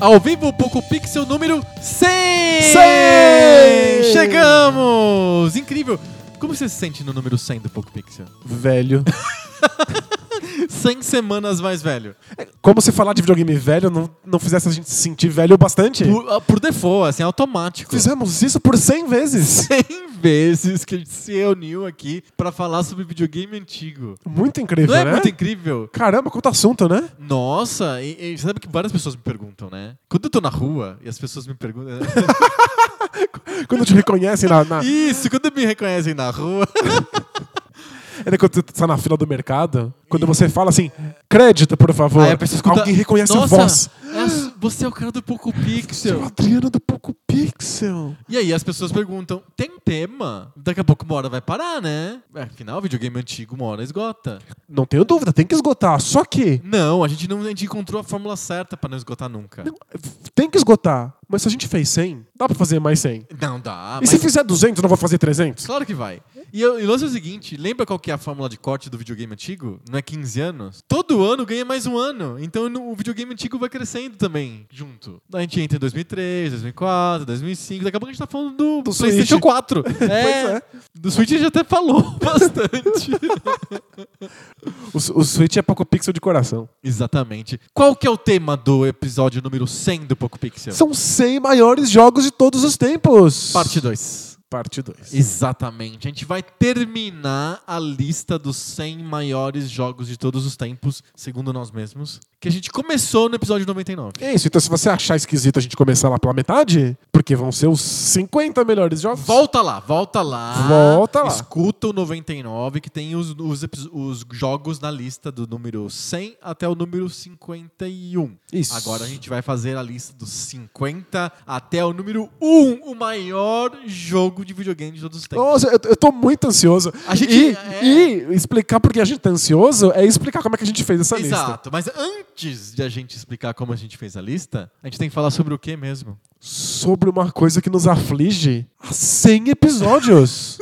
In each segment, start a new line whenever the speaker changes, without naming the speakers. Ao vivo, Poco Pixel número 100!
Cem!
Chegamos! Incrível! Como você se sente no número 100 do Poco Pixel?
Velho.
100 semanas mais velho.
Como se falar de videogame velho não, não fizesse a gente se sentir velho o bastante?
Por, ah, por default, assim, automático.
Fizemos isso por 100 vezes.
100 vezes que a gente se reuniu aqui pra falar sobre videogame antigo.
Muito incrível,
Não é
né?
muito incrível?
Caramba, quanto assunto, né?
Nossa, e, e você sabe que várias pessoas me perguntam, né? Quando eu tô na rua e as pessoas me perguntam. né?
Quando te reconhecem na, na,
Isso, quando me reconhecem na rua.
ainda quando você tá na fila do mercado, quando você fala assim, crédito, por favor.
Aí a pessoa escuta,
Alguém reconhece
Nossa,
a voz.
é a su- você é o cara do Poco
Seu
Pixel.
Adriano do Poco Pixel.
E aí as pessoas perguntam, tem tema? Daqui a pouco uma hora vai parar, né? É, Afinal, videogame antigo uma hora esgota.
Não tenho dúvida, tem que esgotar. Só que
Não, a gente não a gente encontrou a fórmula certa pra não esgotar nunca. Não,
tem que esgotar. Mas se a gente fez 100, dá pra fazer mais 100.
dá,
e
Ah, mas
se fizer 200, eu não vou fazer 300?
claro que vai. E eu- e o lance é o seguinte, lembra qual que é a fórmula de corte do videogame antigo? Não é 15 anos? Todo ano ganha mais um ano, então no- o videogame antigo vai crescendo também, junto. A gente entra em 2003, 2004, 2005, daqui a pouco a gente tá falando do,
Do
PlayStation
Switch.
4.
é.
Do Switch a gente até falou bastante.
O, o Switch é Poco Pixel de coração.
Exatamente. Qual que é o tema do episódio número 100 do Poco Pixel?
São 100 maiores jogos de todos os tempos.
Então. Parte 2.
Parte 2.
Exatamente. A gente vai terminar a lista dos 100 maiores jogos de todos os tempos, segundo nós mesmos, que a gente começou no episódio 99.
É isso, então se você achar esquisito a gente começar lá pela metade, porque vão ser os 50 melhores jogos.
Volta lá, volta lá.
Volta lá.
Escuta o 99, que tem os, os, epi- os jogos na lista do número 100 até o número 51.
Isso.
Agora a gente vai fazer a lista dos 50 até o número 1, o maior jogo de videogame de todos os tempos.
Nossa, eu, eu tô muito ansioso.
A gente-
e,
é.
e explicar porque a gente tá ansioso é explicar como é que a gente fez essa lista.
Exato, mas antes de a gente explicar como a gente fez a lista, a gente tem que falar sobre o que mesmo?
Sobre uma coisa que nos aflige há 100 episódios.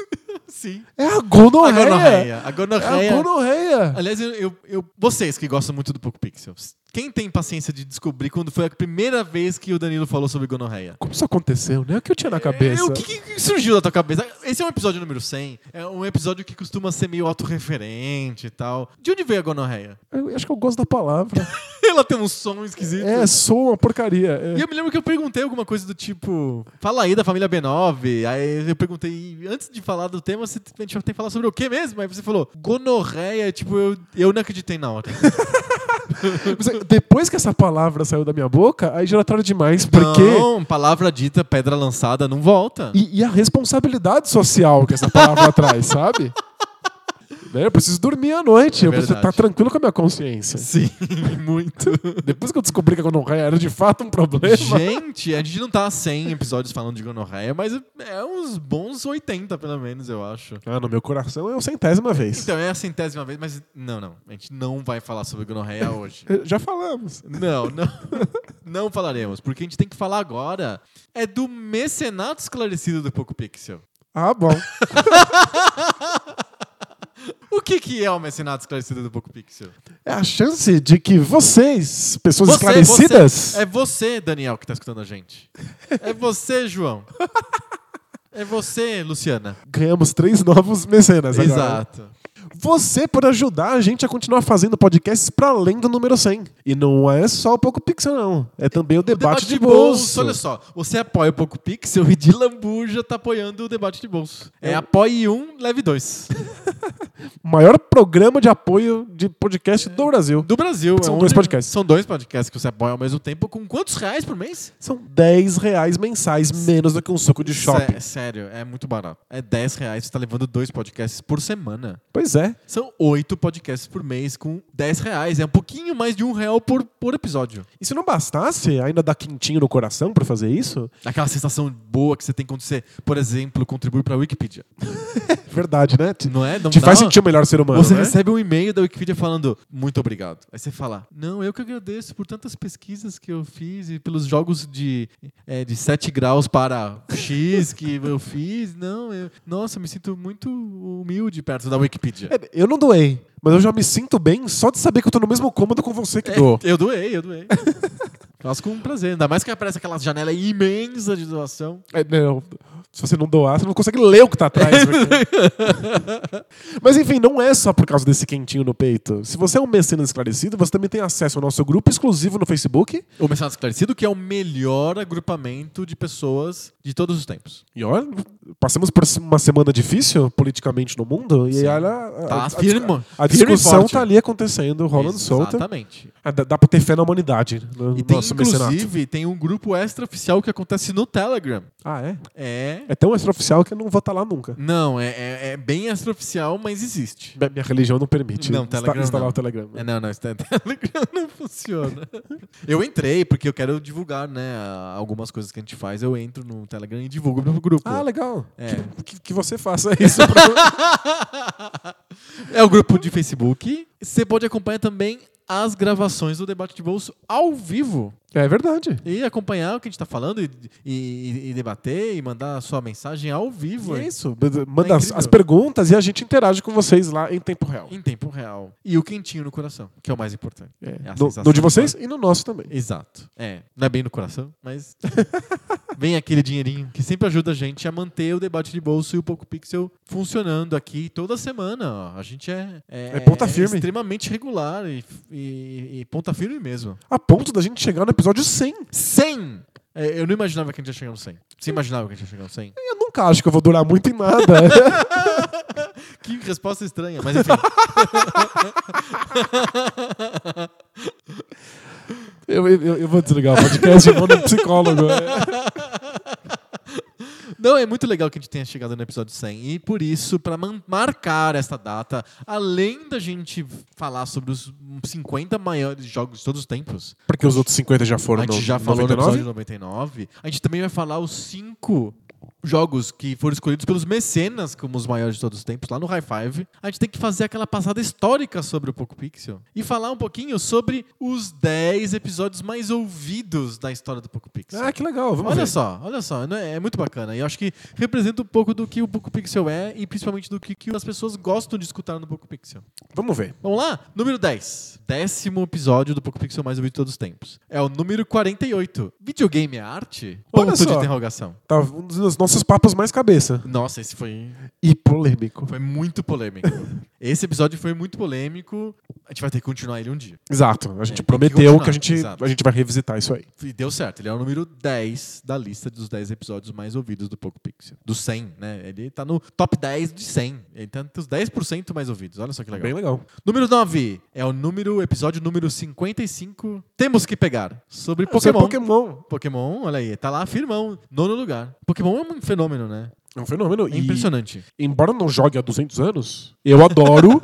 Sim.
é a
A
gonorreia.
gonorreia. A
É a
gonorreia.
gonorreia.
Aliás, eu, eu- eu- vocês que gostam muito do Poco Pixels, quem tem paciência de descobrir quando foi a primeira vez que o Danilo falou sobre gonorreia?
Como isso aconteceu, né? O que eu tinha na cabeça?
É, o que, que surgiu da tua cabeça? Esse é um episódio número 100, é um episódio que costuma ser meio autorreferente e tal. De onde veio a gonorreia?
Eu acho que eu gosto da palavra.
Ela tem um som esquisito.
é, sou uma porcaria. é.
E eu me lembro que eu perguntei alguma coisa do tipo, fala aí da família B9. Aí eu perguntei, antes de falar do tema, você a gente tem que falar sobre o que mesmo? Aí você falou, gonorreia. Tipo, eu, eu não acreditei na hora.
Mas, é, Depois que essa palavra saiu da minha boca, aí já era tarde demais, porque.
Não, palavra dita, pedra lançada, não volta.
E, e a responsabilidade social que essa palavra traz, sabe? Né, Eu preciso dormir à noite,
É
eu preciso estar
verdade.
tranquilo com a minha consciência.
Sim, muito.
Depois que eu descobri que a gonorreia era de fato um problema.
Gente, a gente não tá a 100 episódios falando de gonorreia, mas é uns bons 80, pelo menos, eu acho.
Ah, no meu coração é o centésima vez.
Então, é a centésima vez, mas não, não. A gente não vai falar sobre gonorreia hoje.
Eh, Já falamos.
Não, não, não falaremos, porque a gente tem que falar agora é do mecenato esclarecido do Poco Pixel.
Ah, bom.
O que, que é o mecenato esclarecido do Poco Pixel?
É a chance de que vocês, pessoas
Você,
esclarecidas.
você- é você, Daniel, que tá escutando a gente. É você, João. É você, Luciana.
Ganhamos três novos mecenas agora.
Exato.
você por ajudar a gente a continuar fazendo podcasts para além do número 100. E não é só o Poco Pixel, não. É também o debate, de bolso.
Olha só, você apoia o Poco Pixel e de lambuja tá apoiando o debate de bolso. É apoie um, leve dois.
O maior programa de apoio de podcast
É.
do Brasil.
Do Brasil.
São
é
dois
onde-
podcasts.
São dois podcasts que você apoia ao mesmo tempo com quantos reais por mês?
São 10 reais mensais, menos do que um suco de shopping.
Sé- sério, é muito barato. É 10 reais, você tá levando dois podcasts por semana.
Pois é.
São oito podcasts por mês com 10 reais. É um pouquinho mais de um real por, por episódio.
E se não bastasse ainda dar quentinho no coração pra fazer isso,
Aquela sensação boa que você tem quando você, por exemplo, contribui pra Wikipedia.
é verdade, né? Te,
Não é? Não
te
dá
faz
uma-
sentir o melhor ser humano,
Você
né?
recebe um e-mail da Wikipedia falando muito obrigado. Aí você fala, não, eu que agradeço por tantas pesquisas que eu fiz e pelos jogos de, é, de 7 graus para X que eu fiz. Não, eu, nossa, eu me sinto muito humilde perto da Wikipedia.
É, eu não doei, mas eu já me sinto bem só de saber que eu tô no mesmo cômodo com você
É.
que doou.
eu doei, eu doei. Faço com prazer, ainda mais que aparece aquela janela imensa de doação.
É, não, se você não doar, você não consegue ler o que tá atrás. porque- Mas enfim, não é só por causa desse quentinho no peito. Se você é um mecenas esclarecido, você também tem acesso ao nosso grupo exclusivo no Facebook.
O Mercenário Esclarecido, que é o melhor agrupamento de pessoas de todos os tempos.
E olha, passamos por uma semana difícil politicamente no mundo. E
Sim.
olha, a,
Tá
É, a-
firme,
a, a
firme e
discussão
forte.
tá ali acontecendo, rolando
Isso,
solta.
Exatamente.
Ah, Dá, dá pra ter fé na humanidade né, no
E tem,
nosso mecenato.
inclusive, tem um grupo extraoficial que acontece no Telegram.
Ah, é?
É.
É tão extraoficial que eu não vou estar lá nunca.
Não, é, é, é bem extraoficial, mas existe.
Minha- Minha religião não permite
Não,
insta-
Telegram
instalar
não.
o Telegram.
É, não, não, isso é- Telegram não funciona. Eu entrei porque eu quero divulgar, né? a- Algumas coisas que a gente faz, eu entro no Telegram e divulgo pro grupo.
Ah, legal.
É.
Que, que você faça isso pra...
É o grupo de Facebook. Você pode acompanhar também as gravações do debate de bolso ao vivo
É verdade.
e acompanhar o que a gente tá falando e, e- e debater e mandar a sua mensagem ao vivo.
E é isso. B- b- Manda as,
incrível.
as perguntas e a gente interage com vocês lá em tempo real.
Em tempo real. E o quentinho no coração, que é o mais importante.
É.
a
No,
sensação
no de
que
vocês e no nosso também.
Exato. É, não é bem no coração, mas vem aquele dinheirinho que sempre ajuda a gente a manter o debate de bolso e o Poco Pixel funcionando aqui toda semana. ó. A gente é,
É ponta firme.
extremamente regular e, e- e ponta firme mesmo.
A ponto da gente chegar no episódio 100.
100! É, eu não imaginava que a gente ia chegar no 100. Você imaginava que a gente ia chegar no 100?
Eu nunca acho que eu vou durar muito em nada.
Que resposta estranha, mas enfim.
eu, eu- eu vou desligar o podcast e vou no psicólogo. É.
Não, é muito legal que a gente tenha chegado no episódio 100 e por isso, para marcar esta data, além da gente falar sobre os 50 maiores jogos de todos os tempos,
Porque os outros 50 já foram
a gente
no-
já
no
falou no
99.
episódio 99, a gente também vai falar os 5 jogos que foram escolhidos pelos mecenas como os maiores de todos os tempos, lá no High Five. A gente tem que fazer aquela passada histórica sobre o Poco Pixel e falar um pouquinho sobre os 10 episódios mais ouvidos da história do Poco Pixel.
Ah, que legal. Vamos
Olha
ver.
só, olha só, não é, é muito bacana. E eu acho que representa um pouco do que o Poco Pixel é e principalmente do que, que as pessoas gostam de escutar no Poco Pixel.
Vamos ver.
Vamos lá? Número 10. Décimo episódio do Poco Pixel mais ouvido de todos os tempos. É o número 48. Videogame é arte?
Olha
Ponto de
só.
interrogação.
Tá um dos nossos papos mais cabeça.
Nossa, esse foi,
E polêmico.
foi muito polêmico. esse episódio foi muito polêmico. A gente vai ter que continuar ele um dia.
Exato. A
É, tem
gente
que
prometeu que,
continuar,
a, gente,
exato.
a gente vai revisitar isso aí.
E deu certo, ele é o número 10 da lista dos 10 episódios mais ouvidos do Poco Pixel. Do 100, né? Ele tá no top 10 de 100. Ele tá entre os 10% mais ouvidos. Olha só que legal.
Bem legal.
Número 9 é o número, episódio número 55. Temos que pegar. Sobre
Você é
Pokémon.
Pokémon.
Pokémon, olha aí, tá lá firmão, nono lugar. Pokémon é um fenômeno, né?
É um fenômeno.
É
E,
impressionante.
embora eu não jogue há 200 anos, eu adoro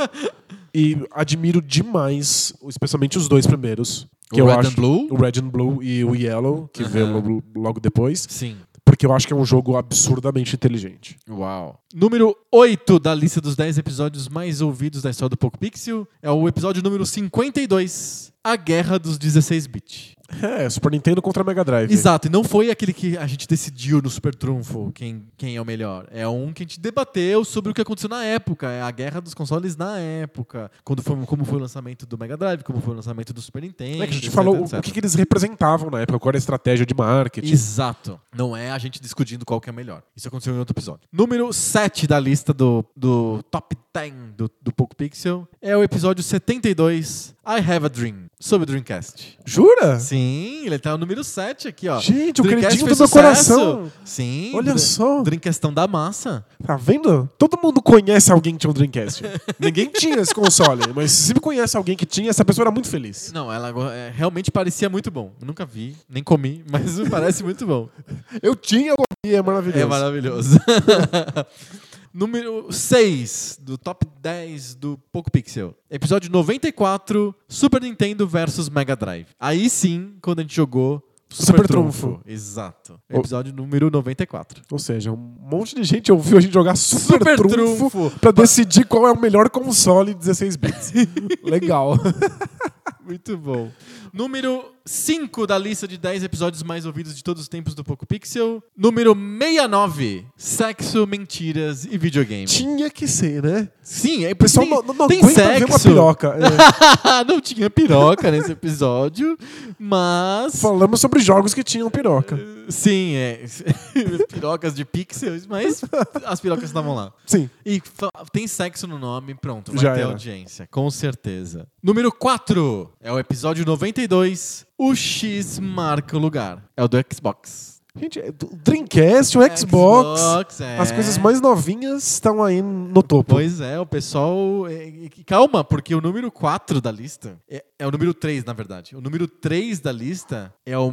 e admiro demais, especialmente os dois primeiros. Que
O
eu
Red
acho,
and Blue?
O Red and Blue e o Yellow, que veio
Aham.
logo, logo depois.
Sim.
Porque eu acho que é um jogo absurdamente inteligente.
Uau. Número 8 da lista dos 10 episódios mais ouvidos da história do Poco Pixel é o episódio número 52. a guerra dos 16-bit.
É, Super Nintendo contra Mega Drive.
Exato, e não foi aquele que a gente decidiu no Super Trunfo quem, quem é o melhor. É um que a gente debateu sobre o que aconteceu na época, é a guerra dos consoles na época, quando foi, como foi o lançamento do Mega Drive, como foi o lançamento do Super Nintendo.
É que a gente
etc,
falou o-
etc.
o que, que eles representavam na época, qual era a estratégia de marketing.
Exato. Não é a gente discutindo qual que é melhor. Isso aconteceu em outro episódio. Número 7 da lista do, do top 10 do, do Poco Pixel é o episódio 72, I Have a Dream, sobre o Dreamcast.
Jura?
Sim, ele tá no número 7 aqui, ó.
Gente, o
Dreamcast fez
queridinho do meu
sucesso. né?
coração.
Sim.
Olha
Dr-
só.
Dreamcastão da massa.
Tá vendo? Todo mundo conhece alguém que tinha um Dreamcast. Ninguém tinha esse console, mas se sempre conhece alguém que tinha, essa pessoa era muito feliz.
Não, ela go- é, realmente parecia muito bom. Eu Nunca vi, nem comi, mas parece muito bom.
Eu tinha, eu comia, é maravilhoso.
É maravilhoso. Número 6 do top 10 do Poco Pixel. Episódio 94, Super Nintendo versus Mega Drive. Aí sim, quando a gente jogou Super,
Super
Trunfo.
Trunfo.
Exato.
O-
Episódio número 94.
Ou seja, um monte de gente ouviu a gente jogar Super,
Super
Trunfo,
Trunfo.
pra decidir qual é o melhor console 16 bits. Legal.
Muito bom. Número 5 da lista de 10 episódios mais ouvidos de todos os tempos do Poco Pixel. Número 69, Sexo, Mentiras e Videogame.
tinha que ser, né?
Sim, é
O pessoal
tem,
não, não
tem
aguenta
sexo.
ver uma piroca. É,
não tinha piroca nesse episódio, mas.
falamos sobre jogos que tinham piroca.
Sim, é. pirocas de pixels, mas as pirocas estavam lá.
Sim.
E fa- tem sexo no nome, pronto, vai
Já
ter
era.
audiência, com certeza. Número 4 é o episódio 92. O X marca o lugar. É o do Xbox.
Gente, é do Dreamcast, o Xbox,
é.
as coisas mais novinhas estão aí no topo.
Pois é, o pessoal. é, é, que- Calma, porque o número 4 da lista. É, é o número 3, na verdade. O número 3 da lista é o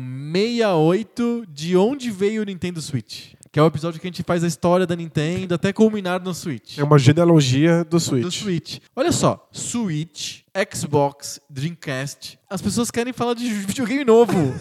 68 de onde veio o Nintendo Switch. Que é o episódio que a gente faz a história da Nintendo até culminar no Switch.
É uma genealogia do
Do
Switch.
Switch. Olha só, Switch, Xbox, Dreamcast. As pessoas querem falar de videogame novo.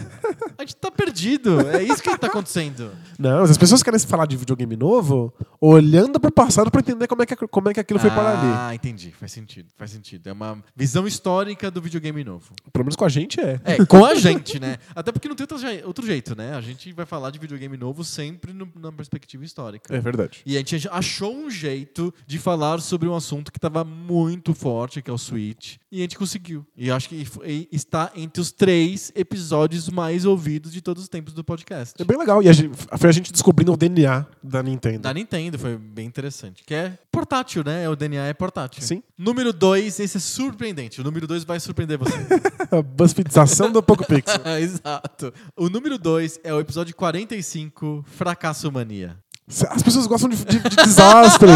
A gente tá perdido. É isso que tá acontecendo.
Não, mas as pessoas querem se falar de videogame novo olhando pro passado pra entender como é que, como é que aquilo foi parar ali.
Ah, entendi. Faz sentido, faz sentido. É uma visão histórica do videogame novo.
Pelo menos com a gente é.
É, com a gente, né? Até porque não tem outro jei- outro jeito, né? A gente vai falar de videogame novo sempre no- na perspectiva histórica.
É verdade.
E a gente achou um jeito de falar sobre um assunto que estava muito forte, que é o Switch. E a gente conseguiu. E acho que f- e está entre os três episódios mais ouvidos de todos os tempos do podcast.
É bem legal. E a gente- foi a gente descobrindo o DNA da Nintendo.
Da Nintendo, foi bem interessante. Que é portátil, né? O DNA é portátil.
Sim.
Número dois, esse é surpreendente. O número dois vai surpreender você.
A BuzzFeedização do Poco Pixel.
Ah, Exato. O número 2 é o episódio 45, Fracasso Mania.
As pessoas gostam de, de- de desastre.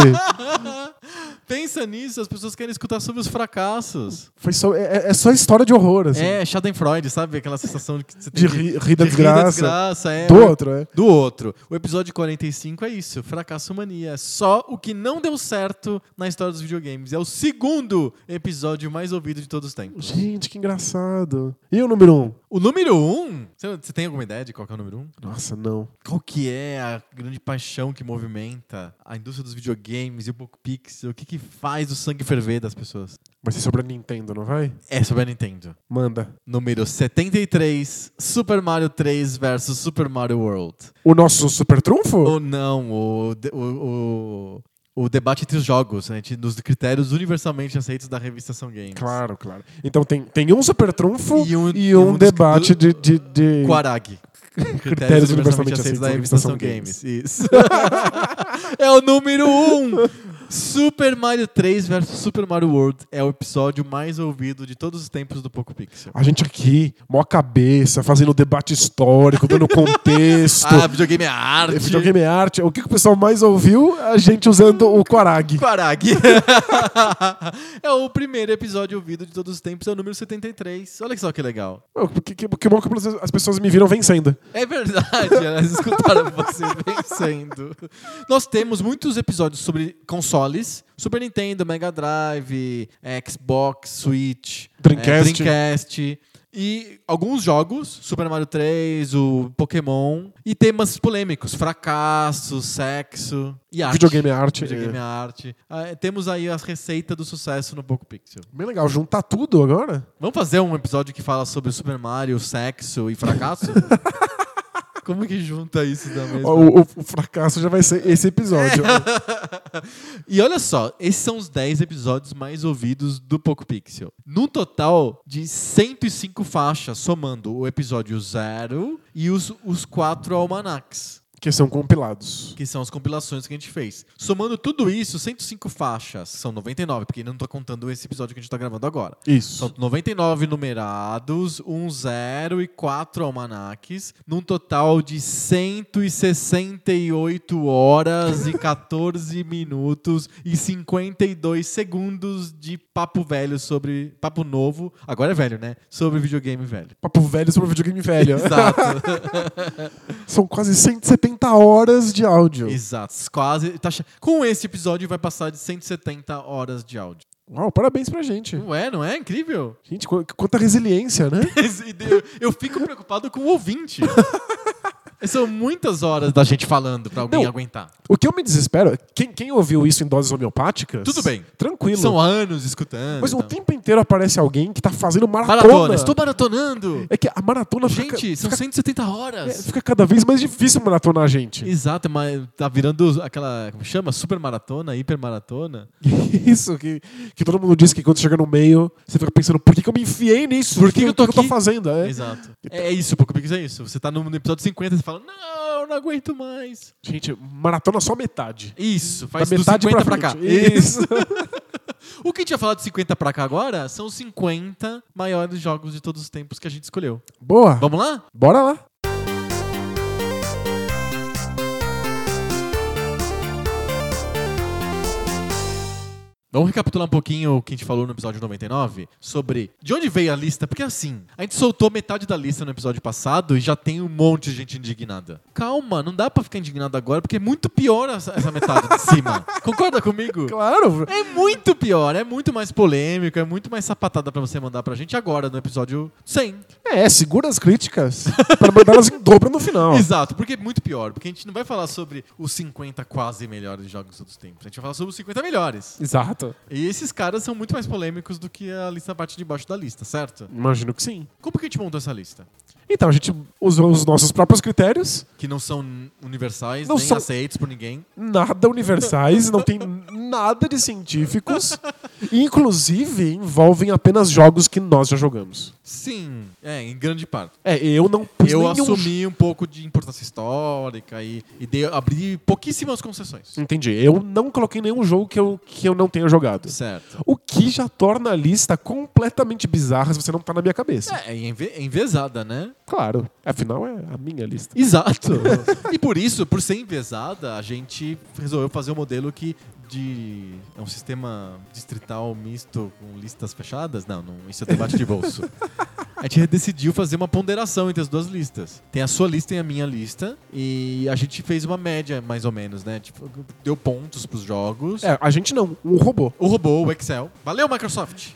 Pensa nisso, as pessoas querem escutar sobre os fracassos.
Foi só, é, é só história de horror, assim.
É, Schadenfreude, sabe? Aquela sensação de que você tem
de rir ri da
de rir da
desgraça.
desgraça, é.
Do outro, é.
Do outro. O episódio 45 é isso, Fracasso Mania. É Só o que não deu certo na história dos videogames. É o segundo episódio mais ouvido de todos os tempos.
Gente, que engraçado. E o número um?
O número 1, um, você você tem alguma ideia de qual que é o número 1? Um?
Nossa, não.
Qual que é a grande paixão que movimenta a indústria dos videogames e o Poco Pixel? O que, que faz o sangue ferver das pessoas?
Vai ser sobre a Nintendo, não vai?
É sobre a Nintendo.
Manda.
Número 73, Super Mario 3 versus Super Mario World.
O nosso super trunfo?
Ou não, o, de- o, o, o debate entre os jogos, né, de- dos critérios universalmente aceitos da revista São Games.
Claro, claro. Então tem, tem um super trunfo
E
e
um-
um,
e um dos-
debate de, de, de-
Quarag. Critérios,
universalmente aceitos
da
da
revista São
Revista São
Games. Isso. é o número 1. Um. Super Mario 3 versus Super Mario World é o episódio mais ouvido de todos os tempos do Poco Pixel.
A gente aqui, mó cabeça, fazendo debate histórico, dando contexto.
Ah, videogame é arte.
Videogame é arte. O que, que o pessoal mais ouviu? A gente usando o Quarag.
Quarag. é o primeiro episódio ouvido de todos os tempos, é o número 73. Olha só que legal.
Pô, Que, que, que bom que as pessoas me viram vencendo.
É verdade, elas escutaram você vencendo. Nós temos muitos episódios sobre consoles: Super Nintendo, Mega Drive, é, Xbox, Switch, é,
Dreamcast.
Dreamcast. E alguns jogos, Super Mario 3, o Pokémon, e temas polêmicos, fracasso, sexo e arte.
Videogame é arte,
Videogame
é.
é arte. Ah, temos aí as receitas do sucesso no Poco Pixel.
É Bem legal, juntar tudo agora?
Vamos fazer um episódio que fala sobre Super Mario, sexo e fracasso? Como que junta isso da mesma?
Ó, O, o- o fracasso já vai ser esse episódio.
É. E olha só, esses são os 10 episódios mais ouvidos do Poco Pixel. Num total de 105 faixas, somando o episódio 0 e os, os 4 almanacs.
que são compilados.
Que são as compilações que a gente fez. Somando tudo isso, 105 faixas, são 99, porque não tô contando esse episódio que a gente tá gravando agora. São
Isso.
99 numerados, um zero e quatro almanaques, num total de 168 horas e 14 minutos e 52 segundos de papo velho sobre. Papo novo, agora é velho, né? Sobre videogame velho.
Papo velho sobre videogame velho.
Exato.
São quase 170 horas de áudio.
Exato. Quase. tá che- com esse episódio vai passar de 170 horas de áudio.
Uau, parabéns pra gente.
Não é? Não é? Incrível?
Gente, qu- quanta resiliência, né?
E eu- Eu fico preocupado com o ouvinte. São muitas horas da gente falando pra alguém
Não.
aguentar.
O que eu me desespero, é, quem, quem ouviu isso em doses homeopáticas...
Tudo bem.
Tranquilo.
São anos então. escutando.
Mas
e
o
tal.
tempo inteiro aparece alguém que tá fazendo maratona.
Maratona, estou maratonando.
É que a maratona fica- é,
Gente, são 170 horas.
fica cada vez mais difícil maratonar a gente.
Exato, mas tá virando aquela, como chama? Super maratona, hiper maratona.
Isso, que, que todo mundo diz que quando chega no meio, você fica pensando, por que, que eu me enfiei nisso?
Por que que eu tô
que eu tô
aqui?"
fazendo? É.
Exato. É isso, Poco Pix, é isso. Você tá no no episódio 50 e você fala, não, não aguento mais.
Gente, maratona só metade.
Isso,
Da
faz dos
metade
50 pra,
pra
cá.
frente. Isso.
o que a gente ia falar de 50 pra cá agora são os 50 maiores jogos de todos os tempos que a gente escolheu.
Boa.
Vamos lá?
Bora lá.
Vamos recapitular um pouquinho o que a gente falou no episódio 99 sobre de onde veio a lista, porque assim, a gente soltou metade da lista no episódio passado e já tem um monte de gente indignada. Calma, não dá pra ficar indignado agora, porque é muito pior essa, essa metade de cima. Concorda comigo?
Claro.
É muito pior, é muito mais polêmico, é muito mais sapatada pra você mandar pra gente agora no episódio 100.
É, segura as críticas pra mandar elas em dobro no final.
Exato, porque é muito pior, porque a gente não vai falar sobre os 50 quase melhores jogos de todos os tempos, a gente vai falar sobre os 50 melhores.
Exato.
E esses caras são muito mais polêmicos do que a lista parte de baixo da lista, certo?
Imagino que sim.
Como que a gente montou essa lista?
Então, a gente usou os nossos próprios critérios,
Que não são n- universais,
Não
nem
são-
aceitos por ninguém.
nada universais, não tem nada de científicos, e inclusive envolvem apenas jogos que nós já jogamos.
Sim, é, em grande parte.
É, eu não pus
Eu
nenhum
assumi um pouco de importância histórica e, e dei, abri pouquíssimas concessões.
Entendi. Eu não coloquei nenhum jogo que eu, que eu não tenha jogado.
Certo.
O que já torna a lista completamente bizarra se você não tá na minha cabeça.
É, é enve- é envezada, né?
Claro. Afinal, é a minha lista.
Exato. e por isso, por ser envezada, a gente resolveu fazer um modelo que de é um sistema distrital misto com listas fechadas? Não, não isso é debate de bolso. A gente decidiu fazer uma ponderação entre as duas listas. Tem a sua lista e a minha lista. E a gente fez uma média, mais ou menos, né? Tipo, deu pontos pros jogos.
É, a gente não. Um robô.
O robô, o Excel. Valeu, Microsoft!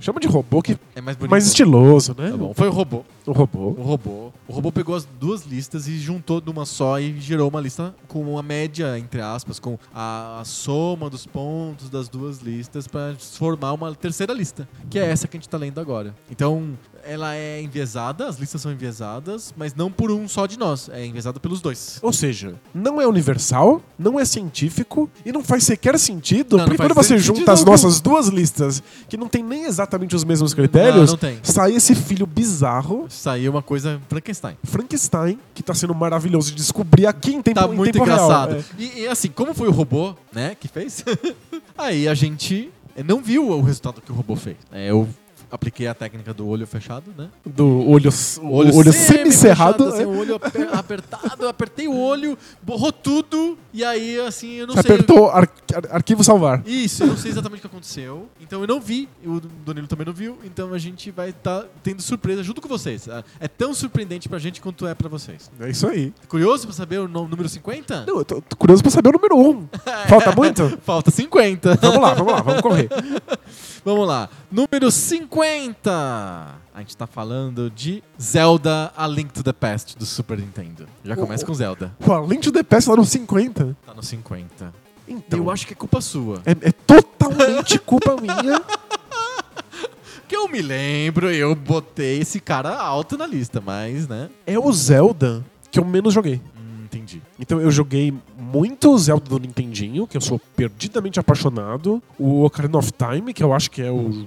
Chama de robô que
É mais bonito.
mais estiloso, né?
Tá bom. Foi o robô.
O robô.
O robô. O robô pegou as duas listas e juntou numa só e gerou uma lista com uma média, entre aspas, com a, a soma dos pontos das duas listas para formar uma terceira lista, que é essa que a gente tá lendo agora. Então, ela é enviesada, as listas são enviesadas, mas não por um só de nós, é enviesada pelos dois.
Ou seja, não é universal, não é científico e não faz sequer sentido.
Não, não
porque
faz
quando você
sentido
junta as
algum.
nossas duas listas, que não tem nem exatamente os mesmos critérios,
Não, não tem.
sai esse filho bizarro,
Saiu uma coisa Frankenstein.
Frankenstein, que tá sendo maravilhoso de descobrir aqui em tempo
Tá
em
muito
tempo real.
engraçado.
É.
E, e assim, como foi o robô, né, que fez, aí a gente é, não viu o resultado que o robô fez. É, eu apliquei a técnica do olho fechado, né?
É. Do olho, o olho, semicerrado.
fechado, assim,
é.
o olho aper- apertado, eu apertei o olho, borrou tudo, e aí, assim, eu não
Você
sei.
apertou ar- ar- arquivo salvar.
Isso, eu não sei exatamente o que aconteceu. Então eu não vi, e o Danilo também não viu, então a gente vai estar tendo surpresa junto com vocês. Ah, É tão surpreendente pra gente quanto é pra vocês.
É isso aí.
Curioso pra saber o no- número 50?
Não, eu tô, tô curioso pra saber o número 1. Um. Falta muito?
Falta 50.
Vamos lá, vamos lá, vamos correr.
Vamos lá. Número 50. A gente tá falando de Zelda A Link to the Past do Super Nintendo. Já começa com Zelda.
Pô, além de The Past, lá no 50.
Tá no 50.
Então,
Eu acho que é culpa sua.
é, é totalmente culpa minha.
Que eu me lembro, eu botei esse cara alto na lista, mas, né?
É o Zelda que eu menos joguei.
Hum, entendi.
Então eu joguei muito Zelda do Nintendinho, que eu sou perdidamente apaixonado. O Ocarina of Time, que eu acho que é o. O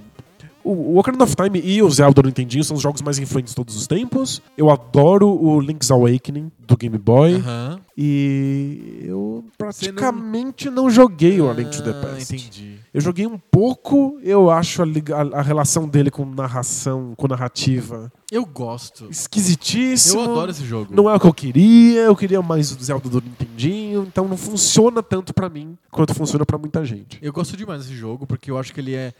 o Ocarina of Time e o Zelda do Nintendinho são os jogos mais influentes de todos os tempos. Eu adoro o Link's Awakening do Game Boy.
Aham.
E eu
Você não-
praticamente não... joguei o A Link to the
Ah,
Past.
Entendi.
Eu joguei um pouco, eu acho a, liga- a- a relação dele com narração, com narrativa
Eu gosto.
esquisitíssima.
Eu adoro esse jogo.
Não é o que eu queria, eu queria mais o Zelda do Nintendinho, então não funciona tanto pra mim quanto funciona pra muita gente.
Eu gosto demais desse jogo porque eu acho que ele é.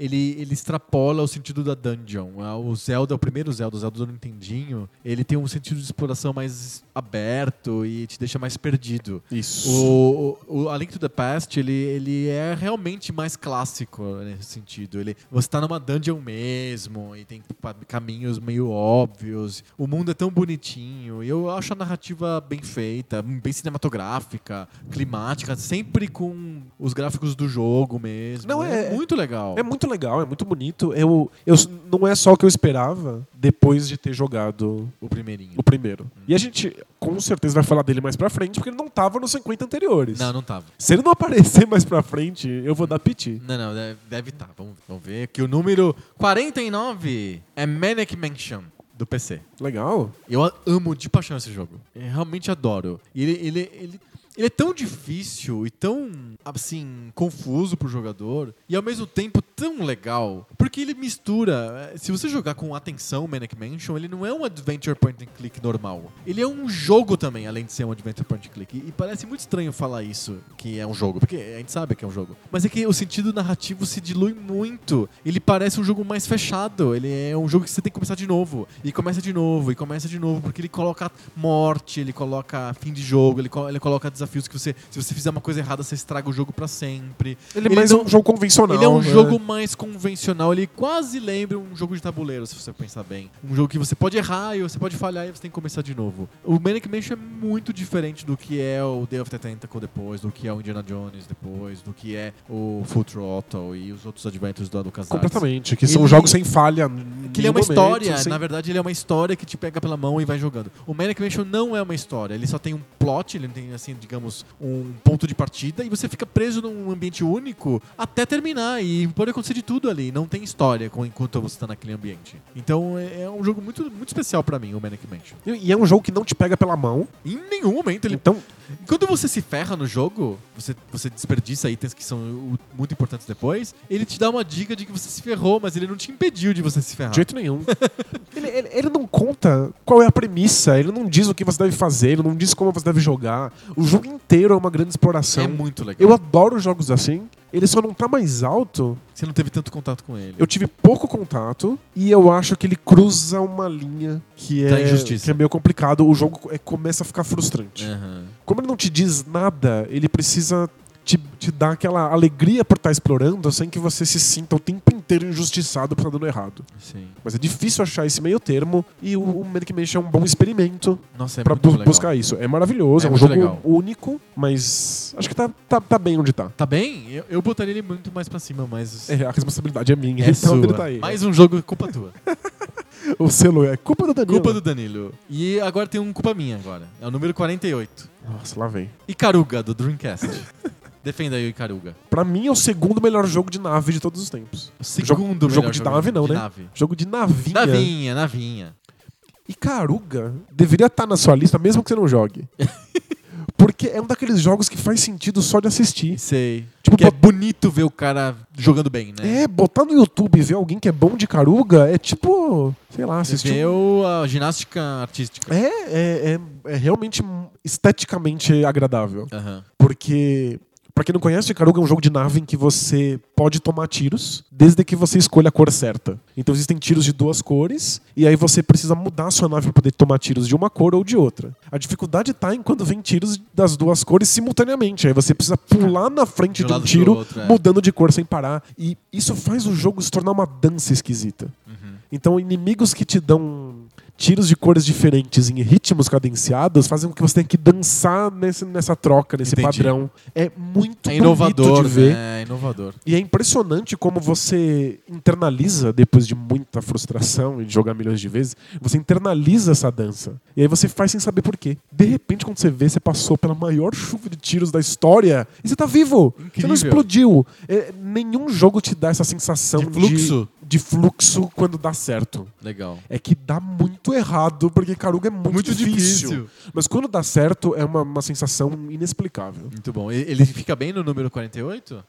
Ele, ele extrapola o sentido da dungeon. Ah, O Zelda, o primeiro Zelda, o Zelda do Nintendinho, ele tem um sentido de exploração mais aberto e te deixa mais perdido.
Isso.
O, o, o A Link to the Past, ele, ele é realmente mais clássico nesse sentido. Ele, você tá numa dungeon mesmo, e tem pa- caminhos meio óbvios. O mundo é tão bonitinho. E eu acho a narrativa bem feita, bem cinematográfica, climática, sempre com os gráficos do jogo mesmo.
Não, é-
muito legal.
É muito legal, é muito bonito. Eu, eu, não é só o que eu esperava depois de ter jogado
o primeirinho.
o primeiro. E a gente com certeza vai falar dele mais pra frente, porque ele não tava nos 50 anteriores.
Não, não tava.
Se ele não aparecer mais pra frente, eu vou dar piti.
Não, não, deve- deve estar. Vamos, vamos ver que o número 49 é Manic Mansion, do PC.
Legal.
Eu a- amo de paixão esse jogo. Eu realmente adoro. E Ele, ele, ele, ele é tão difícil e tão, assim, confuso pro jogador. E ao mesmo tempo tão legal. Porque ele mistura. eh, Se você jogar com atenção o Manic Mansion, ele não é um adventure point and click normal. Ele é um jogo também, além de ser um adventure point and click. E, e parece muito estranho falar isso, que é um jogo. Porque a gente sabe que é um jogo. Mas é que o sentido narrativo se dilui muito. Ele parece um jogo mais fechado. Ele é um jogo que você tem que começar de novo. E começa de novo, e começa de novo, porque ele coloca morte, ele coloca fim de jogo, ele, co- ele coloca desafios que você. Se você fizer uma coisa errada, você estraga o jogo pra sempre.
Ele é mais
não-
um jogo convencional.
ele é um
né?
jogo mais convencional, ele quase lembra um jogo de tabuleiro, se você pensar bem. Um jogo que você pode errar e você pode falhar e você tem que começar de novo. O Manic Mansion é muito diferente do que é o Day of the Tentacle depois, do que é o Indiana Jones depois, do que é o Full Throttle e os outros adventures do LucasArts.
Completamente, que são
Ele-
jogos sem falha. em
Que ele é uma
nenhum momento,
história,
sem-
na verdade ele é uma história que te pega pela mão e vai jogando. O Manic Mansion não é uma história, ele só tem um plot, ele tem, assim, digamos, um ponto de partida e você fica preso num ambiente único até terminar e pode acontecer de tudo ali, não tem história com- enquanto você tá naquele ambiente. Então é é um jogo muito, muito especial pra mim, o Manic Mansion.
E é um jogo que não te pega pela mão.
Em nenhum momento ele
Então,
quando você se ferra no jogo, você, você desperdiça itens que são o- muito importantes depois, ele te dá uma dica de que você se ferrou, mas ele não te impediu de você se ferrar.
de jeito nenhum. ele, ele- ele não conta qual é a premissa, ele não diz o que você deve fazer, ele não diz como você deve jogar. O jogo inteiro é uma grande exploração.
É muito legal.
Eu adoro jogos assim. Ele só não tá mais alto.
Você não teve tanto contato com ele.
Eu tive pouco contato e eu acho que ele cruza uma linha que
Da
é,
injustiça.
que é meio complicado. O jogo é- começa a ficar frustrante.
Aham.
Como ele não te diz nada, ele precisa te, te dar aquela alegria por estar explorando sem que você se sinta o tempo inteiro injustiçado por estar dando errado.
Sim.
Mas é difícil achar esse meio termo e o, o Manic Mansion é um bom experimento
Nossa, é
pra
muito
bu-
legal.
buscar isso. É maravilhoso,
É
é, um
muito
jogo
legal.
único, mas acho que tá, tá, tá bem onde tá.
Tá bem? Eu, eu botaria ele muito mais pra cima, mas.
É, a responsabilidade é minha,
é
então
sua.
ele tá aí.
Mais um jogo culpa tua.
O selo é culpa do Danilo.
culpa do Danilo. E agora tem um culpa minha agora. É o número 48.
Nossa, lá vem.
Icaruga, do Dreamcast. Defenda aí o Icaruga.
Pra mim é o segundo melhor jogo de nave de todos os tempos.
O segundo
jogo
melhor
de nave não,
de
né?
Nave.
Jogo de navinha.
Navinha, navinha.
E Caruga deveria estar na sua lista, mesmo que você não jogue. Porque é um daqueles jogos que faz sentido só de assistir.
Sei.
Tipo,
Porque é
bo-
bonito ver o cara jogando bem, né?
É, botar no YouTube e ver alguém que é bom de caruga é tipo, sei lá,
Você
assistir.
vê
um-
o- a ginástica artística.
É, é, é, é realmente esteticamente agradável.
Aham.
Porque, Pra quem não conhece, Ikaruga é um jogo de nave em que você pode tomar tiros desde que você escolha a cor certa. Então existem tiros de duas cores e aí você precisa mudar a sua nave pra poder tomar tiros de uma cor ou de outra. A dificuldade tá em quando vem tiros das duas cores simultaneamente. Aí você precisa pular na frente
De um
de um
lado pro
tiro,
outro, é.
mudando de cor sem parar. E isso faz o jogo se tornar uma dança esquisita. Então, inimigos que te dão tiros de cores diferentes em ritmos cadenciados fazem com que você tenha que dançar nesse, nessa troca, nesse
Entendi.
padrão. É
É
muito bonito
inovador,
de ver.
né? É inovador.
E é impressionante como você internaliza, depois de muita frustração e de jogar milhões de vezes, você internaliza essa dança. E aí você faz sem saber por quê. De repente, quando você vê, você passou pela maior chuva de tiros da história e você tá vivo. Você não
Incrível.
explodiu. É, nenhum jogo te dá essa sensação
De fluxo.
de, de fluxo quando dá certo.
Legal.
É que dá muito errado, porque Caruga é muito,
Muito
difícil.
difícil.
Mas quando dá certo, é uma, uma sensação inexplicável.
Muito bom. E- Ele fica bem no número 48?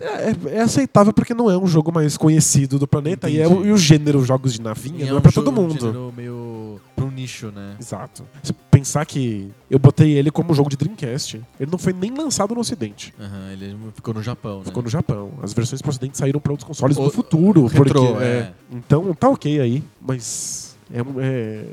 É, é- é aceitável porque não é um jogo mais conhecido do planeta e, é o,
Entendi.
e o gênero jogos de navinha não é
um
pra
jogo-
todo mundo.
Um gênero meio pra um nicho, né?
Exato. Se pensar que eu botei ele como jogo de Dreamcast, ele não foi nem lançado no Ocidente.
Aham, ele ficou no Japão, né?
Ficou no Japão. As versões pro Ocidente saíram pra outros consoles
O-
no futuro.
retrô,
porque, é.
é.
Então tá ok aí, mas. É, um- é,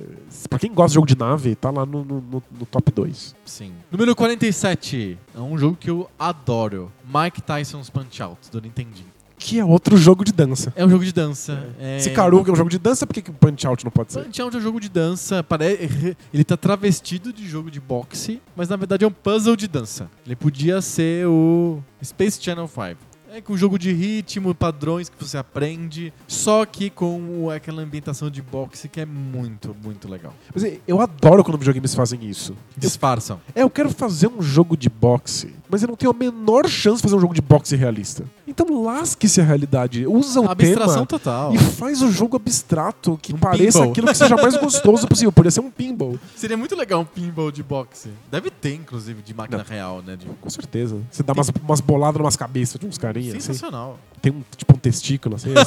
pra quem gosta de jogo de nave, tá lá no, no- no- no top 2.
Sim. Número 47. É um jogo que eu adoro. Mike Tyson's Punch-Out, do Nintendinho.
Que é outro jogo de dança.
É um jogo de dança. É.
Se Caruga é um jogo de dança, por que, que o Punch Out não pode ser?
Punch-Out é um jogo de dança. pare- Ele tá travestido de jogo de boxe, mas na verdade é um puzzle de dança. Ele podia ser o Space Channel 5. É com um jogo de ritmo, padrões que você aprende, só que com o- aquela ambientação de boxe que é muito, muito legal.
Mas é, eu adoro quando videogames fazem isso. Eu
Disfarçam.
É, eu quero fazer um jogo de boxe, mas eu não tenho a menor chance de fazer um jogo de boxe realista. Então lasque-se a realidade. Usa o
Abstração
tema
total.
e faz o jogo abstrato que
Um
pareça
pinball.
aquilo que seja mais gostoso possível. Poderia ser um pinball.
Seria muito legal um pinball de boxe. Deve ter, inclusive, de máquina real, né? De...
Com certeza. Você dá umas, umas boladas nas cabeças de uns carinhas. Assim.
Sensacional.
Tem um, tipo um testículo assim. Você,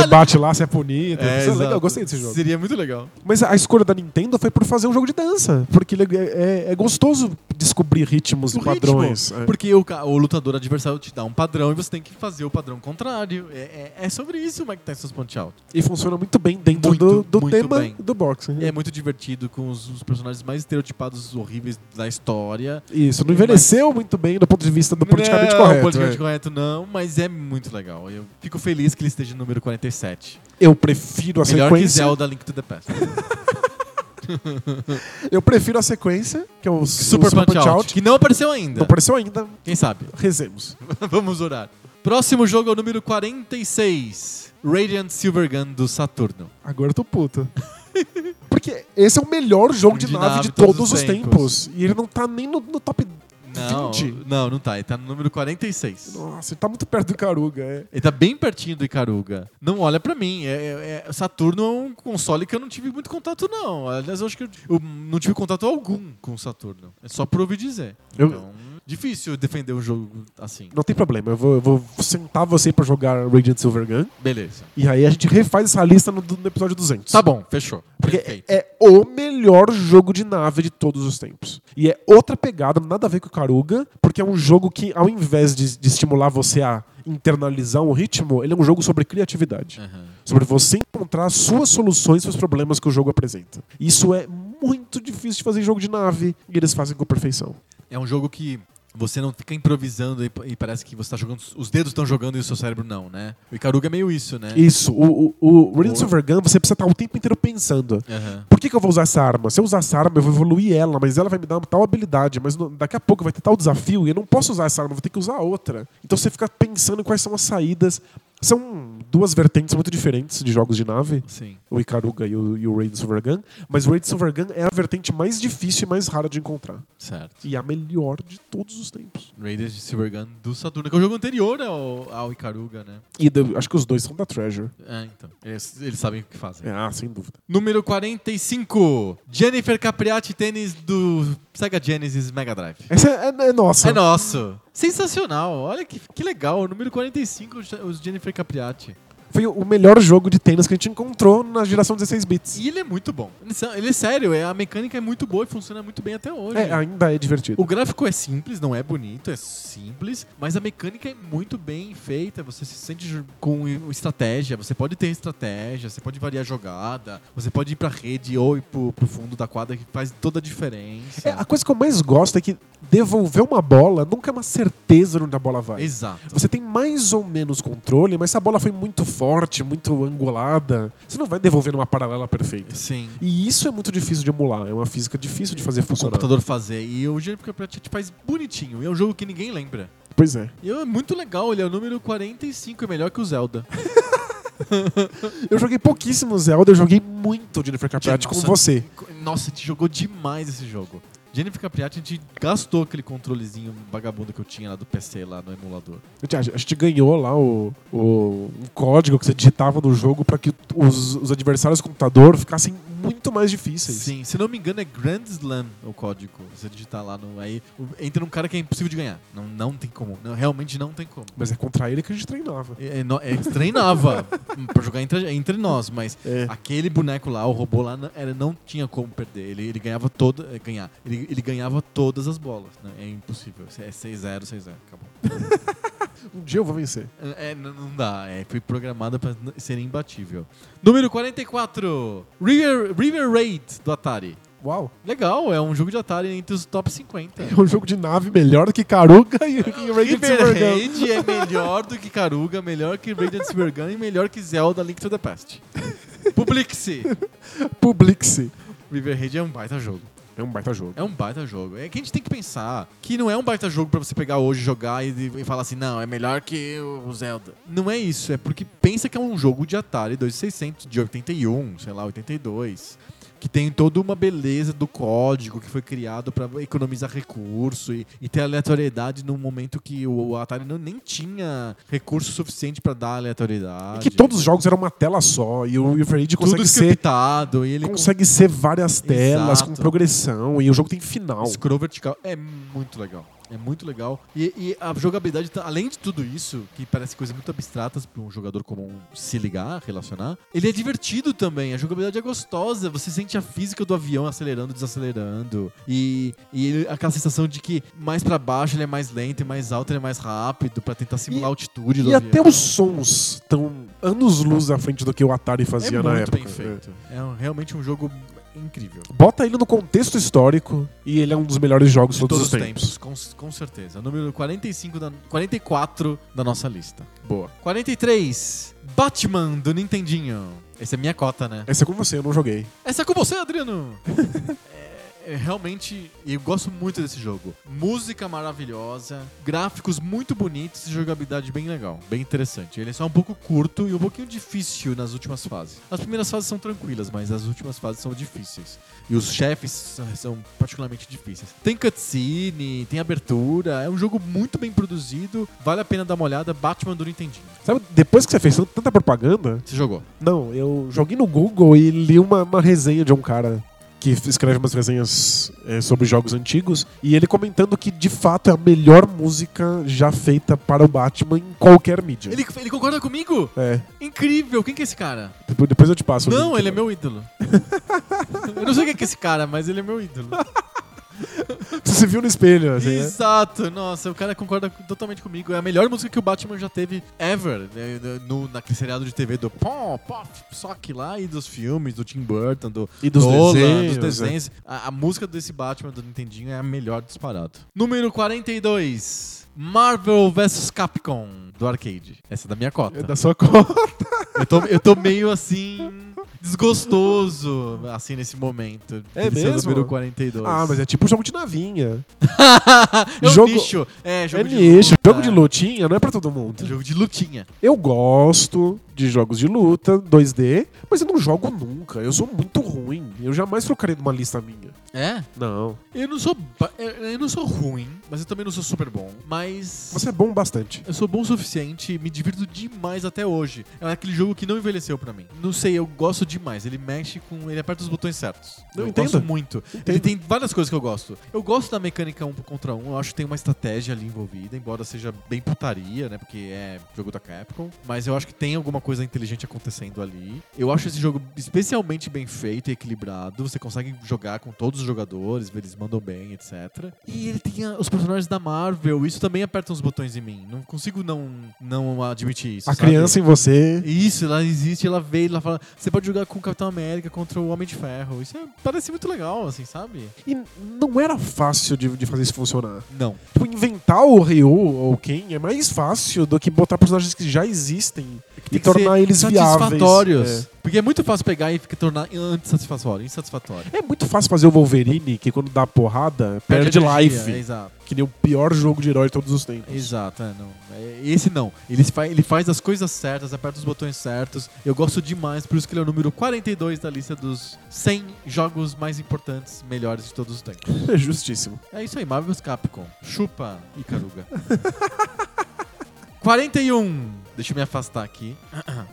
você bate lá, você é punido. Isso é
exato.
legal, eu gostei desse jogo.
Seria muito legal.
Mas a escolha da Nintendo foi por fazer um jogo de dança. Porque ele é, é- é gostoso descobrir ritmos
O
e padrões.
ritmo.
É.
Porque o, ca- o lutador adversário te dá um padrão e você tem que fazer o padrão contrário. É, é- é sobre isso o Mike Tyson's Punch-Out.
E funciona muito bem dentro
Muito,
do, do
muito
tema
bem.
do né? boxe.
É muito divertido, com os, os personagens mais estereotipados, horríveis da história.
Isso, não envelheceu muito bem do ponto de vista do politicamente
não,
correto.
politicamente
é.
correto não, mas é muito legal. Eu fico feliz que ele esteja no número 47.
Eu prefiro a
Melhor que
sequência.
Zelda Link to the Past.
Eu prefiro a sequência, que é o
Super, Punch-Out, que não apareceu ainda.
Não apareceu ainda,
Quem sabe?
rezemos.
Vamos orar. Próximo jogo é o número 46. Radiant Silver Gun do Saturno.
Agora eu tô puto. Porque esse é o melhor jogo de, nave de todos, os tempos. E ele não tá nem no, no top
Não,
20.
não, não tá. Ele tá no número 46.
Nossa, ele tá muito perto do Caruga. É.
Ele tá bem pertinho do Icaruga. Não olha pra mim. É, é- é- Saturno é um console que eu não tive muito contato, não. Aliás, eu acho que eu, eu não tive contato algum com o Saturno. É só por ouvir dizer.
Eu-
Então, difícil defender um jogo assim.
Não tem problema, eu vou, eu vou sentar você pra jogar Radiant Silvergun.
Beleza.
E aí a gente refaz essa lista no, no episódio 200.
Tá bom, fechou.
Porque
Perfeito.
é o melhor jogo de nave de todos os tempos. E é outra pegada, nada a ver com o Caruga, porque é um jogo que, ao invés de, de estimular você a internalizar um ritmo, ele é um jogo sobre criatividade.
Aham.
Sobre você encontrar suas soluções para os problemas que o jogo apresenta. Isso é muito difícil de fazer em jogo de nave, e eles fazem com perfeição.
É um jogo que você não fica improvisando e, e parece que você tá jogando. Os dedos estão jogando e o seu cérebro não, né? O Icaruga é meio isso, né?
Isso, o, o, o
Boa.
Radiant Silvergun, você precisa estar o tempo inteiro pensando.
Aham.
Por que, que eu vou usar essa arma? Se eu usar essa arma, eu vou evoluir ela, mas ela vai me dar uma tal habilidade, mas no- daqui a pouco vai ter tal desafio e eu não posso usar essa arma, eu vou ter que usar outra. Então você fica pensando em quais são as saídas. São duas vertentes muito diferentes de jogos de nave,
Sim.
o Ikaruga e o, e o Raid Silvergun, mas o Raid Silvergun é a vertente mais difícil e mais rara de encontrar.
Certo.
E a melhor de todos os tempos.
Raiders de Silvergun do Saturno, que é o jogo anterior ao, ao Icaruga, né?
E do- acho que os dois são da Treasure.
É, então. Eles, eles sabem o que fazem.
É, ah, sem dúvida.
Número 45. Jennifer Capriati Tênis do Sega Genesis Mega Drive.
Essa é, é- é nossa.
É nosso. Sensacional. Olha que, que legal. Número 45, os Jennifer Capriati.
Foi o melhor jogo de tênis que a gente encontrou na geração 16 bits.
E ele é muito bom. Ele é- Ele é sério, é- a mecânica é muito boa e funciona muito bem até hoje.
É, ainda é divertido.
O gráfico é simples, não é bonito, é simples, mas a mecânica é muito bem feita. Você se sente ju- com estratégia, você pode ter estratégia, você pode variar a jogada, você pode ir pra rede ou ir pro, pro fundo da quadra, que faz toda a diferença.
É, a coisa que eu mais gosto é que devolver uma bola nunca é uma certeza de onde a bola vai.
Exato.
Você tem mais ou menos controle, mas se a bola foi muito forte, muito angulada, você não vai devolver numa paralela perfeita.
Sim.
E isso é muito difícil de emular, é uma física difícil de fazer
O
funcionar.
computador fazer. E o Jeopardy Project faz bonitinho. E é um jogo que ninguém lembra.
Pois é.
E é muito legal, ele é o número 45, é melhor que o Zelda.
Eu joguei pouquíssimo Zelda, eu joguei muito Jennifer Capriati com
Nossa,
você.
Nossa, te jogou demais esse jogo. Jennifer Capriati, a gente gastou aquele controlezinho vagabundo que eu tinha lá do PC, lá no emulador.
A gente- a gente ganhou lá o, o- um código que você digitava no jogo pra que os, os adversários do computador ficassem muito mais difíceis.
Sim, se não me engano é Grand Slam o código. Você digitar lá no. Aí o- entra um cara que é impossível de ganhar. Não, não tem como. Não, realmente não tem como.
Mas é contra ele que a gente treinava.
É, é, no- é, treinava pra jogar entre, entre nós, mas
É.
aquele boneco lá, o robô lá, não, era, não tinha como perder. Ele, ele ganhava toda. é, Ganhar. Ele, ele ganhava todas as bolas. né? É impossível. É 6-0, 6-0. Acabou.
Um dia eu vou vencer.
É, n- não dá. É, foi programada pra n- ser imbatível. Número 44. River, River Raid do Atari.
Uau!
Legal, é um jogo de Atari entre os top 50.
É um jogo de nave melhor do que Caruga
Ah,
e, e Raid
River
Silvergun.
Raid é melhor do que Caruga, melhor que Raid and Silvergun e melhor que Zelda Link to the Past. Publique-se!
Publix.
River Raid é um baita jogo.
É um baita jogo.
É um baita jogo. É que a gente tem que pensar que não é um baita jogo pra você pegar hoje, jogar e, e falar assim, não, é melhor que o Zelda. Não é isso, é porque pensa que é um jogo de Atari 2600, de 81, sei lá, 82. Que tem toda uma beleza do código que foi criado pra economizar recurso e, e ter aleatoriedade num momento que o, o Atari não, nem tinha recurso suficiente pra dar
E
aleatoriedade.
que todos os jogos eram uma tela só e o River Raid
tudo
consegue ser,
scriptado e ele
consegue ser várias telas com
Exato.
progressão e o jogo tem final.
Scroll vertical é muito legal. É muito legal. E, e a jogabilidade, tá- além de tudo isso, que parece coisas muito abstratas para um jogador comum se ligar, relacionar, ele é divertido também. A jogabilidade é gostosa. Você sente a física do avião acelerando, desacelerando. E, e ele- aquela sensação de que mais para baixo ele é mais lento e mais alto ele é mais rápido para tentar simular a altitude do
E
avião.
até os sons estão anos luz à frente do que o Atari
é
fazia
muito
na época.
bem feito. É, um- realmente um jogo incrível.
É. Bota ele no contexto histórico e ele é um dos melhores jogos de todos, os tempos.
com, com certeza. Número 45 da, 44 da nossa lista.
Boa.
43. Batman do Nintendinho. Essa é minha cota, né?
Essa é com você, eu não joguei.
Essa é com você, Adriano! É, é realmente, eu gosto muito desse jogo. Música maravilhosa, gráficos muito bonitos e jogabilidade bem legal, bem interessante. Ele é só um pouco curto e um pouquinho difícil nas últimas fases. As primeiras fases são tranquilas, mas as últimas fases são difíceis. E os chefes são- são particularmente difíceis. Tem cutscene, tem abertura, é um jogo muito bem produzido, vale a pena dar uma olhada. Batman do Nintendinho.
Sabe, depois que você fez tant- tanta propaganda,
Você jogou?
não, eu joguei no Google e li uma, uma resenha de um cara que f- escreve umas resenhas é, sobre jogos antigos, e ele comentando que de fato é a melhor música já feita para o Batman em qualquer mídia.
Ele, ele concorda comigo?
É,
Incrível! Quem que é esse cara?
depois, depois eu te passo. o
Não,
link,
ele é
né?
meu ídolo. eu não sei o que é que esse cara, mas ele é meu ídolo.
Você viu no espelho, assim, né?
Exato, nossa, o cara concorda totalmente comigo. É a melhor música que o Batman já teve ever. né, No, naquele seriado de TV do Pom, Pop, Sock lá e dos filmes, do Tim Burton, do
E dos
Nolan,
desenhos.
dos
né?
desenhos. A, a música desse Batman do Nintendinho é a melhor disparado. Número 42. Marvel vs Capcom do arcade. Essa é da minha cota.
É da sua conta.
Eu tô, eu tô meio assim. Desgostoso, assim, nesse momento.
É
Esse o
mesmo?
número 42.
Ah, mas é tipo jogo de navinha.
é um
jogo-
nicho. É, jogo
é
de
nicho.
luta.
Jogo de lutinha não é pra todo mundo.
Jogo de lutinha.
Eu gosto de jogos de luta, 2D, mas eu não jogo nunca. Eu sou muito ruim. Eu jamais trocaria numa lista minha.
É?
Não.
Eu não sou. ba- é, Eu eu não sou ruim, mas eu também não sou super bom. Mas.
Você é bom bastante.
Eu sou bom o suficiente, me divirto demais até hoje. É aquele jogo que não envelheceu pra mim. Não sei, eu gosto demais. Ele mexe com. Ele aperta os botões certos.
Eu
eu
entendo.
gosto muito. Ele
Entendo.
tem várias coisas que eu gosto. Eu gosto da mecânica um contra um. Eu acho que tem uma estratégia ali envolvida, embora seja bem putaria, né? Porque é jogo da Capcom. Mas eu acho que tem alguma coisa inteligente acontecendo ali. Eu acho esse jogo especialmente bem feito e equilibrado. Você consegue jogar com todos os jogadores, eles mandam bem, etc. E ele tem a- os personagens da Marvel. Isso também aperta uns botões em mim. Não consigo não, não admitir isso.
A
sabe?
criança em você.
Isso, ela existe, ela veio, ela fala. Você pode jogar com o Capitão América contra o Homem de Ferro. Isso é- parece muito legal, assim, sabe?
E não era fácil de, de fazer isso funcionar.
Não.
Tipo, inventar o Ryu ou quem é mais fácil do que botar personagens que já existem e
Tem que
tornar
ser
eles
satisfatórios.
viáveis.
Porque é muito fácil pegar e ficar- tornar antissatisfatório, insatisfatório.
É. É muito fácil fazer o Wolverine, que quando dá porrada, perde,
energia,
life.
é, exato,
Que nem o pior jogo de herói de todos os tempos.
exato. é, não. É, Esse não. Ele, fa ele faz as coisas certas, aperta os botões certos. Eu gosto demais, por isso que ele é o número 42 da lista dos 100 jogos mais importantes, melhores de todos os tempos.
É justíssimo.
É isso aí, Marvel's Capcom. Chupa, Icaruga. 41. Deixa eu me afastar aqui.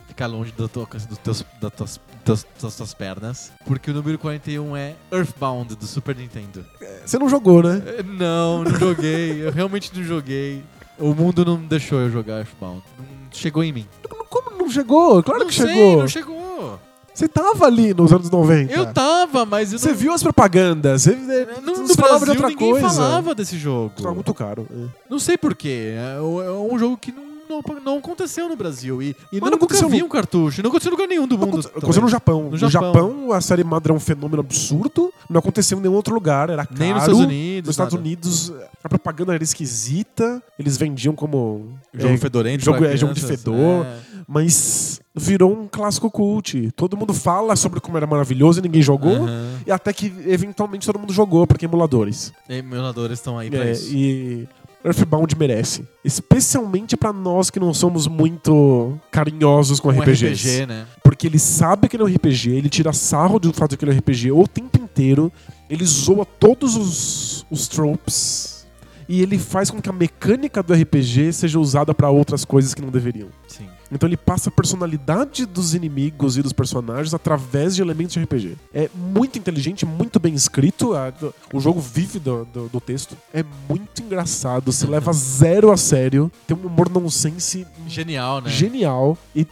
Ficar longe do teu, do teus, da tuas, das, das tuas pernas. Porque o número 41 é Earthbound do Super Nintendo.
Você não jogou, né?
É, Não, não joguei. Eu realmente não joguei. O mundo não deixou eu jogar Earthbound. Não chegou em mim.
Como não chegou? Claro
não
que
sei,
chegou.
não chegou.
Você tava ali nos anos 90.
Eu tava, mas eu
Você
não...
viu as propagandas. Você
No, no
você falava
Brasil
de outra
ninguém
coisa.
falava desse jogo.
Tava muito caro. é.
Não sei porquê. É o- é um jogo que não, não, não aconteceu no Brasil. E, e
Mas
não
não
nunca
aconteceu
vi
no-
um cartucho. Não aconteceu em lugar nenhum do
Não
mundo.
aconte- Aconteceu
talvez.
no Japão.
No
No Japão.
Japão,
a série Madra é um fenômeno absurdo. Não aconteceu em nenhum outro lugar. Era caro.
Nem nos Estados Unidos.
Nos Estados
nada.
Unidos, a propaganda era esquisita. Eles vendiam como.
Jogo
é,
fedorento.
jogo-
pra
é, jogo de
crianças,
fedor.
é.
mas virou um clássico cult. Todo mundo fala sobre como era maravilhoso e ninguém jogou.
Aham.
E até que eventualmente todo mundo jogou, porque emuladores.
Emuladores estão aí pra
É,
isso.
e Earthbound merece. Especialmente pra nós que não somos muito carinhosos com
Um
RPGs.
RPG, né?
Porque ele sabe que ele é um RPG, ele tira sarro do fato que ele é um RPG o tempo inteiro, ele zoa todos os, os tropes e ele faz com que a mecânica do RPG seja usada pra outras coisas que não deveriam.
Sim.
Então ele passa a personalidade dos inimigos e dos personagens através de elementos de RPG. É muito inteligente, muito bem escrito. a- do- o jogo vive do, do- do texto. É muito engraçado, se leva zero a sério. Tem um humor nonsense
Genial, né?
genial. E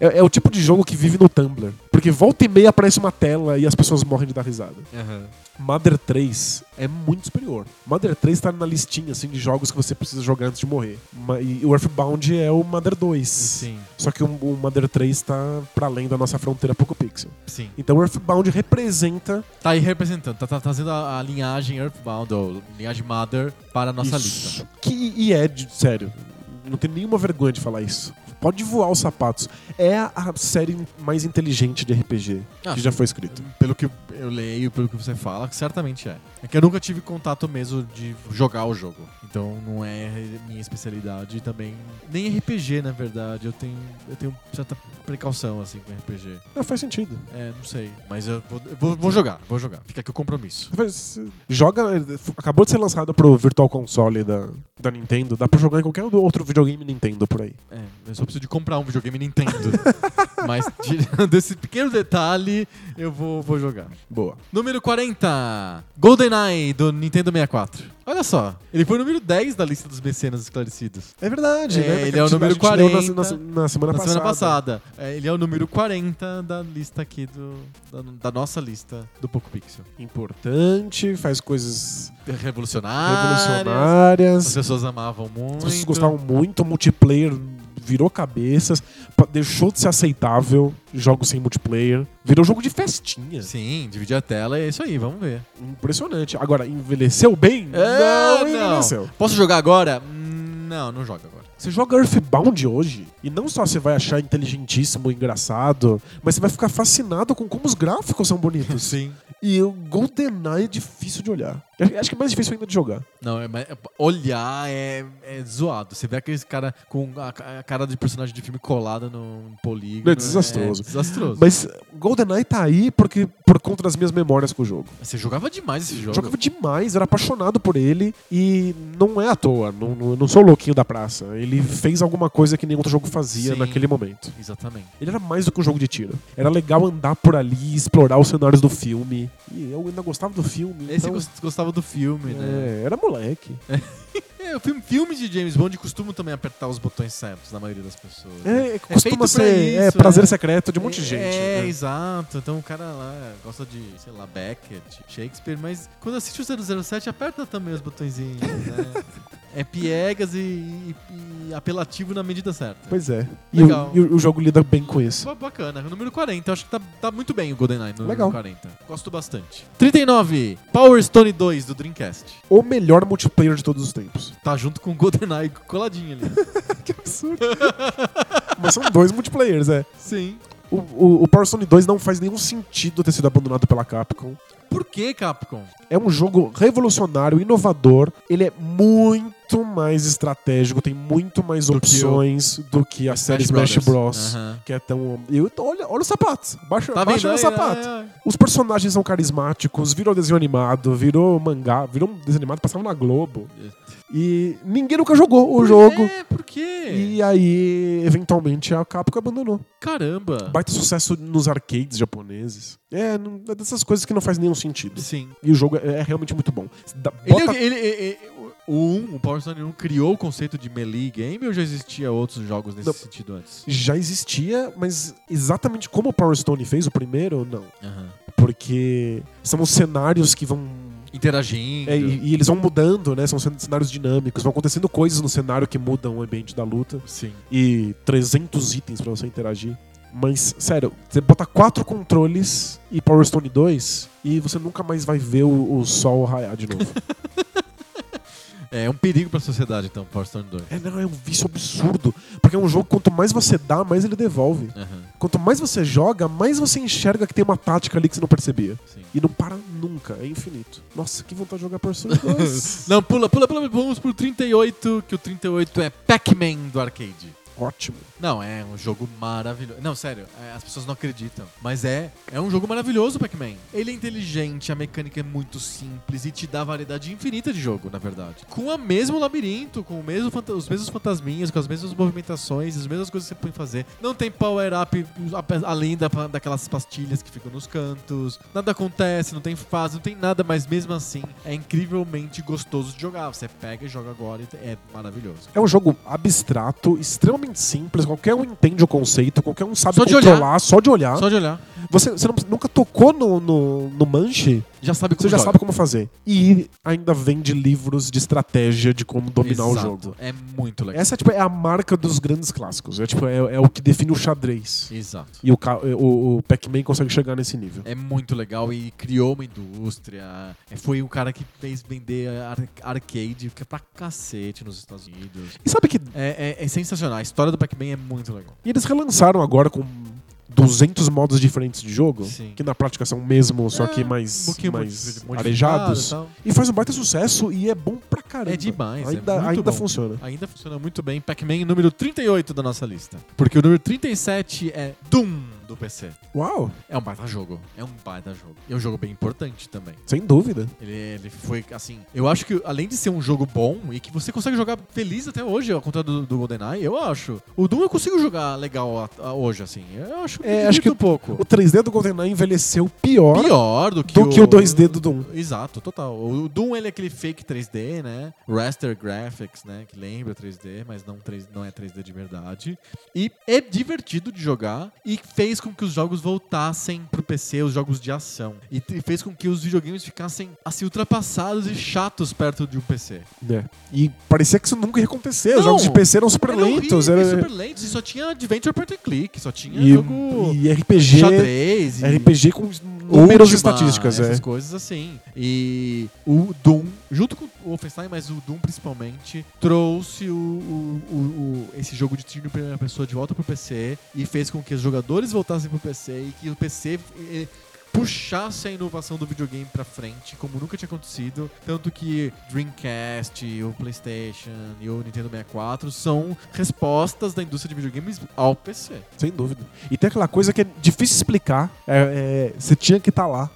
é, é o tipo de jogo que vive no Tumblr. Porque volta e meia aparece uma tela e as pessoas morrem de dar risada.
Aham.
Mother 3 é muito superior. Mother 3 tá na listinha assim, de jogos que você precisa jogar antes de morrer. Ma- E o Earthbound é o Mother 2.
Sim,
Só que o, o Mother 3 tá pra além da nossa fronteira pouco pixel.
sim.
Então o Earthbound representa
Tá aí representando, tá, tá trazendo a, a linhagem Earthbound, ou linhagem Mother, para a nossa
isso.
lista.
Que, e é, de- sério, não tem nenhuma vergonha de falar isso. Pode voar os sapatos. É a, a série mais inteligente de RPG
Ah,
que já foi escrita.
Pelo que eu leio, pelo que você fala, que certamente é. É que eu nunca tive contato mesmo de jogar o jogo. Então não é minha especialidade e também. Nem RPG, na verdade. Eu tenho, eu tenho certa precaução assim com RPG.
Não, Ah, faz sentido.
É, não sei. Mas eu vou, eu vou, vou jogar, vou jogar. Fica aqui o compromisso.
Faz- Joga. Acabou de ser lançada pro Virtual Console da, da Nintendo. Dá pra jogar em qualquer outro videogame Nintendo por aí.
É, eu só preciso de comprar um videogame Nintendo. Mas tirando esse pequeno detalhe, eu vou, vou jogar.
Boa.
Número 40, GoldenEye do Nintendo 64. Olha só, ele foi o número 10 da lista dos mecenas esclarecidos.
É verdade,
É,
né?
ele
Porque
é o
a gente-
número
a gente leu na-
40,
Na, na semana
Na
passada.
semana passada. É, ele é o número 40 da lista aqui do. da, da nossa lista do Poco Pixel.
Importante, faz coisas
Revolucionário. As
revolucionárias.
pessoas amavam
As
muito.
pessoas gostavam muito, o multiplayer virou cabeças, pa- deixou de ser aceitável jogos sem multiplayer, virou jogo de festinha.
Sim, dividir a tela é isso aí, vamos ver.
Impressionante. Agora, envelheceu bem?
É,
envelheceu.
Posso jogar agora? Hum, Não, não joga agora.
Você joga Earthbound hoje, e não só você vai achar inteligentíssimo, engraçado, mas você vai ficar fascinado com como os gráficos são bonitos.
Sim.
E o GoldenEye é difícil de olhar. Eu Acho que é mais difícil ainda de jogar.
Não, é, mas- é- olhar é, é zoado. Você vê aqueles cara com a, ca- a cara de personagem de filme colada num polígono.
Não, é desastroso.
É desastroso.
Mas GoldenEye tá aí porque, por conta das minhas memórias com o jogo.
Você jogava demais esse jogo.
Eu jogava demais, eu era apaixonado por ele e não é à toa, não, não, eu não sou o louquinho da praça. Ele fez alguma coisa que nenhum outro jogo fazia
Sim.
naquele momento.
Exatamente.
Ele era mais do que um jogo de tiro. Era legal andar por ali, explorar os cenários do filme. E eu ainda gostava do filme.
Aí você
então,
gos- gostava do filme, né?
é, era moleque.
É, o filme, filmes de James Bond costumam também apertar os botões certos na maioria das pessoas. né?
É, costuma
feito pra
ser é,
isso,
prazer
é.
secreto de um monte de gente.
É,
né?
exato. Então o cara lá gosta de, sei lá, Beckett, Shakespeare, mas quando assiste o 007, aperta também os botõezinhos, né? É piegas e, e- e apelativo na medida certa.
Pois é. E,
Legal.
o, e o jogo lida bem com isso.
Ba- Bacana, O número 40. Eu acho que tá, tá muito bem o GoldenEye no
Legal.
número 40. Gosto bastante. 39. Power Stone 2 do Dreamcast.
O melhor multiplayer de todos os tempos.
Tá junto com o GoldenEye coladinho ali.
Que absurdo. Mas são dois multiplayers, é.
Sim.
O, o, o Power Stone 2 não faz nenhum sentido ter sido abandonado pela Capcom.
Por que, Capcom?
É um jogo revolucionário, inovador. Ele é muito mais estratégico, tem muito mais
Do que
opções do que a série Smash Bros.
Aham.
Que é tão. Eu, olha, olha os sapatos. Baixa,
Tá
baixa
vendo
meu
aí?
sapato.
É, é.
Os personagens são carismáticos, virou desenho animado, virou mangá, virou um desenho animado, passava na Globo. E ninguém nunca jogou o
Por-
jogo.
É, por quê?
E aí, eventualmente, a Capcom abandonou.
Caramba.
Baita sucesso nos arcades japoneses. É, não- é dessas coisas que não faz nenhum sentido.
Sim.
E o jogo é, é realmente muito bom. Dá-
Ele, é
bota-
ele- ele- ele- o 1, o Power Stone 1 criou o conceito de melee game ou já existia outros jogos nesse
Não.
sentido antes?
Já existia, mas exatamente como o Power Stone fez, o primeiro, não.
Aham.
Porque são os cenários que vão
Interagindo.
É, e, e eles vão mudando, né? São cen- cenários dinâmicos, vão acontecendo coisas no cenário que mudam o ambiente da luta.
Sim.
E 300 itens pra você interagir. Mas, sério, você bota quatro controles e Power Stone 2 e você nunca mais vai ver o, o sol raiar de novo.
É um perigo pra sociedade, então, Power Stone 2.
é, não, é um vício absurdo. Porque é um jogo, quanto mais você dá, mais ele devolve.
Aham,
Quanto mais você joga, mais você enxerga que tem uma tática ali que você não percebia.
sim.
E não para nunca, é infinito. Nossa, que vontade de jogar Power Stone 2.
Não, pula, pula, pula. Vamos pro 38, que o 38 é Pac-Man do arcade.
Ótimo.
Não, é um jogo maravilhoso. Não, sério, é, as pessoas não acreditam. Mas é, é um jogo maravilhoso, Pac-Man. Ele é inteligente, a mecânica é muito simples e te dá variedade infinita de jogo, na verdade. Com o mesmo labirinto, com o mesmo fanta- os mesmos fantasminhas, com as mesmas movimentações, as mesmas coisas que você põe fazer. Não tem power-up ape- além da, daquelas pastilhas que ficam nos cantos. Nada acontece, não tem fase, não tem nada, mas mesmo assim é incrivelmente gostoso de jogar. Você pega e joga agora e é maravilhoso.
É um jogo abstrato, extremamente simples, qualquer um entende o conceito, qualquer um sabe
Só de
controlar, só de olhar.
Só de olhar,
Você, você não- nunca tocou no, no, no manche,
já sabe como
você já
joga.
sabe como fazer. E ainda vende livros de estratégia de como dominar
Exato.
o jogo.
É muito legal.
Essa tipo, é a marca dos grandes clássicos. É, tipo, é, é o que define o xadrez.
Exato.
E o, ca- o, o Pac-Man consegue chegar nesse nível.
É muito legal e criou uma indústria. É, Foi o cara que fez vender ar- arcade, que é pra cacete nos Estados Unidos.
E sabe que
É, é- é sensacional. A história do Pac-Man é muito legal.
e eles relançaram agora com 200 modos diferentes de jogo,
Sim.
que na prática são o mesmo, só que
É,
mais, mais
modificado
arejados.
e tal.
E faz um baita sucesso e é bom pra caramba.
É demais, é
Ainda,
muito
ainda
bom.
funciona.
Ainda funciona muito bem. Pac-Man número 38 da nossa lista. Porque o número 37 é Doom do PC.
Uau,
É um baita jogo. É um baita jogo. E é um jogo bem importante também.
sem dúvida.
Ele, ele foi assim. Eu acho que, além de ser um jogo bom e que você consegue jogar feliz até hoje, ao contrário do, do GoldenEye, eu acho. O Doom eu consigo jogar legal a- a- hoje, assim. Eu acho,
É,
me
acho que
divirto um pouco.
O 3D do GoldenEye envelheceu pior,
Pior do que,
do que o 2D do Doom.
Exato, total. O Doom ele é aquele fake 3D, né? Raster Graphics, né? Que lembra 3D, mas não, 3, não é 3D de verdade. E é divertido de jogar e fez com que os jogos voltassem pro PC, os jogos de ação. E t- fez com que os videogames ficassem assim ultrapassados e chatos perto de um PC.
né? E parecia que isso nunca ia acontecer. Os
Não.
jogos de PC eram super
Era
lentos.
horrível, é
Era...
super lentos. E só tinha Adventure Point and Click, só tinha
E,
jogo
e RPG.
xadrez. e-
RPG com
Última,
números e estatísticas,
essas
é.
coisas assim. E o Doom, junto com o Wolfenstein, mas o Doom principalmente, trouxe o, o- o- o- esse jogo de tiro em primeira pessoa de volta pro PC e fez com que os jogadores voltassem pro PC e que o PC eh, puxasse a inovação do videogame pra frente, como nunca tinha acontecido. Tanto que Dreamcast, o PlayStation e o Nintendo 64 são respostas da indústria de videogames ao PC.
Sem dúvida. E tem aquela coisa que é difícil explicar. É, é, você tinha que estar lá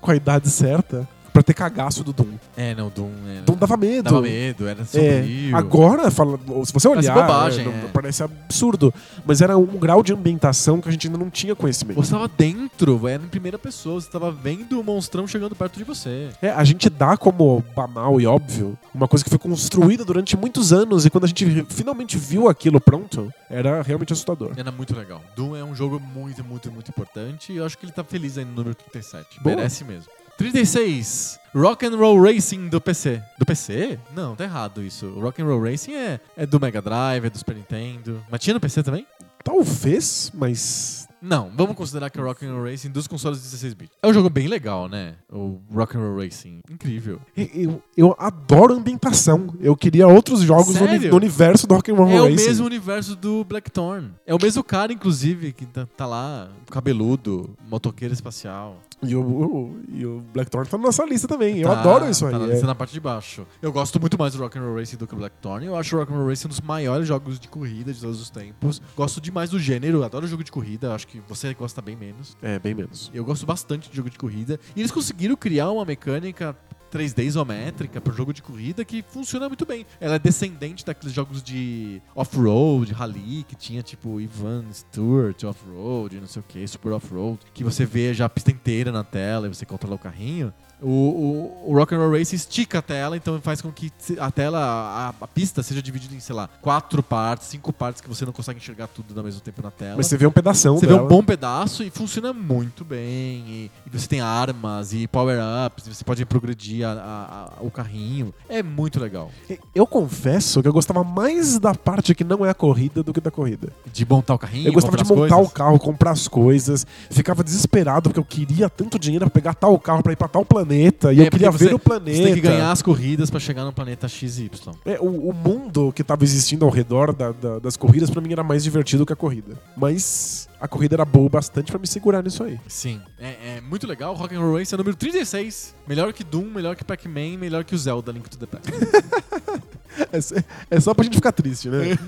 com a idade certa pra ter cagaço do Doom.
É, não, Doom era.
Doom dava medo.
Dava medo, era
É,
sombrio.
agora, fala- se você
Parece
olhar,
bobagem,
é, não-
é.
parece absurdo. Mas era um grau de ambientação que a gente ainda não tinha conhecimento.
Você estava dentro, era em primeira pessoa, você estava vendo o monstrão chegando perto de você.
É, a gente dá como banal e óbvio uma coisa que foi construída durante muitos anos e quando a gente re- finalmente viu aquilo pronto, era realmente assustador.
Era muito legal. Doom é um jogo muito, muito, muito importante e eu acho que ele tá feliz aí no número 37.
Boa.
Merece mesmo. 36. Rock and Roll Racing do PC. Do PC? Não, tá errado isso. O Rock and Roll Racing é, é do Mega Drive, é do Super Nintendo. Mas tinha no PC também?
Talvez, mas.
Não, vamos considerar que é o Rock and Roll Racing dos consoles 16 bits. É um jogo bem legal, né? O Rock and Roll Racing. Incrível.
e- Eu, eu adoro ambientação. Eu queria outros jogos no, uni-
Sério?
no universo do Rock'n'Roll
É o
Racing.
mesmo universo do Blackthorn. É o mesmo cara, inclusive, que tá, tá lá, cabeludo, motoqueiro espacial.
E o, o, e o Blackthorn tá na nossa lista também. Eu
Tá,
adoro isso aí.
Tá na,
é.
lista na parte de baixo. Eu gosto muito mais do Rock'n'Roll Racing do que o Blackthorn. Eu acho o Rock'n'Roll Racing um dos maiores jogos de corrida de todos os tempos. Gosto demais do gênero, adoro jogo de corrida. Acho que você gosta bem menos.
É, bem menos.
Eu gosto bastante de jogo de corrida. E eles conseguiram criar uma mecânica 3D isométrica para jogo de corrida que funciona muito bem. Ela é descendente daqueles jogos de off-road, rally, que tinha tipo Ivan Stewart off-road, não sei o que, super off-road, que você vê já a pista inteira na tela e você controla o carrinho. O, o, o Rock'n'Roll Race estica a tela, então faz com que se- a tela, a, a pista seja dividida em, sei lá, quatro partes, cinco partes que você não consegue enxergar tudo ao mesmo tempo na tela.
Mas você vê um pedação
Você vê
dela.
um bom pedaço e funciona muito bem. E, e você tem armas e power-ups, e você pode progredir a- a- a- o carrinho. É muito legal.
Eu confesso que eu gostava mais da parte que não é a corrida do que da corrida.
De montar o carrinho,
Eu gostava de
comprar as
montar o
coisas.
carro, comprar as coisas. Ficava desesperado porque eu queria tanto dinheiro pra pegar tal carro pra ir pra tal planeta. E
É,
eu
porque
queria ver o planeta.
Você tem que ganhar as corridas pra chegar no planeta XY.
É, o, o mundo que tava existindo ao redor da- da- das corridas pra mim era mais divertido que a corrida. Mas a corrida era boa o bastante pra me segurar nisso aí.
Sim. É, é muito legal. Rock and Roll Race é o número 36. Melhor que Doom, melhor que Pac-Man, melhor que o Zelda Link to the Past.
É, só- é só pra gente ficar triste, né?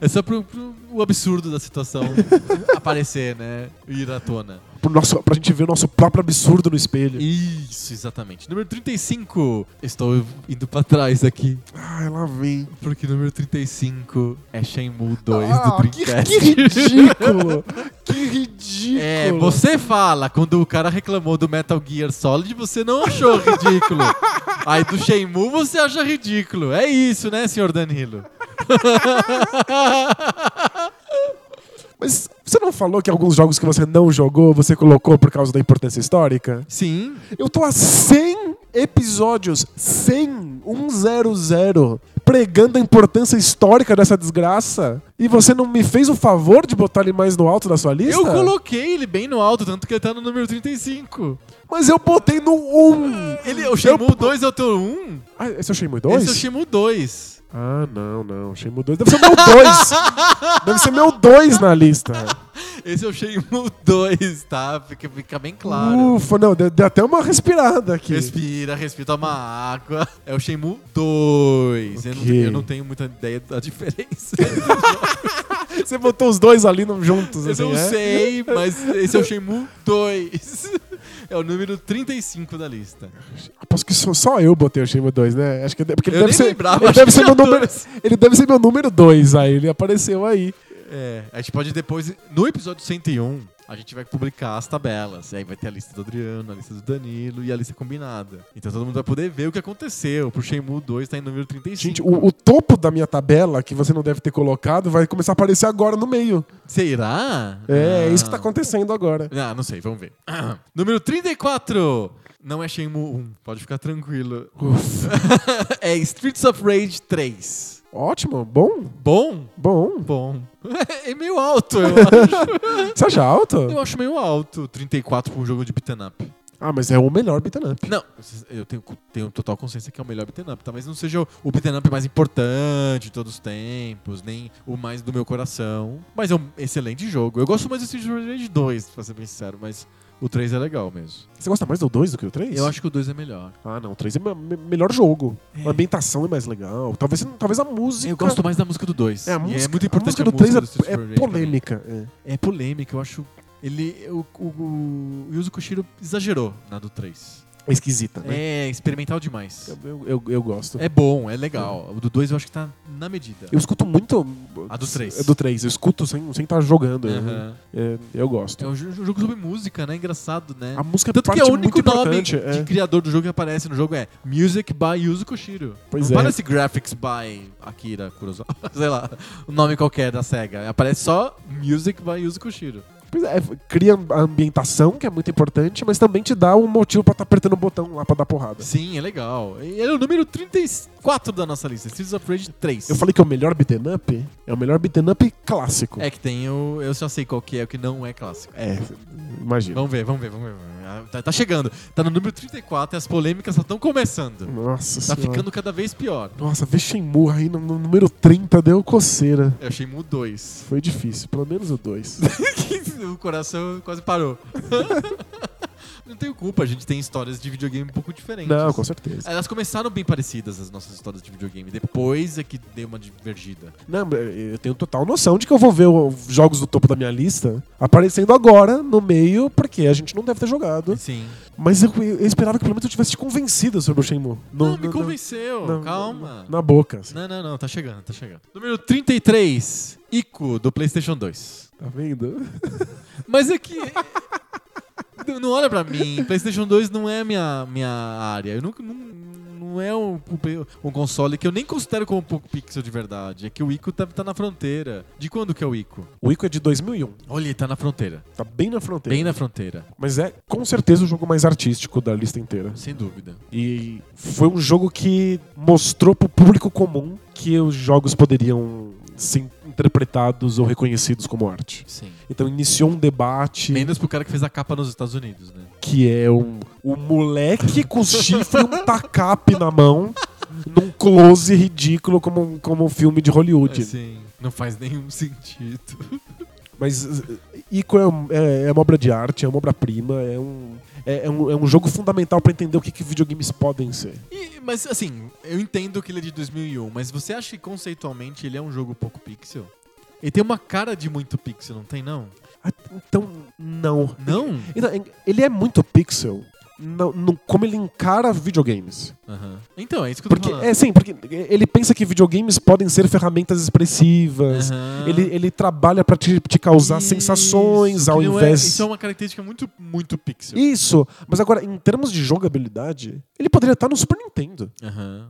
é só pro, pro o absurdo da situação aparecer, né? Ir à tona.
Pro nosso, pra gente ver o nosso próprio absurdo no espelho.
Isso, exatamente. Número 35. Estou indo pra trás aqui.
Ai, lá vem.
Porque o número 35 é Shenmue 2
Ah,
do
que,
Dreamcast.
que ridículo! que ridículo!
É, você fala, quando o cara reclamou do Metal Gear Solid, você não achou ridículo. Aí do Shenmue você acha ridículo. É isso, né, senhor Danilo?
Mas você não falou que alguns jogos que você não jogou, você colocou por causa da importância histórica?
Sim.
Eu tô há 100 episódios, 100, 100, pregando a importância histórica dessa desgraça. E você não me fez o favor de botar ele mais no alto da sua lista?
Eu coloquei ele bem no alto, tanto que ele tá no número 35.
Mas eu botei no 1.
Ele, o Shenmue 2 é o teu 1?
Ah, esse é o Shenmue 2?
Esse é o Shenmue 2.
Ah, não, não. Shenmue 2 deve ser o meu 2. deve ser meu 2 na lista.
Esse é o Shenmue 2, tá? Fica, fica bem claro.
Ufa, não, deu, deu até uma respirada aqui.
Respira, respira, toma água. É o Shenmue 2. Eu, não,
Ok.
eu não tenho muita ideia da diferença.
Você botou os dois ali no- juntos,
eu
assim,
não
é?
sei, mas esse é o Shenmue 2. É o número 35 da lista.
Aposto que só, só eu botei o Shenmue 2, né? Acho que de- porque ele
Eu
deve
nem
ser,
lembrava,
ele
acho
deve
que
ser meu
era
número,
dois.
ele deve ser meu número 2 aí, ele apareceu aí.
É, a gente pode depois, no episódio 101, a gente vai publicar as tabelas. E aí vai ter a lista do Adriano, a lista do Danilo e a lista combinada. Então todo mundo vai poder ver o que aconteceu. Pro Shenmue 2 tá em número 35.
Gente, o, o topo da minha tabela que você não deve ter colocado vai começar a aparecer agora no meio.
Será?
É, é isso que tá
Ah.
acontecendo agora.
Ah, não sei, vamos ver. Número 34. Não é Shenmue 1, pode ficar tranquilo. é Streets of Rage 3.
Ótimo, bom,
Bom?
bom.
Bom. É meio alto, eu acho.
Você acha alto?
eu acho meio alto 34 pra um jogo de beat'em up.
Ah, mas é o melhor beat'em up.
Não, eu tenho, tenho total consciência que é o melhor beat'em up. Talvez não seja o, o beat'em up mais importante de todos os tempos, nem o mais do meu coração. Mas é um excelente jogo. Eu gosto mais do Streets of Rage 2, pra ser bem sincero, mas... O 3 é legal mesmo.
Você gosta mais do 2 do que do 3?
Eu acho que o 2 é melhor.
Ah, não. O 3 é me- me- melhor jogo. A ambientação é mais legal. Talvez, talvez a música.
Eu gosto mais da música do 2.
É, a música,
é muito importante
a música do 3
Streets
é,
for
é
Rage pra mim.
polêmica. é.
É polêmica, eu acho. Ele. O, o, o Yuzo Koshiro exagerou na do 3.
É esquisita, né?
É experimental demais.
Eu, eu, eu- eu gosto.
É bom, é legal. O do 2 eu acho que tá na medida.
Eu escuto muito.
A do três.
É do 3. Eu escuto sem estar sem tá jogando.
Aham.
É, eu gosto.
É um jo- jogo sobre música, né? Engraçado, né?
A música
Tanto
é
que é o
parte
único
muito
nome
importante. é.
de criador do jogo que aparece no jogo é Music by Yuzo Koshiro.
Pois
não
é.
parece Graphics by Akira Kurosawa, sei lá, o nome qualquer da SEGA. Aparece só Music by Yuzo Koshiro.
Pois é, cria a ambientação, que é muito importante, mas também te dá um motivo pra estar apertando o botão lá pra dar porrada.
Sim, é legal. E Ele é o número 34 da nossa lista, Streets of Rage 3.
Eu falei que é o melhor beat'em up? É o melhor beat'em up clássico.
É que tem o... Eu já sei qual que é, o que não é clássico.
É, imagina.
Vamos ver, vamos ver, vamos ver. Ah, Tá, tá chegando. Tá no número 34 e as polêmicas só estão começando.
Nossa
Tá
senhora.
ficando cada vez pior.
Nossa, ver Shenmue aí no, no número 30 deu coceira.
Eu achei Mu 2.
Foi difícil, pelo menos o 2.
o coração quase parou. Não tenho culpa, a gente tem histórias de videogame um pouco diferentes.
Não, com certeza.
Elas começaram bem parecidas, as nossas histórias de videogame. Depois é que deu uma divergida.
Não, eu tenho total noção de que eu vou ver os jogos do topo da minha lista aparecendo agora, no meio, porque a gente não deve ter jogado.
Sim.
Mas eu, eu esperava que pelo menos eu tivesse te convencido sobre o Shenmue.
Não,
No-
Ah, me
no-
convenceu.
no-
Calma.
Na boca, assim.
Não, não, não. Tá chegando, tá chegando. Número 33. Ico, do PlayStation 2.
Tá vendo?
Mas é que... não- Não olha pra mim. PlayStation 2 não é minha, minha área. Eu nunca... Não, não é um, um console que eu nem considero como um pouco pixel de verdade. É que o Ico tá, tá na fronteira. De quando que é o Ico?
O Ico é de 2001.
Olha, ele tá na fronteira.
Tá bem na fronteira.
Bem na fronteira.
Mas é com certeza o jogo mais artístico da lista inteira.
Sem dúvida.
E foi um jogo que mostrou pro público comum que os jogos poderiam ser interpretados ou reconhecidos como arte.
Sim.
Então iniciou um debate
Menos pro cara que fez a capa nos Estados Unidos, né?
que é um, um moleque com chifre e um tacape na mão num close ridículo como, um- como um filme de Hollywood.
Assim, não faz nenhum sentido.
Mas eh, Ico é, um- é- é uma obra de arte, é uma obra-prima, é um, é, é um, é um jogo fundamental pra entender o que, que videogames podem ser.
E- mas assim, eu entendo que ele é de 2001, mas você acha que conceitualmente ele é um jogo pouco pixel? Ele tem uma cara de muito pixel, não tem não?
Ah, Então, não.
Não?
Então, ele é muito pixel no, no- como ele encara videogames.
Aham. Então, é isso que eu tô
Porque,
falando.
é, sim, porque ele pensa que videogames podem ser ferramentas expressivas.
Aham.
Ele, ele trabalha pra te, te causar
Isso,
sensações
que
ao
não é-
invés.
isso é uma característica muito, muito pixel.
Isso, mas agora, em termos de jogabilidade, ele poderia estar no Super Nintendo.
Aham.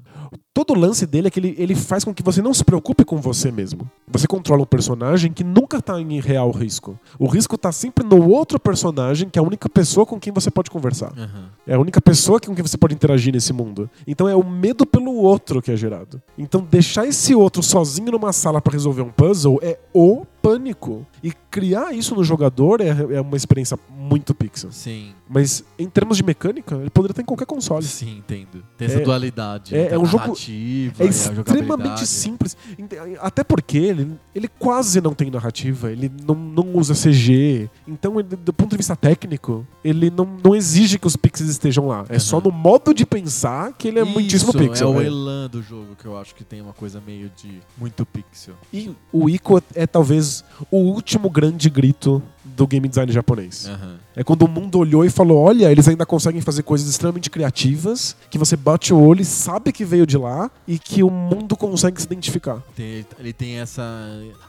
Todo o lance dele é que ele, ele faz com que você não se preocupe com você mesmo. Você controla um personagem que nunca tá em real risco. O risco tá sempre no outro personagem, que é a única pessoa com quem você pode conversar.
Aham.
É a única pessoa com quem você pode interagir nesse mundo. Então é o medo pelo outro que é gerado. Então deixar esse outro sozinho numa sala pra resolver um puzzle é o pânico. E criar isso no jogador é, é uma experiência muito pixel.
Sim.
Mas em termos de mecânica, ele poderia estar em qualquer console.
Sim, entendo. Tem essa
É-
dualidade.
é-
né?
é um jogo-
Narrativa,
É
e a
extremamente
jogabilidade.
simples. Ente- Até porque ele, ele quase não tem narrativa, ele não, não usa CG. Então, ele- do ponto de vista técnico, ele não, não exige que os pixels estejam lá. É só
Aham.
no modo de pensar que ele é muitíssimo
Isso,
pixel.
É o
né?
Elan do jogo que eu acho que tem uma coisa meio de muito pixel.
E o Ico é talvez o último grande grito do game design japonês.
Aham.
É quando o mundo olhou e falou: olha, eles ainda conseguem fazer coisas extremamente criativas, que você bate o olho e sabe que veio de lá e que o mundo consegue se identificar.
Tem- ele tem essa.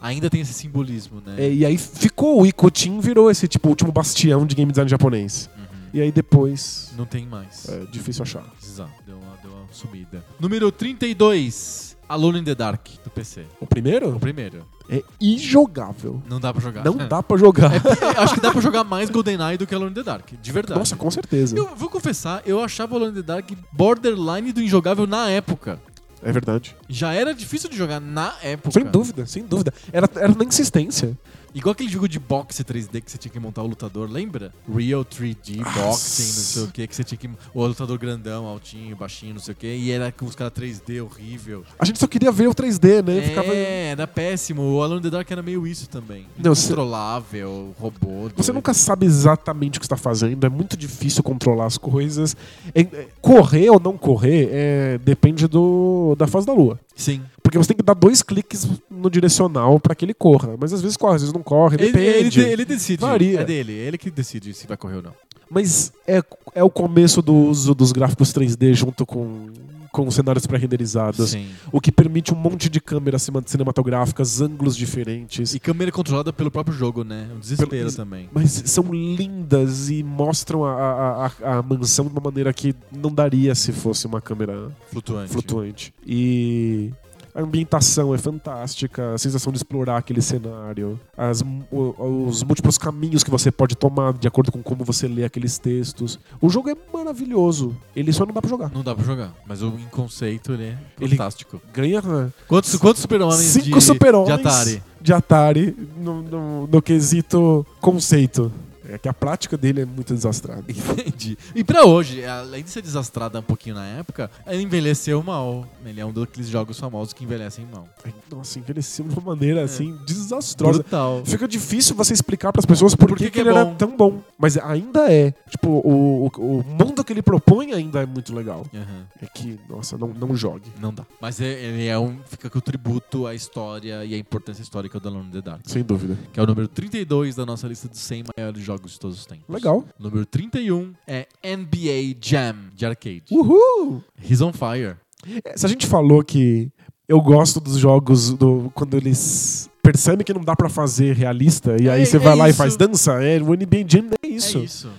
Ainda tem esse simbolismo, né?
É, e aí ficou o Icotin, virou esse tipo último bastião de game design japonês.
Uhum.
E aí depois.
Não tem mais.
É difícil achar.
Exato. Deu uma, deu uma sumida. Número 32. Alone in the Dark, do PC.
O
O
primeiro
primeiro. É.
é injogável.
Não dá pra jogar.
Não dá pra jogar.
Eu acho que dá pra jogar mais GoldenEye do que Alone in the Dark, de verdade.
Nossa, com certeza.
Eu vou confessar, eu achava Alone in the Dark borderline do injogável na época.
É verdade.
Já era difícil de jogar na época.
Sem dúvida, sem dúvida. Era, era na insistência.
Igual aquele jogo de boxe 3D que você tinha que montar o lutador, lembra? Real 3D
Ah,
Boxing, não
s-
sei o que, que você tinha que. O lutador grandão, altinho, baixinho, não sei o que, e era com os caras 3D horrível.
A gente só queria ver o 3D, né?
É,
Ficava.
era péssimo. O Alone in the Dark era meio isso também.
Não, cê-
Controlável, robô.
Você
doido.
nunca sabe exatamente o que está fazendo, é muito difícil controlar as coisas. É- é- correr ou não correr é, depende do, da fase da lua.
Sim.
Porque você tem que dar dois cliques no direcional para que ele corra. Mas às vezes corre, às vezes não corre,
Ele, ele,
depende.
de- ele decide.
Varia.
É dele, ele que decide se vai correr ou não.
Mas é, é o começo do uso dos gráficos 3D junto com, com os cenários pré-renderizados.
Sim.
O que permite um monte de câmeras cima- cinematográficas, ângulos diferentes.
E câmera controlada pelo próprio jogo, né? Um desespero
Pelo- is-
também.
Mas são lindas e mostram a, a, a, a mansão de uma maneira que não daria se fosse uma câmera
Flutuante.
flutuante. E a ambientação é fantástica, a sensação de explorar aquele cenário, as mu- o- os múltiplos caminhos que você pode tomar de acordo com como você lê aqueles textos. O jogo é maravilhoso, ele só não dá pra jogar.
Não dá pra jogar, mas o em conceito ele é
Ele-
fantástico.
Ganha
Quantos, quantos super-homens
cinco
de,
super-homens
de Atari?
de Atari no, no- no quesito conceito. É que a prática dele é muito desastrada.
Entendi. E pra hoje, além de ser desastrada um pouquinho na época, ele envelheceu mal. Ele é um daqueles jogos famosos que envelhecem mal.
Ai, Nossa, envelheceu de uma
É.
maneira assim desastrosa.
Brutal.
Fica difícil você explicar pras pessoas por,
Por
que,
que
que
que
ele
é
era
bom?
tão bom. Mas ainda é. Tipo, o, o, o mundo que ele propõe ainda é muito legal.
Aham.
É que, nossa, não, não jogue.
Não dá. Mas é- ele é um. Fica com o tributo à história e à importância histórica do Alone in the Dark.
Sem dúvida.
Que é o número 32 da nossa lista dos 100 maiores jogos de todos os tempos.
Legal.
Número 31 é NBA Jam de arcade.
Uh. Uhul!
He's on fire.
É, Se a gente falou que eu gosto dos jogos do, quando eles percebem que não dá pra fazer realista e
É-
aí você
é
vai lá e
isso.
faz dança, é, o NBA Jam é isso.
É
É,
isso.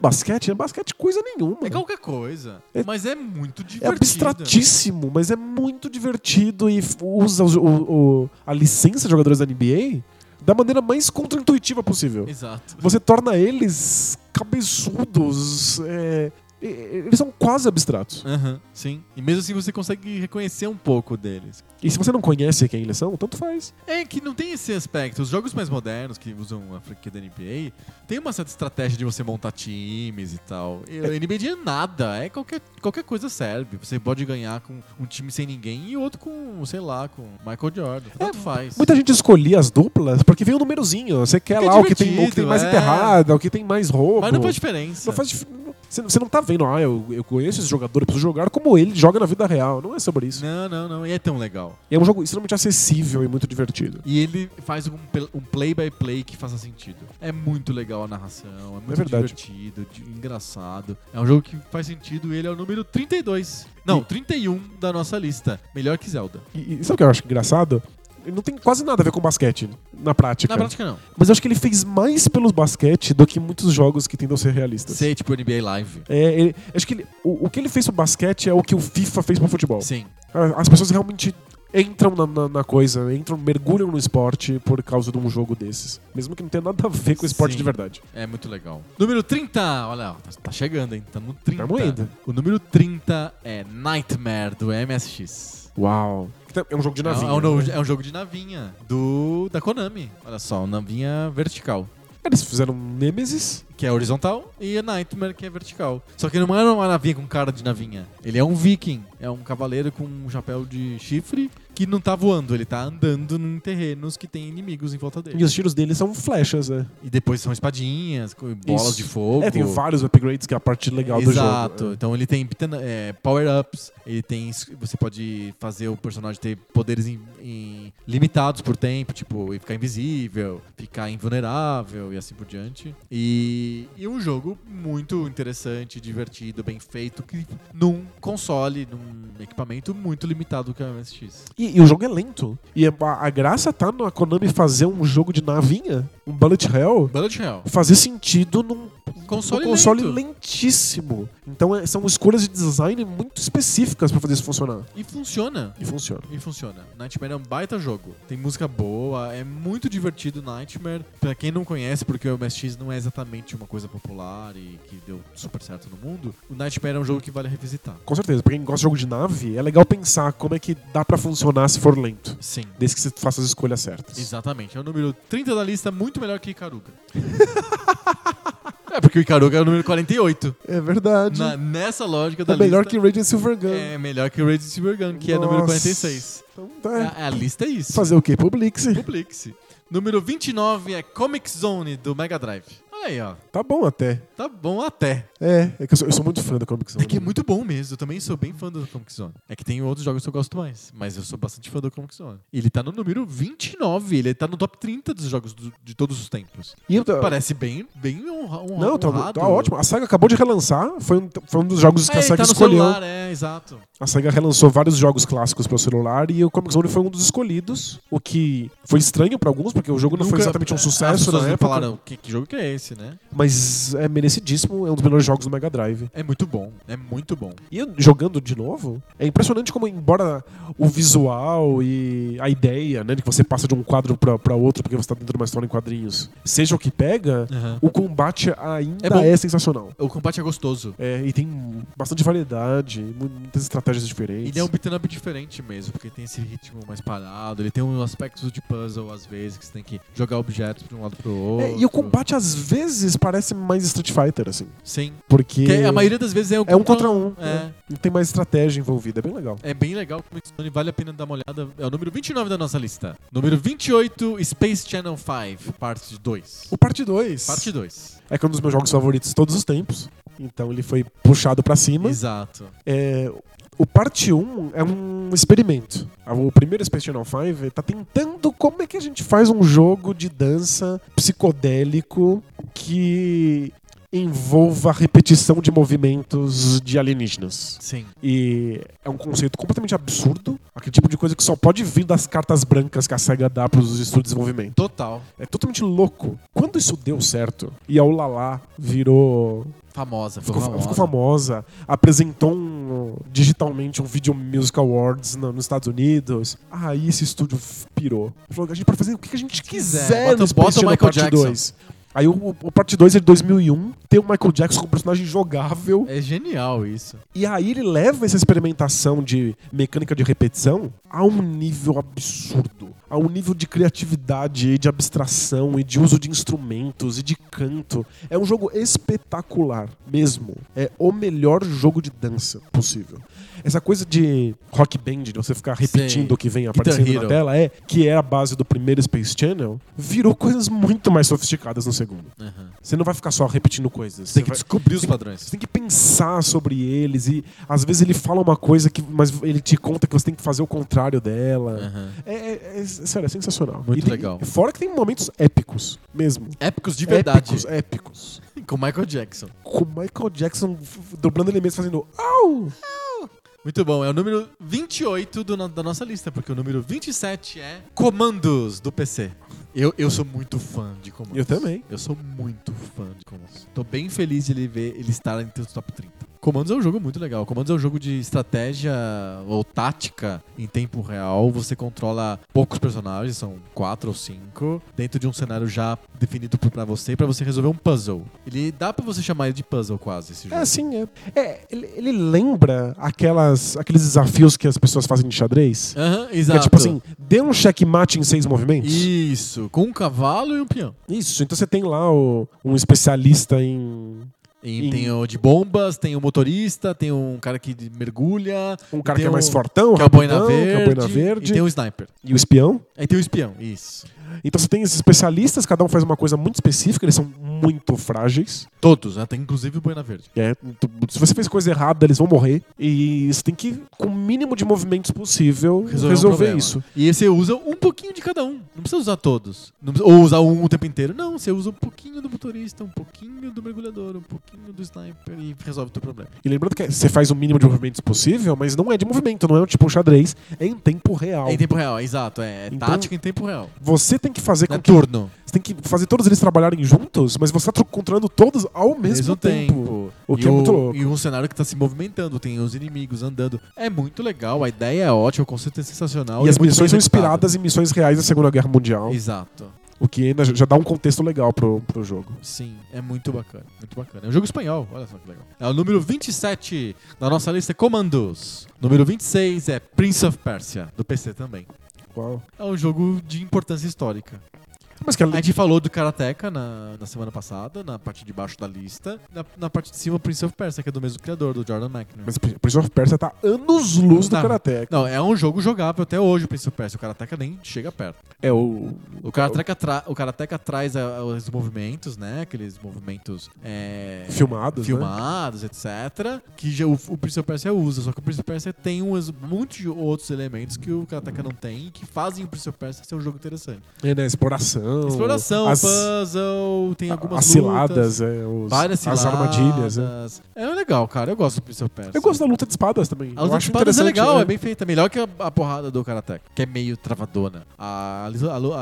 basquete? É basquete coisa nenhuma.
É qualquer coisa.
É-
Mas é muito
É
divertido.
abstratíssimo, mas é muito divertido e f- usa os- o, o- a licença de jogadores da NBA da maneira mais contraintuitiva possível.
Exato.
Você torna eles cabeçudos. é, e- e- eles são quase abstratos.
Aham, sim. E mesmo assim você consegue reconhecer um pouco deles.
E se você não conhece quem eles são, tanto faz.
É que não tem esse aspecto. Os jogos mais modernos que usam a franquia da NBA tem uma certa estratégia de você montar times e tal. E O NBA de nada, é qualquer, qualquer coisa serve. Você pode ganhar com um time sem ninguém e outro com, sei lá, com Michael Jordan. Tanto faz.
É, Muita gente escolhia as duplas porque vem um númerozinho. Você quer
Fica
lá o que, tem, o que tem
divertido,
mais
é.
enterrada, o que tem mais roubo.
Mas não faz diferença.
Não faz dif- Você você não tá vendo, ah, eu, eu conheço esse jogador, eu preciso jogar como ele joga na vida real. Não é sobre isso.
Não, não, não. E é tão legal.
E É um jogo extremamente acessível e muito divertido.
E ele faz um pel- um play-by-play que faça sentido. É muito legal a narração, é muito
verdade.
divertido, de- engraçado. É um jogo que faz sentido e ele é o número 32. Não,
E-
31 da nossa lista. Melhor que Zelda.
E, e sabe o que eu acho engraçado? Ele não tem quase nada a ver com basquete na prática.
Na prática, não.
Mas eu acho que ele fez mais pelos basquete do que muitos jogos que tentam ser realistas.
Ser tipo NBA Live.
É, ele- acho que ele- o, o que ele fez pro basquete é o que o FIFA fez pro futebol.
Sim.
A- As pessoas realmente entram na, na- na coisa, entram, mergulham no esporte por causa de um jogo desses. Mesmo que não tenha nada a ver com o esporte
Sim.
de verdade.
É muito legal. Número 30. Olha, ó, tá, tá chegando, hein? Tá no 30.
Tamo indo.
O número 30 é Nightmare do MSX.
Uau. É um jogo de
É,
navio.
é um, no-
né?
é um jogo de navinha do da Konami. Olha só, um navinha vertical.
Eles fizeram Nemesis.
que é horizontal, e a Nightmare, que é vertical. Só que não era uma navinha com cara de navinha. Ele é um viking, é um cavaleiro com um chapéu de chifre que não tá voando, ele tá andando em terrenos que tem inimigos em volta
E
dele.
os tiros dele são flechas, né?
E depois são espadinhas, com bolas
Isso.
de fogo.
É, tem vários upgrades que é a parte legal do jogo.
Exato. Então ele tem beaten- é, power-ups, ele tem. es- Você pode fazer o personagem ter poderes em- em- limitados por tempo, tipo, e ficar invisível, ficar invulnerável e assim por diante. E, e um jogo muito interessante, divertido, bem feito, que num console, num equipamento muito limitado que é o MSX.
E, e o jogo é lento. E a, a graça tá na Konami fazer um jogo de navinha, um bullet hell,
Bullet Hell.
fazer sentido num,
Console
um console
lento.
lentíssimo. Então é- são escolhas de design muito específicas pra fazer isso funcionar.
E funciona.
E funciona.
E funciona. Nightmare é um baita jogo. Tem música boa, é muito divertido Nightmare. Pra quem não conhece, porque o MSX não é exatamente uma coisa popular e que deu super certo no mundo, o Nightmare é um jogo que vale revisitar.
Com certeza, pra quem gosta de jogo de nave, é legal pensar como é que dá pra funcionar se for lento.
Sim.
Desde que você faça as escolhas certas.
Exatamente. É o número 30 da lista, muito melhor que Icaruga. é, porque o Icaruga é o número 48.
É verdade.
Na- nessa lógica da
É melhor
lista.
que Radiant Silver Gun.
É melhor que o Rage Silver Gun, que é
Nossa.
número 46.
Então tá.
A, a lista é isso.
Fazer o quê? Publix.
Publique-se. Número 29 é Comic Zone do Mega Drive. Olha aí, ó.
Tá bom até.
Tá bom até.
É, é que eu sou, eu sou muito fã da Comic Zone.
É que é muito bom mesmo. Eu também sou bem fã do Comic Zone. É que tem outros jogos que eu gosto mais, mas eu sou bastante fã do Comic Zone. Ele tá no número 29, ele tá no top 30 dos jogos do- de todos os tempos.
E eu tô-
Parece um bem, bem honra, honra,
Não, tá,
honrado.
tá ótimo. A SEGA acabou de relançar. Foi um, foi um dos jogos
É,
que a
ele
SEGA
tá no
escolheu.
celular, é, exato.
A SEGA relançou vários jogos clássicos para o celular e o Comic Zone foi um dos escolhidos. O que foi estranho para alguns, porque o jogo não foi
Nunca- é,
exatamente um
as
sucesso
pessoas
na época.
falaram, que, que jogo que é esse, né?
Mas é merecidíssimo, é um dos melhores jogos do Mega Drive.
É muito bom, é muito bom.
E eu- jogando de novo, é impressionante como, embora o visual e a ideia, né, de que você passa de um quadro pra pra outro porque você tá dentro de uma história em quadrinhos, seja o que pega, o combate
É
ainda
bom.
é, sensacional.
O combate é gostoso.
É, e tem bastante variedade, muitas estratégias diferentes.
Ele é um beat'em up diferente mesmo, porque tem esse ritmo mais parado, ele tem um aspecto de puzzle às vezes, que você tem que jogar objetos de um lado pro outro.
É, e o combate às vezes parece mais Street Fighter, assim.
Sim.
Porque
Que a maioria das vezes é, o
é um contra um.
É.
né? Não tem mais estratégia envolvida, é bem legal.
É bem legal, como esse Sony vale a pena dar uma olhada. É o número 29 da nossa lista. Número 28, Space Channel 5, parte 2.
O Parte 2
Parte 2.
é que é um dos meus jogos favoritos de todos os tempos. Então ele foi puxado pra cima.
Exato.
É, o Parte 1 é um experimento. O primeiro Space Channel 5 tá tentando como é que a gente faz um jogo de dança psicodélico que envolva repetição de movimentos de alienígenas.
Sim.
E é um conceito completamente absurdo. Aquele tipo de coisa que só pode vir das cartas brancas que a SEGA dá para os estudos de desenvolvimento.
Total.
É totalmente louco. Quando isso deu certo e a Ulala virou.
Famosa. Ficou,
Ficou,
famosa.
ficou famosa, apresentou um- digitalmente um Video Music Awards no- nos Estados Unidos. Aí esse estúdio f- pirou. Falou: a gente pode fazer o que a gente quiser
é, Bota-
no Space
bota o
Channel
Michael
Parte
Jackson.
2. Aí o, o Parte 2 é de 2001, tem o Michael Jackson como personagem jogável.
É genial isso.
E aí ele leva essa experimentação de mecânica de repetição a um nível absurdo. A um nível de criatividade e de abstração e de uso de instrumentos e de canto. É um jogo espetacular mesmo. É o melhor jogo de dança possível. Essa coisa de rock band, de você ficar repetindo
Sei.
o que vem aparecendo na
Hero.
tela, é que é a base do primeiro Space Channel, virou coisas muito mais sofisticadas no segundo.
Aham.
Você não vai ficar só repetindo coisas.
Tem
Você
que
vai-
descobrir os
tem- você
padrões.
tem que pensar sobre eles e às vezes ele fala uma coisa que mas ele te conta que você tem que fazer o contrário dela.
Aham.
É, é- é- sério, é sensacional.
Muito
E tem-
legal.
Fora que tem momentos épicos mesmo.
Épicos de verdade.
Épicos, é. épicos.
Com Michael Jackson.
Com Michael Jackson f- f- dobrando elementos fazendo au!
Muito bom, é o número 28 do no- da nossa lista, porque o número 27 é Comandos do PC. Eu, eu sou muito fã de Comandos.
Eu também.
Eu sou muito fã de Comandos. Tô bem feliz de ele ver ele estar entre os top 30. Comandos é um jogo muito legal. Comandos é um jogo de estratégia ou tática em tempo real. Você controla poucos personagens, são quatro ou cinco, dentro de um cenário já definido por- pra você, pra você resolver um puzzle. Ele dá pra você chamar ele de puzzle quase, esse jogo.
É assim, é. É, ele, ele lembra aquelas, aqueles desafios que as pessoas fazem de xadrez?
Aham,
Que
exato.
é tipo assim, dê um checkmate em seis movimentos.
Isso, com um cavalo e um peão.
Isso, então você tem lá o- um especialista em
E
Em-
tem o de bombas, tem o motorista, tem um cara que mergulha,
Um cara
Tem
que é mais
um
fortão,
que é o boina
rapidão, que é o
verde,
boina
e
verde.
tem o sniper.
e o espião.
Aí tem o espião, isso.
Então você tem esses especialistas, cada um faz uma coisa muito específica, eles são muito frágeis.
Todos, né? Tem inclusive o boina verde.
É, tu- se você fez coisa errada, eles vão morrer. E você tem que, com o mínimo de movimentos possível, resolver,
um problema.
isso.
E você usa um pouquinho de cada um. Não precisa usar todos. Não precisa- ou usar um o tempo inteiro. Não, você usa um pouquinho do motorista, um pouquinho do mergulhador, um pouquinho do sniper e resolve o teu problema.
E lembrando que você faz o mínimo de movimentos possível, mas não é de movimento, não é tipo um xadrez, é em tempo real.
É em tempo real, exato. É, é
Então-
tática em tempo real.
Você tem que fazer
Não é
com que.
turno.
Você tem que fazer todos eles trabalharem juntos, mas você tá tro- controlando todos ao mesmo, tempo. O que
e
é muito louco.
E um cenário que tá se movimentando, tem os inimigos andando. É muito legal, a ideia é ótima, o conceito é sensacional.
E
é
as
muito
missões
bem
são
executado.
inspiradas em missões reais da Segunda Guerra Mundial,
Exato.
o que ainda já dá um contexto legal pro, pro jogo.
Sim, é muito bacana, muito bacana. É um jogo espanhol, olha só que legal. É o número 27 da nossa lista é Commandos. Número 26 é Prince of Persia, do PC também.
Uau.
É um jogo de importância histórica.
Mas que é
A gente falou do Karateka na, na semana passada, na parte de baixo da lista. Na, na parte de cima, Prince of Persia, que é do mesmo criador, do Jordan McNair.
Mas Prince of Persia tá anos luz do
Tá.
Karateka.
Não, é um jogo jogável até hoje, o Prince of Persia. O Karateka nem chega perto.
É o.
O Karateka, tra- o Karateka traz a- os movimentos, né? Aqueles movimentos é,
Filmados, né?
filmados, etc. Que já o, o Prince of Persia usa. Só que o Prince of Persia tem uns, muitos outros elementos que o Karateka não tem que fazem o Prince of Persia ser um jogo interessante.
É, né? Exploração.
Exploração,
as,
puzzle, tem algumas
as
lutas.
ciladas, é, os-
Várias ciladas.
as armadilhas. né?
É. legal, cara. Eu gosto do Prince of Persia.
Eu gosto da luta de espadas
A
também.
luta
Eu
de
acho
espadas é
interessante,
legal,
né?
é bem feita. Melhor que a, a porrada do Karateka, que é meio travadona. A, a, a, a, o-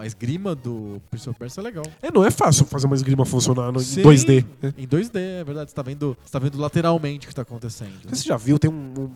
a esgrima do Prince of Persia é legal.
É, não é fácil fazer uma esgrima funcionar no, em
Sim.
2D. né?
Em 2D, é verdade. Você tá vendo, você tá vendo lateralmente o que tá acontecendo.
Você já viu, tem um,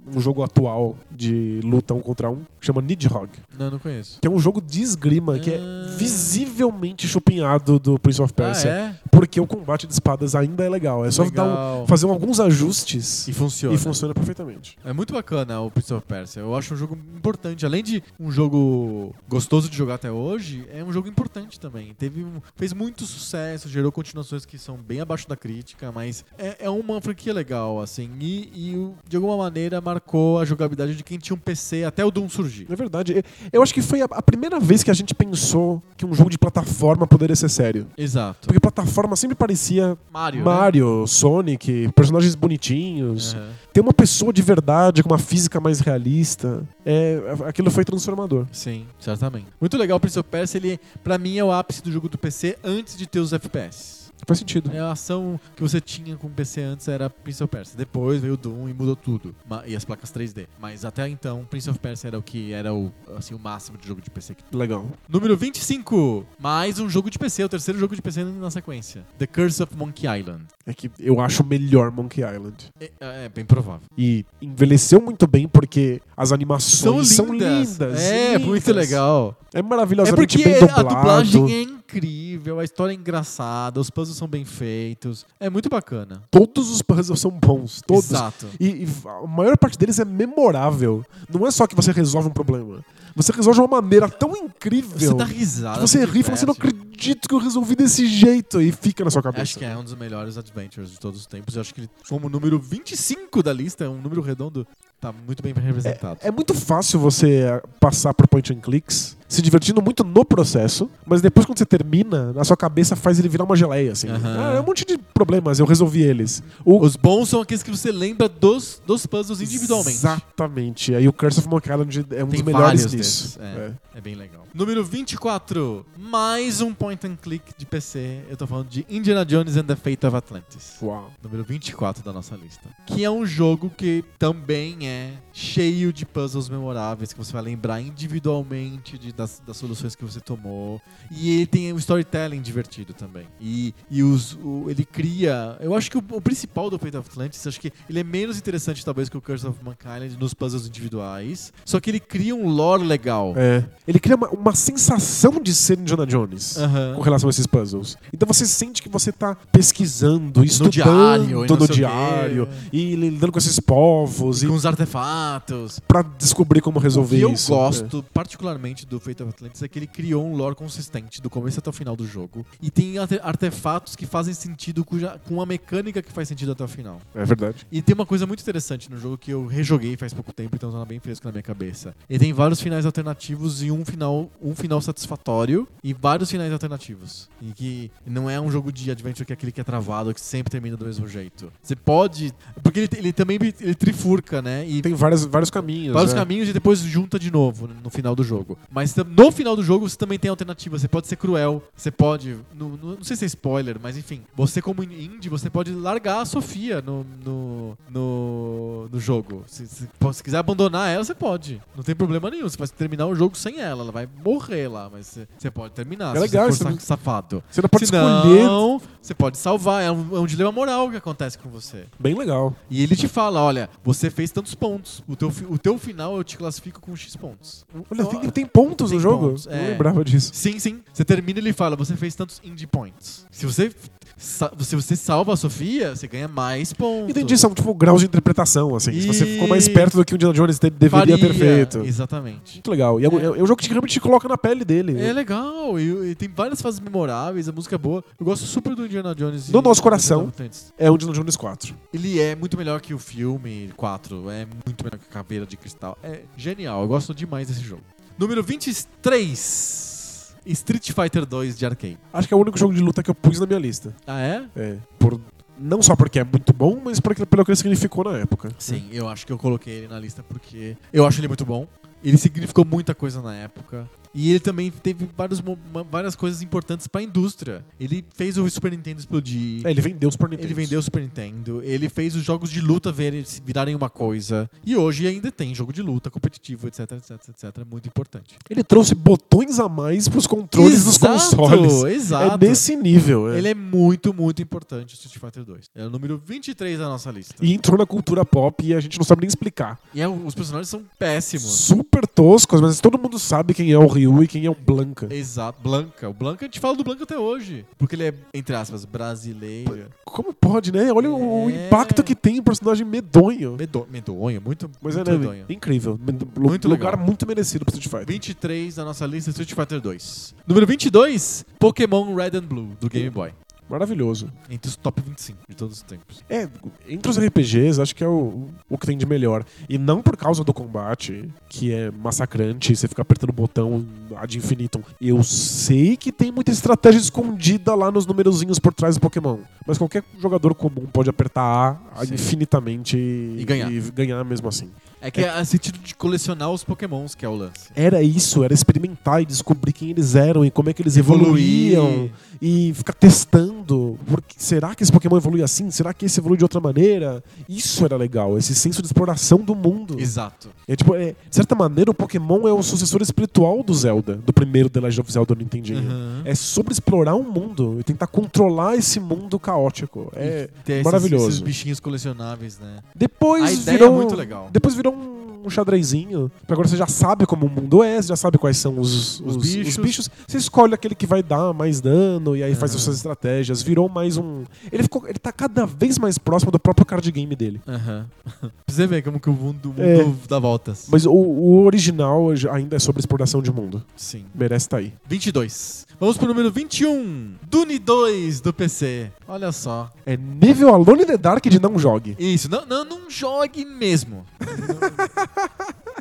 um- um jogo atual de luta um contra um, que chama Nidhogg,
Não, não conheço.
que é um jogo de esgrima que é
Ah.
visivelmente chupinhado do Prince of Persia.
Ah, é?
Porque o combate de espadas ainda é legal. É só
Legal.
dar um- fazer alguns ajustes
E
e,
funciona.
funciona perfeitamente.
É muito bacana o Prince of Persia. Eu acho um jogo importante. Além de um jogo gostoso de jogar até hoje, é um jogo importante também. Teve um- fez muito sucesso, gerou continuações que são bem abaixo da crítica, mas é, é uma franquia legal, assim. E, e o- de alguma maneira marcou a jogabilidade de quem tinha um PC até o Doom surgir.
É verdade. Eu- Eu acho que foi a- a primeira vez que a gente pensou que um jogo de plataforma poderia ser sério.
Exato.
Porque plataforma sempre parecia
Mario. né? É.
Mario, Sonic, personagens bonitinhos.
Aham.
Ter uma pessoa de verdade, com uma física mais realista. É, aquilo foi transformador.
Sim, certamente. Muito legal o Prince of Persia. Ele, pra mim, é o ápice do jogo do PC antes de ter os FPS.
Faz sentido.
É, A ação que você tinha com o PC antes era Prince of Persia. Depois veio o Doom e mudou tudo. Ma- E as placas 3D. Mas até então, Prince of Persia era o que era o, assim, o máximo de jogo de PC. que tinha.
Legal.
Número 25. Mais um jogo de PC. O terceiro jogo de PC na sequência. The Curse of Monkey Island.
É que eu acho melhor Monkey Island.
É, é bem provável.
E envelheceu muito bem porque as animações são lindas.
É,
lindas.
muito legal.
É
É
maravilhosamente
porque
bem
a
dublado.
dublagem é incrível, a história é engraçada, os puzzles são bem feitos. É muito bacana.
Todos os puzzles são bons. Todos.
Exato.
E, e a maior parte deles é memorável. Não é só que você resolve um problema. Você resolve de uma maneira tão incrível.
Você tá dá risada.
que você
se
ri e fala, você não
diverte.
acredito que eu resolvi desse jeito. E fica na sua cabeça.
Acho que é um dos melhores adventures de todos os tempos. Eu acho que ele, como o número 25 da lista, é um número redondo, tá muito bem representado.
É muito fácil você eh, passar por point and clicks, se divertindo muito no processo, mas depois quando você termina, na sua cabeça faz ele virar uma geleia, assim.
Aham.
Ah, é um monte de problemas, eu resolvi eles. O...
Os bons são aqueles que você lembra dos, dos puzzles individualmente.
Exatamente. Aí o Curse of Monkey Island é um
Tem
dos melhores
vários
disso.
desses, é. É bem legal. Número 24, mais um point and click de PC. Eu tô falando de Indiana Jones and the Fate of Atlantis.
Uau.
número 24 da nossa lista. Que é um jogo que também é cheio de puzzles memoráveis, que você vai lembrar individualmente de- das, das soluções que você tomou. E ele tem um storytelling divertido também. E, e os, o- ele cria. Eu acho que o, o principal do Fate of Atlantis, acho que ele é menos interessante, talvez, que o Curse of Mankind nos puzzles individuais. Só que ele cria um lore legal.
É. Ele cria uma, uma sensação de ser Indiana Jones.
Aham.
Com relação a esses puzzles. Então você sente que você tá pesquisando, estudando
diário, e não sei o
no
quê.
diário, e lidando com esses povos, e
Com os artefatos.
pra descobrir como resolver
o que
isso. é.
eu gosto particularmente do Fate of Atlantis é que ele criou um lore consistente do começo até o final do jogo e tem arte- artefatos que fazem sentido cuja- com uma mecânica que faz sentido até o final.
É, é verdade.
E tem uma coisa muito interessante no jogo que eu rejoguei faz pouco tempo, então tá bem fresco na minha cabeça. Ele tem vários finais alternativos e um final, um final satisfatório e vários finais alternativos. E que não é um jogo de adventure que é aquele que é travado, que sempre termina do mesmo jeito. Você pode, porque ele, ele também ele trifurca, né? E
Tem várias, vários caminhos.
Vários
né?
caminhos e depois junta de novo no final do jogo. Mas Você, no final do jogo você também tem alternativa. Você pode ser cruel, você pode. no- no- não sei se é spoiler, mas enfim. Você, como indie, você pode largar a Sofia no, no, no, no jogo. Se, se, se quiser abandonar ela, você pode. Não tem problema nenhum. Você vai terminar o jogo sem ela. Ela vai morrer lá, mas você, você pode terminar.
É
se
legal
você
isso,
for sa-
né?
safado.
Você não pode
se
escolher.
não, você pode salvar. É um, é um dilema moral que acontece com você.
Bem legal.
E ele te fala, olha, você fez tantos pontos. O teu, fi- o teu final eu te classifico com X pontos.
Olha, tem, tem pontos
Tem
no jogo?
pontos,
Não
é.
lembrava disso.
Sim, sim. Você termina e ele fala, você fez tantos indie points. Se você, sa- se você salva a Sofia, você ganha mais pontos.
Entendi, são tipo graus de interpretação, assim. Se você ficou mais
Isso.
perto do que o Indiana Jones te-
Faria.
deveria ter feito.
Exatamente.
Muito legal. E é, é um jogo que realmente te coloca na pele dele.
É legal, e, e tem várias fases memoráveis, a música é boa. Eu gosto super do Indiana Jones. e-
No nosso coração.
dos habitantes.
É o Indiana Jones 4.
Ele é muito melhor que o filme 4, é muito melhor que a Caveira de Cristal. É genial, eu gosto demais desse jogo. Número 23, Street Fighter 2 de arcade.
Acho que é o único jogo de luta que eu pus na minha lista.
Ah, é?
É. Por, não só porque é muito bom, mas porque, pelo que ele significou na época.
Sim, eu acho que eu coloquei ele na lista porque eu acho ele muito bom. Ele significou muita coisa na época. E ele também teve vários, mo- ma- várias coisas importantes pra indústria. Ele fez o Super Nintendo explodir.
É, ele vendeu os Super Nintendo.
Ele vendeu o Super Nintendo, ele fez os jogos de luta verem- se virarem uma coisa. E hoje ainda tem jogo de luta competitivo, etc, etc, etc. é Muito importante.
Ele trouxe botões a mais pros controles dos
Exato,
consoles. É
Exato.
nesse nível. é.
Ele é muito, muito importante, o Street Fighter 2. É o número 23 da nossa lista. E,
E entrou na cultura pop e a gente não sabe nem explicar.
é, os personagens são péssimos.
Super toscos, mas todo mundo sabe quem é o Ryu e quem é o Blanca.
Exato. Blanca. O Blanca, a gente fala do Blanca até hoje. Porque ele é, entre aspas, brasileiro.
Como pode, né? Olha o o
É.
impacto que tem um personagem medonho.
Medo medonho, muito,
Mas
muito
é né,
medonho.
incrível. Lu-
Muito
lugar
legal.
muito merecido pro Street Fighter.
23 da nossa lista, Street Fighter 2. Número 22, Pokémon Red and Blue, do Game Boy.
Maravilhoso.
Entre os top 25 de todos os tempos.
É, entre os RPGs, acho que é o, o que tem de melhor. E não por causa do combate, que é massacrante, você fica apertando o botão ad infinitum. Eu sei que tem muita estratégia escondida lá nos numerozinhos por trás do Pokémon. Mas qualquer jogador comum pode apertar A
Sim.
infinitamente e,
ganhar.
ganhar mesmo assim.
É que é, o sentido de colecionar os pokémons que é o lance.
Era isso, era experimentar e descobrir quem eles eram e como é que eles evoluíam. e ficar testando. Porque, será que esse Pokémon evolui assim? Será que esse evolui de outra maneira? Isso era legal, esse senso de exploração do mundo.
Exato.
É, tipo, é, de certa maneira, o Pokémon é o sucessor espiritual do Zelda, do primeiro The Legend of Zelda no Nintendinho.
Uhum.
É sobre explorar um mundo e tentar controlar esse mundo caótico. É
E ter esses-
maravilhoso.
Esses bichinhos colecionáveis, né?
Depois
A ideia
virou
é muito legal.
Depois virou um xadrezinho. porque Agora você já sabe como o mundo é, você já sabe quais são os,
Os
os- os bichos. Ah.
bichos.
Você escolhe aquele que vai dar mais dano e aí faz
Aham.
as suas estratégias. Virou mais um. Ele, ficou, ele tá cada vez mais próximo do próprio card game dele.
Aham. pra você ver como que o mundo, o mundo
É.
dá voltas.
Mas o, o original já- ainda é sobre exploração de mundo.
Sim.
Merece estar aí.
22. Vamos pro número 21. Dune 2 do PC. Olha só.
É nível Alone in the Dark de não jogue.
Isso. Não, não, não jogue mesmo. Não-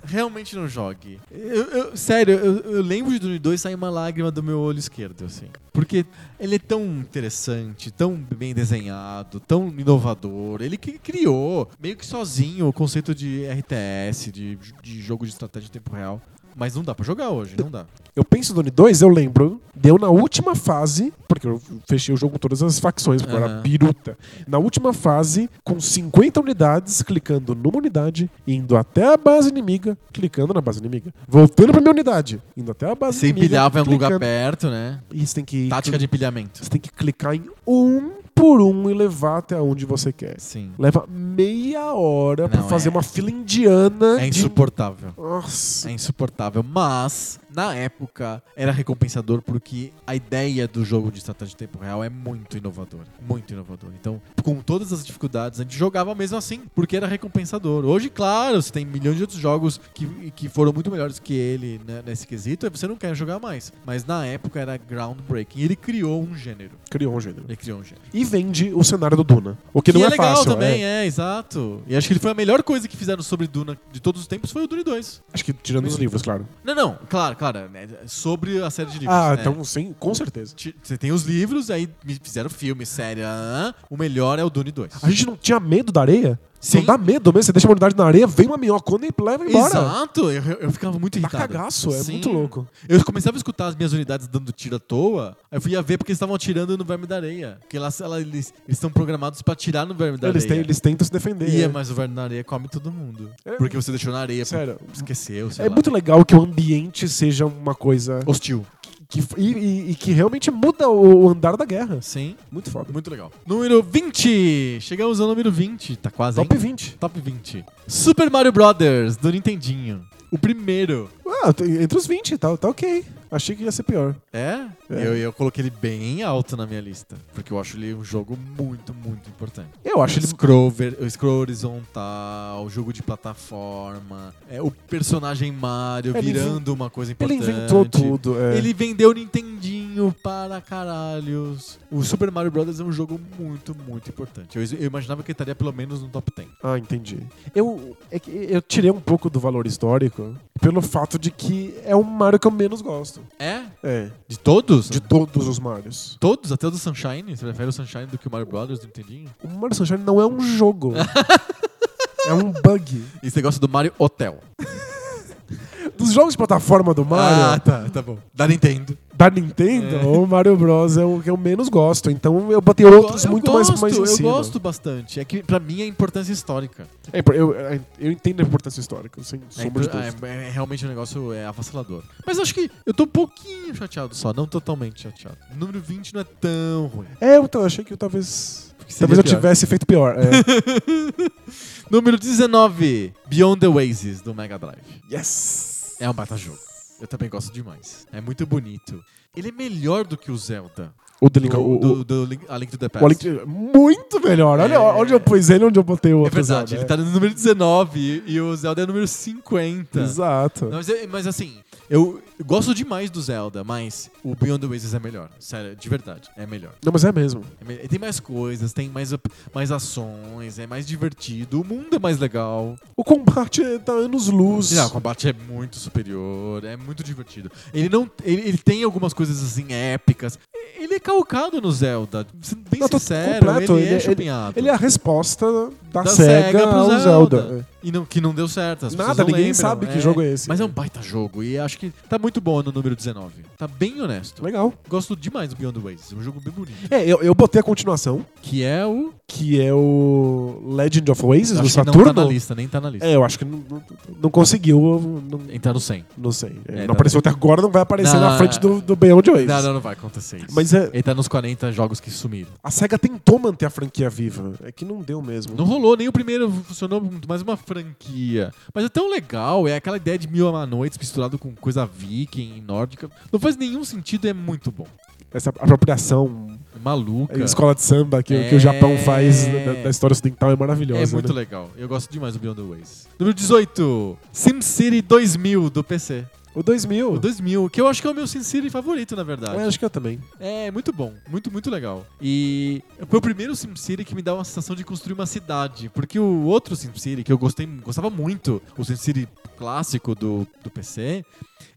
Realmente não jogue. Eu- eu- sério, eu, eu lembro de Dune 2 sair uma lágrima do meu olho esquerdo, assim. Porque ele é tão interessante, tão bem desenhado, tão inovador. Ele que criou, meio que sozinho, o conceito de RTS, de, de jogo de estratégia em tempo real. Mas não dá pra jogar hoje, não dá.
Eu penso no Dune 2, eu lembro. Deu na última fase, porque eu fechei o jogo com todas as facções, porque eu era
Aham.
biruta. Na última fase, com 50 unidades, clicando numa unidade, indo até a base inimiga, clicando na base inimiga. Voltando pra minha unidade, indo até a base
Você
inimiga.
empilhava em algum lugar
clicando.
perto, né?
Tá E você tem que.
Tática de empilhamento.
Você tem que clicar em um por um e levar até onde você quer.
Sim.
Leva meia hora pra
Não,
fazer
é-
uma fila indiana.
É
de-
insuportável.
Nossa.
É insuportável, mas na época era recompensador porque a ideia do jogo de estratégia de tempo real é muito inovadora, muito inovadora. Então, com todas as dificuldades, a gente jogava mesmo assim, porque era recompensador. Hoje, claro, você tem milhões de outros jogos que, que foram muito melhores que ele né, nesse quesito, e você não quer jogar mais. Mas na época era groundbreaking. Ele criou um gênero.
Criou um gênero.
Ele criou um gênero.
E vende o cenário do Duna. O que, não
é
é,
legal
fácil. é.
também, é. exato. E acho que ele foi a melhor coisa que fizeram sobre Duna de todos os tempos foi o Dune 2.
Acho que tirando os livros, claro.
Não, não, claro, claro. né, Sobre a série de livros.
Ah,
né?
então sim, com certeza.
Ti- Você tem os livros, aí me fizeram filme, série. ah, ah, ah. o melhor é o Dune 2.
A gente não tinha medo da areia?
Sim.
Não dá medo mesmo. Você deixa a humanidade na areia, vem uma minhocona e leva embora.
Exato, eu, eu ficava muito
Dá
irritado.
cagaço, é
Sim.
muito louco.
Eu começava a escutar as minhas unidades dando tiro à toa, aí eu fui a ver porque eles estavam atirando no verme da areia. Porque lá, ela- eles eles estão programados pra atirar no verme da
Eles, têm-
areia.
eles tentam se defender.
E é,
né?
mas o verme da areia come todo mundo.
É.
Porque você deixou na areia.
Sério.
Esqueceu, sei
É
lá.
muito legal que o ambiente seja uma coisa
Hostil.
que, e, e- e que realmente muda o o andar da guerra.
Sim.
Muito foda.
Muito legal. Número 20. Chegamos ao número 20. Tá quase, hein?
Top 20.
Top 20. Super Mario Brothers, do Nintendinho. O primeiro.
Ah, t- entre os 20, tá, tá ok. Achei que ia ser pior.
É?
É.
Eu, eu coloquei ele bem alto na minha lista. Porque eu acho ele um jogo muito, muito importante.
Eu acho ele.
Scroll, ver- scroll horizontal, jogo de plataforma, é, o personagem Mario
Ele
virando uma coisa
Ele
é importante.
inventou tudo. É.
Ele vendeu o Nintendinho para caralhos. O Super Mario Bros. é um jogo muito, muito importante. Eu, eu imaginava que ele estaria pelo menos no top 10.
Ah, entendi. Eu, é que eu tirei um pouco do valor histórico pelo fato de que é o Mario que eu menos gosto.
É?
É.
De todos?
De todos os Marios.
todos, até o do Sunshine? Você prefere o Sunshine do que o Mario Brothers do Nintendinho?
O Mario Sunshine não é um jogo. é um bug.
E você gosta do Mario Hotel?
Dos jogos de plataforma do Mario.
Ah, tá, tá bom. Da Nintendo.
da Nintendo,
É.
o Mario Bros é o que eu menos gosto. Então eu botei outros
Eu
muito
gosto,
mais, mais em
Eu
cima.
gosto bastante. É que pra mim é importância histórica.
É, eu, eu entendo a importância histórica, sem
É,
sombra de
impor-
dúvida.
é- é realmente um negócio é, avassalador. Mas acho que eu tô um pouquinho chateado só, não totalmente chateado. O número 20 não é tão ruim.
É, eu t- achei que eu talvez.
porque seria
Talvez eu
pior.
tivesse feito pior. É.
Número 19, Beyond the Oasis, do Mega Drive.
yes!
É um baita jogo. Eu também gosto demais. É muito bonito. Ele é melhor do que o Zelda.
O The Link-
do,
o-
do- do Link- A Link to the
o- o
Past.
Link- muito melhor. Olha
É.
onde eu pus ele onde eu botei o
é
outro. né?
verdade,
Zelda,
ele tá no número 19 e- e o Zelda é o número 50.
Exato.
Não, mas, é- mas assim, eu gosto demais do Zelda, mas o Beyond the Oasis é melhor. Sério, de verdade, é melhor.
Não, mas é mesmo.
É me- Tem mais coisas, tem mais, op- mais ações, é mais divertido, o mundo é mais legal.
O combate é- tá anos luz.
Sei lá, o combate é muito superior, é muito divertido. Ele não. Ele, ele tem algumas coisas assim épicas. E- Ele é calcado no Zelda. sendo Bem
Não, tô
sincero,
completo,
ele,
ele-
é chapinhado.
ele é a resposta da,
Da
SEGA,
SEGA pro
ao Zelda.
Zelda.
É.
E não, que não deu certo. as
Nada,
pessoas não
ninguém
lembram,
sabe que jogo é esse.
Mas é um baita jogo. E acho que tá muito bom no número 19. Tá bem honesto.
é Legal.
Gosto demais do Beyond the Ways. É um jogo bem bonito.
É, eu- eu botei a continuação.
Que é o.
que é o Legend of Oasis do
acho que
Saturno.
não tá na lista, nem tá na lista.
É, eu acho que não, não- não conseguiu, não,
Entrar no 100.
não sei. É,
É,
não
tá-
apareceu até agora, não vai aparecer
Não,
na
não,
frente
não.
do, do Beyond Oasis.
Não, não, não vai acontecer isso.
Mas é-
Ele tá nos 40 jogos que sumiram.
A SEGA tentou manter a franquia viva, é que não deu mesmo.
Não rolou, nem o primeiro funcionou muito mais uma franquia. Mas é tão legal, é aquela ideia de mil e uma noites misturado com coisa viking, nórdica. Não faz nenhum sentido, é muito bom.
Essa apropriação
É maluca.
em escola de samba que, que o Japão
É.
faz da, da história ocidental é maravilhosa.
É muito
né?
legal. Eu gosto demais do Beyond the Ways. Número 18, SimCity 2000 do PC.
O 2000,
O 2000, que eu acho que é o meu SimCity favorito, na verdade.
é, acho que eu também.
É muito bom, muito, muito legal. E foi o primeiro SimCity que me dá uma sensação de construir uma cidade. Porque o outro SimCity, que eu gostei, gostava muito, o SimCity clássico do, do PC,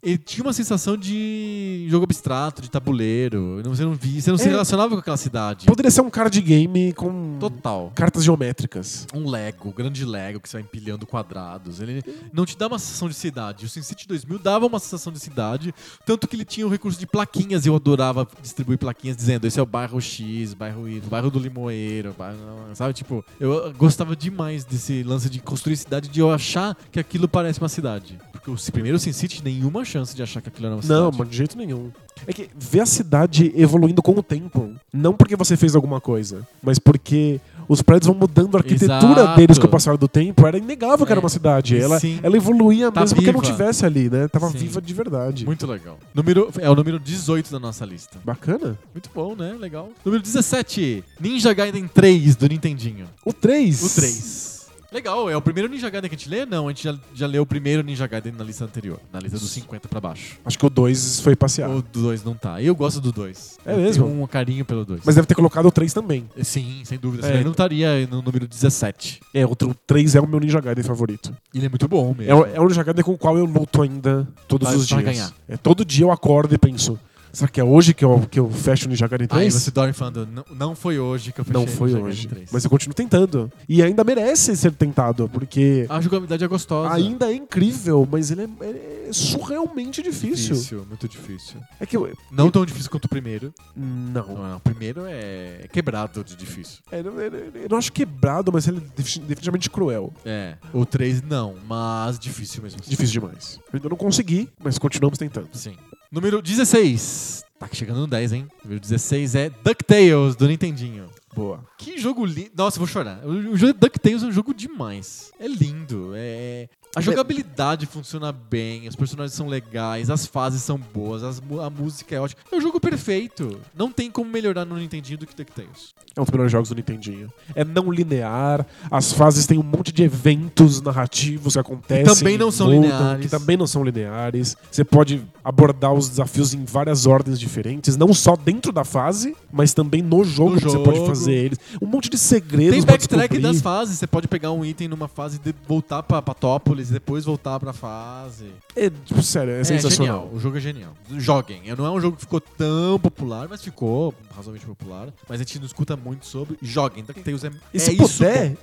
ele tinha uma sensação de jogo abstrato, de tabuleiro. Não- Você não, via, você não se
É.
relacionava com aquela cidade.
Poderia ser um card game com
Total.
cartas geométricas.
Um Lego, grande Lego que você vai empilhando quadrados. Ele não te dá uma sensação de cidade. O SimCity 2000 dava uma sensação de cidade, tanto que ele tinha o recurso de plaquinhas e eu adorava distribuir plaquinhas dizendo: esse é o bairro X, bairro Y, bairro do Limoeiro, bairro... sabe? Tipo, eu gostava demais desse lance de construir cidade, de eu achar que aquilo parece uma cidade. Porque o primeiro SimCity, nenhuma chance de achar que aquilo era uma cidade.
Não, mas de jeito nenhum. É que ver a cidade evoluindo com o tempo. Não porque você fez alguma coisa, mas porque os prédios vão mudando a arquitetura
Exato.
deles com o passar do tempo. Era inegável que era
É.
uma cidade. Ela,
Sim.
ela evoluía
Tá
mesmo que não
viva.
tivesse ali, né? Tava
Sim.
viva de verdade.
Muito legal. Número, é o número 18 da nossa lista.
Bacana.
Muito bom, né? Legal. Número 17, Ninja Gaiden 3 do Nintendinho.
O 3.
O 3. Legal, é o primeiro Ninja Gaiden que a gente lê? Não, a gente já, já leu o primeiro Ninja Gaiden na lista anterior, na lista dos 50 pra baixo.
Acho que o 2 foi passear.
O 2 não tá. Eu gosto do 2.
É mesmo?
Tenho um carinho pelo 2.
Mas deve ter colocado o 3 também.
Sim, sem dúvida.
É.
Senão Ele não estaria no número 17.
É, o 3 é o meu Ninja Gaiden favorito.
Ele é muito bom
É,
mesmo.
o- é o Ninja Gaiden com o qual eu luto ainda todos
Pra-
os
pra
dias.
ganhar.
É, todo dia eu acordo e penso. Será que é hoje que eu, que eu fecho o Ninja Gaiden
Aí
3?
você dorme falando, não, não foi hoje que eu fechei.
Não foi
Ninja Gaiden
hoje.
3."
Mas eu continuo tentando. E ainda merece ser tentado, porque
A jogabilidade é gostosa.
ainda é incrível, mas ele é, ele é surrealmente é difícil.
Difícil, muito difícil.
É que eu.
Não tão difícil quanto o primeiro.
Não.
Não, não. O primeiro é quebrado de difícil.
É, eu, eu- eu não acho quebrado, mas ele é defi- definitivamente cruel.
É. O 3 não, mas difícil mesmo. assim.
Difícil demais. Eu ainda não consegui, mas continuamos tentando.
Sim. Número 16. Tá chegando no 10, hein? Número 16 é DuckTales, do Nintendinho.
Boa.
Que jogo lindo. Nossa, eu vou chorar. O o jogo DuckTales é um jogo demais. É lindo. É. A jogabilidade funciona bem, os personagens são legais, as fases são boas, as mu- a música é ótima. É um jogo perfeito. Não tem como melhorar no Nintendinho do que DuckTales.
É um dos melhores jogos do Nintendinho. É não linear, as fases têm um monte de eventos narrativos que acontecem.
Que também não são lineares.
Que também não são lineares. Você pode abordar os desafios em várias ordens diferentes, não só dentro da fase, mas também no jogo,
No
que você pode
jogo.
fazer eles. Um monte de segredos
Tem
pra
backtrack
descobrir.
das fases. Você pode pegar um item numa fase, de voltar pra, pra Tópolis e depois voltar pra fase.
É, tipo, sério, é, sensacional.
genial. O jogo é genial. Joguem. Não é um jogo que ficou tão popular, mas ficou razoavelmente popular. Mas a gente não escuta muito sobre. Joguem. DuckTales é,
E se
é isso
puder,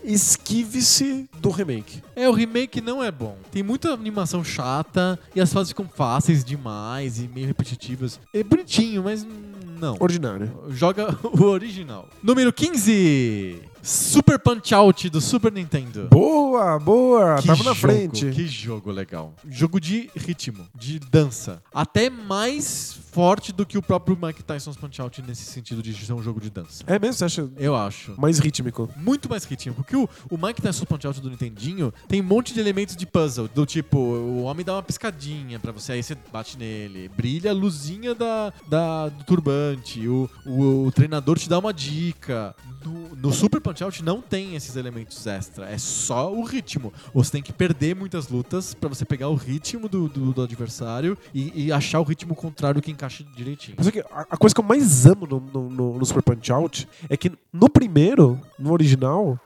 esquive-se do remake.
É, o remake não é bom. Tem muita animação chata e as fases ficam fáceis demais e meio repetitivas. É bonitinho, mas hum, não.
Ordinário.
Joga o original. Número 15: Super Punch Out do Super Nintendo.
Boa, boa.
Que
Tava na
jogo,
frente.
Que jogo legal. Jogo de ritmo, de dança. Até mais forte do que o próprio Mike Tyson's Punch Out nesse sentido de ser um jogo de dança.
É mesmo? Você acha
Eu acho.
mais rítmico?
Muito mais ritmo, porque o, o Mike Tyson's Punch Out do Nintendinho tem um monte de elementos de puzzle. Do tipo, o homem dá uma piscadinha pra você, aí você bate nele. Brilha a luzinha da, da- do turbante. O, o, o treinador te dá uma dica. No, no Super Punch Out não tem esses elementos extra. É só o ritmo. Você tem que perder muitas lutas pra você pegar o ritmo do, do, do adversário e, e achar o ritmo contrário que encaixe direitinho.
Mas é que a, a coisa que eu mais amo no, no- no- no Super Punch Out é que no primeiro, no original,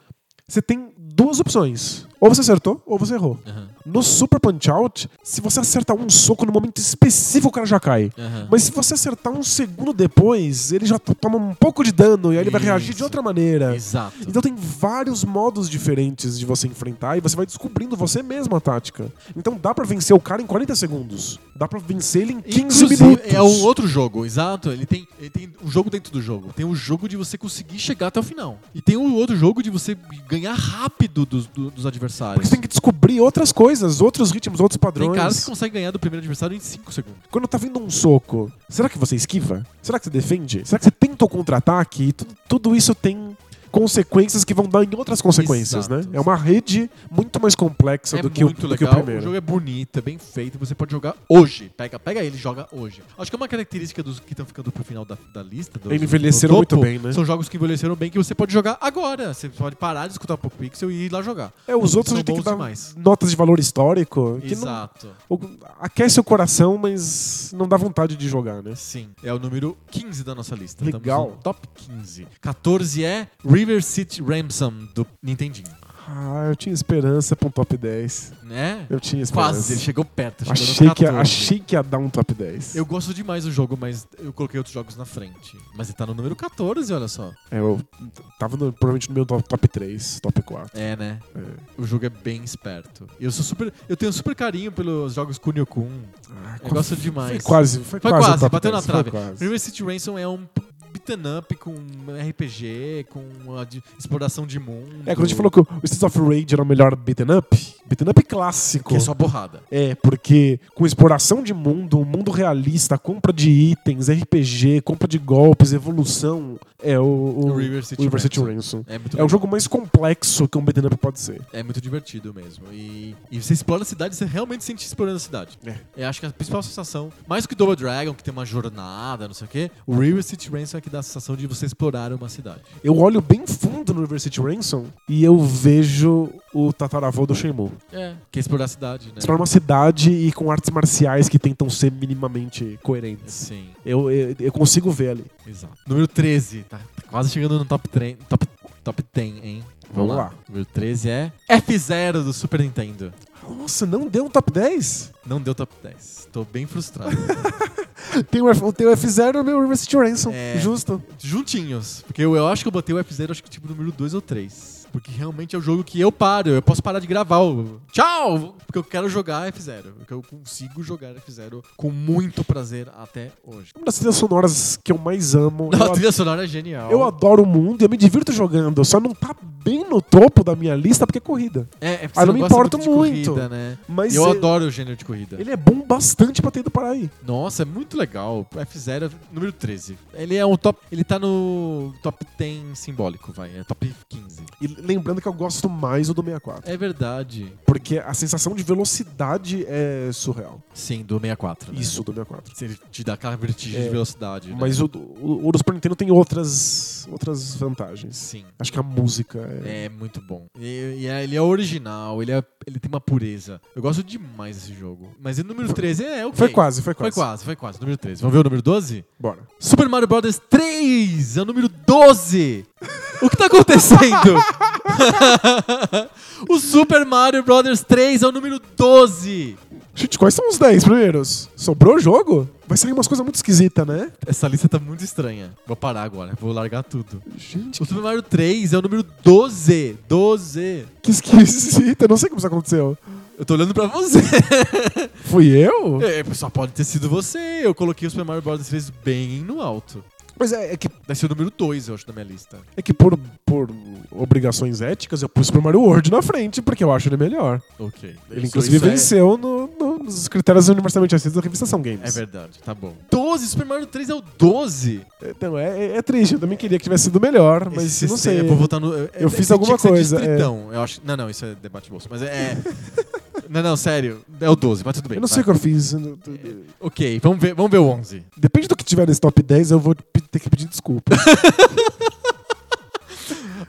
você tem duas opções. Ou você acertou, ou você errou.
Aham,
No Super Punch Out, se você acertar um soco no momento específico, o cara já cai.
aham.
Mas se você acertar um segundo depois, ele já to- toma um pouco de dano e aí ele vai reagir de
Isso.
outra maneira.
Exato.
Então tem vários modos diferentes de você enfrentar e você vai descobrindo você mesmo a tática. Então dá pra vencer o cara em 40 segundos. Dá pra vencer ele em 15
Inclusive,
minutos.
É um outro jogo, exato. Ele tem, ele tem um jogo dentro do jogo. Tem o jogo de você conseguir chegar até o final. E tem um outro jogo de você ganhar rápido dos, do- dos
Porque
adversários.
você tem que descobrir outras coisas, outros ritmos, outros
Tem caras
padrões.
que conseguem ganhar do primeiro adversário em 5 segundos.
Quando tá vindo um soco, será que você esquiva? Será que você defende? Será que você tenta o contra-ataque? E tu- tudo isso tem consequências que vão dar em outras consequências,
Exato.
né? É uma rede muito mais complexa
é
do, que o,
muito
do que o
legal.
primeiro.
jogo é bonito, é bem feito. Você pode jogar hoje. Pega, pega ele e joga hoje. Acho que é uma característica dos que estão ficando pro final da, da lista. Dos,
Envelheceram
do topo,
muito bem, né?
São jogos que envelheceram bem que você pode jogar agora. Você pode parar de escutar o Poco Pixel e ir lá jogar.
É, os outros a
São
gente tem que
bons
dar
demais.
notas de valor histórico. Que não,
Exato.
o- aquece o coração, mas não dá vontade de jogar, né?
Sim, é o número 15 da nossa lista.
Legal.
Estamos no top 15. 14 é River City Ransom do Nintendinho,
Ah, eu tinha esperança pra um top 10.
né?
Eu tinha esperança.
Quase, ele chegou perto, chegou
achei,
no
que,
14.
ia- achei que ia dar um top 10.
Eu gosto demais do jogo, mas eu coloquei outros jogos na frente. Mas ele tá no número 14, olha só.
É, eu tava no- provavelmente no meu top top 3, top 4.
É, né?
É.
O jogo é bem esperto. Eu sou super, eu tenho super carinho pelos jogos Kunio-kun.
Ah,
Eu
qua-
gosto demais.
Foi quase, foi,
Foi
quase,
quase,
o top
bateu
10,
na
foi
trave.
quase.
River City Ransom é um beat'em up com RPG, com a de- exploração de mundo.
É, quando a gente falou que o Streets of Rage era o melhor beaten up, beaten up clássico.
que é só borrada.
É, porque com exploração de mundo, um mundo realista, compra de itens, RPG, compra de golpes, evolução, é o, o-
O River City
o River City
Ransom.
Ransom.
É muito
É o
legal.
jogo mais complexo que um beaten up pode ser.
É muito divertido mesmo. E, e você explora a cidade, você realmente sente explorando a cidade. É. Eu acho que a principal sensação, mais que o Double Dragon, que tem uma jornada, não sei o quê, o River City Ransom é que dá a sensação de você explorar uma cidade.
Eu olho bem fundo no River City Ransom e eu vejo o tataravô do Shenmue.
É. Que é explorar a cidade, né?
Explorar uma cidade e com artes marciais que tentam ser minimamente coerentes.
Sim,
Eu, eu, eu consigo ver ali.
exato. Número 13, tá tá quase chegando no top, tre- top, top 10, hein?
Vamos lá.
Número 13 é F0 do Super Nintendo.
Nossa, não deu um top 10?
Não deu top 10. Tô bem frustrado.
Tem o, F, tem o F0 e o meu River City Ransom.
É.
Justo.
Juntinhos. Porque eu, eu acho que eu botei o F0, acho que tipo número 2 ou 3. Porque realmente é o jogo que eu paro, eu posso parar de gravar. o- Tchau! Porque eu quero jogar F0. Porque eu consigo jogar F0 com muito prazer até hoje.
Uma das trilhas sonoras que eu mais amo.
Não,
eu,
a
ad-
trilha sonora é genial.
eu adoro o mundo e eu me divirto jogando. Só não tá bem no topo da minha lista porque é corrida.
É, é porque você
Ah, não
não
me
gosta
importo
muito. De
muito.
corrida, né?
Mas
eu
é-
adoro o gênero de corrida.
ele é bom bastante pra ter ido parar aí.
Nossa, é muito legal. O F0 é número 13. Ele é um top. Ele tá no top 10 simbólico, vai. É top 15.
E lembrando que eu gosto mais o do 64.
É verdade.
Porque a sensação de velocidade é surreal.
Sim, do 64. Né?
Isso, do 64.
Se Ele te dá aquela vertigem
É,
de velocidade. né?
Mas o, o, o do Super Nintendo tem outras, outras vantagens.
Sim.
Acho que a música é.
É muito bom. E, e é- ele é original, ele, é- ele tem uma pureza. Eu gosto demais desse jogo. Mas e o número 13 é o
Foi quase, foi
Foi
quase.
quase, foi quase. Número 13. Vamos ver o número 12?
Bora.
Super Mario Bros 3 é o número 12. O que tá acontecendo? o Super Mario Bros 3 é o número 12.
Gente, quais são os 10 primeiros? Sobrou o jogo? Vai sair umas coisas muito esquisitas, né?
Essa lista tá muito estranha. Vou parar agora, vou largar tudo.
Gente,
O Super Mario 3 é o número 12. 12.
que esquisita. Eu não sei como isso aconteceu.
Eu tô olhando pra você.
Fui eu?
É, só pode ter sido você. Eu coloquei o Super Mario Bros 3 bem no alto.
Mas é, é que,
Deve ser o número 2, eu acho, da minha lista.
é que por, por obrigações éticas, eu pus Super Mario World na frente, porque eu acho ele melhor.
Ok. é-
Ele, inclusive, venceu no- no- nos critérios universalmente aceitos da revista São Games.
É verdade, tá bom. 12, Super Mario 3 é o 12.
É, Não, é, é- é triste. Eu também queria que tivesse sido melhor, Ah, mas
Esse
não
sistema, é
sei.
Eu vou votar no. Eu,
Eu fiz alguma coisa, é.
Então, eu acho. Não, não, isso é debate bolso. Mas é. é- não, não, sério. É o 12, mas tudo bem.
Eu não sei o que
vai.
eu fiz.
Ok, vamos ver, vamos ver o 11.
Depende do que tiver nesse top 10, eu vou pe- ter que pedir desculpa.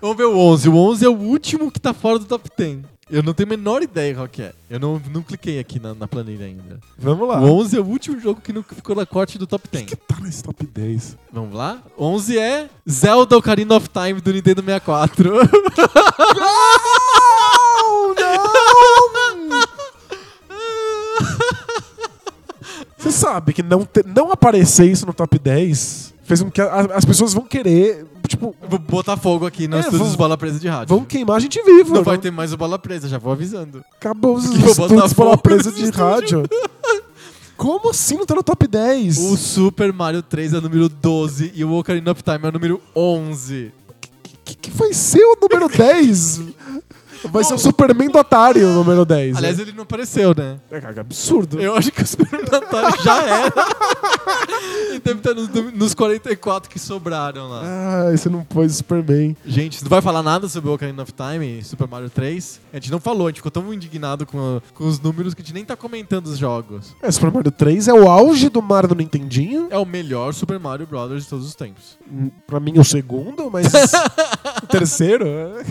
Vamos ver o 11. O 11 é o último que tá fora do top 10. Eu não tenho a menor ideia qual que é. Eu não, não cliquei aqui na, na planilha ainda.
Vamos lá.
O 11 é o último jogo que não ficou na corte do top
O que
10.
tá nesse top 10?
Vamos lá? 11 é Zelda Ocarina of Time do Nintendo 64.
Oh, Não! Não! Você sabe que não, te- não aparecer isso no top 10 fez com que a- as pessoas vão querer, tipo,
Eu Vou botar fogo aqui
É,
nos estudos
vamos-
de bola presa de rádio.
vão queimar a gente viva.
Não vai ter mais o bola presa, já vou avisando.
Acabou os
Porque eu vou
estudos
botar
pela
fogo
presa
nesse
de
estúdio.
rádio. Como assim não tá no top 10?
O Super Mario 3 é o número 12 e o Ocarina of Time é o número 11.
que, que vai ser o número 10? Vai ser o Superman do Atari o número 10. né?
Aliás, ele não apareceu, né?
É, cara, absurdo.
Eu acho que o Super Mario Atari já era. e deve estar nos, nos 44 que sobraram lá.
Ah, você não pôs o Superman.
Gente, não vai falar nada sobre o Ocarina of Time e Super Mario 3? A gente não falou, a gente ficou tão indignado com, a- com os números que a gente nem tá comentando os jogos.
É, Super Mario 3 é o auge do Mario do Nintendinho.
É o melhor Super Mario Brothers de todos os tempos.
Hum, Pra mim, o segundo, mas. o terceiro. é.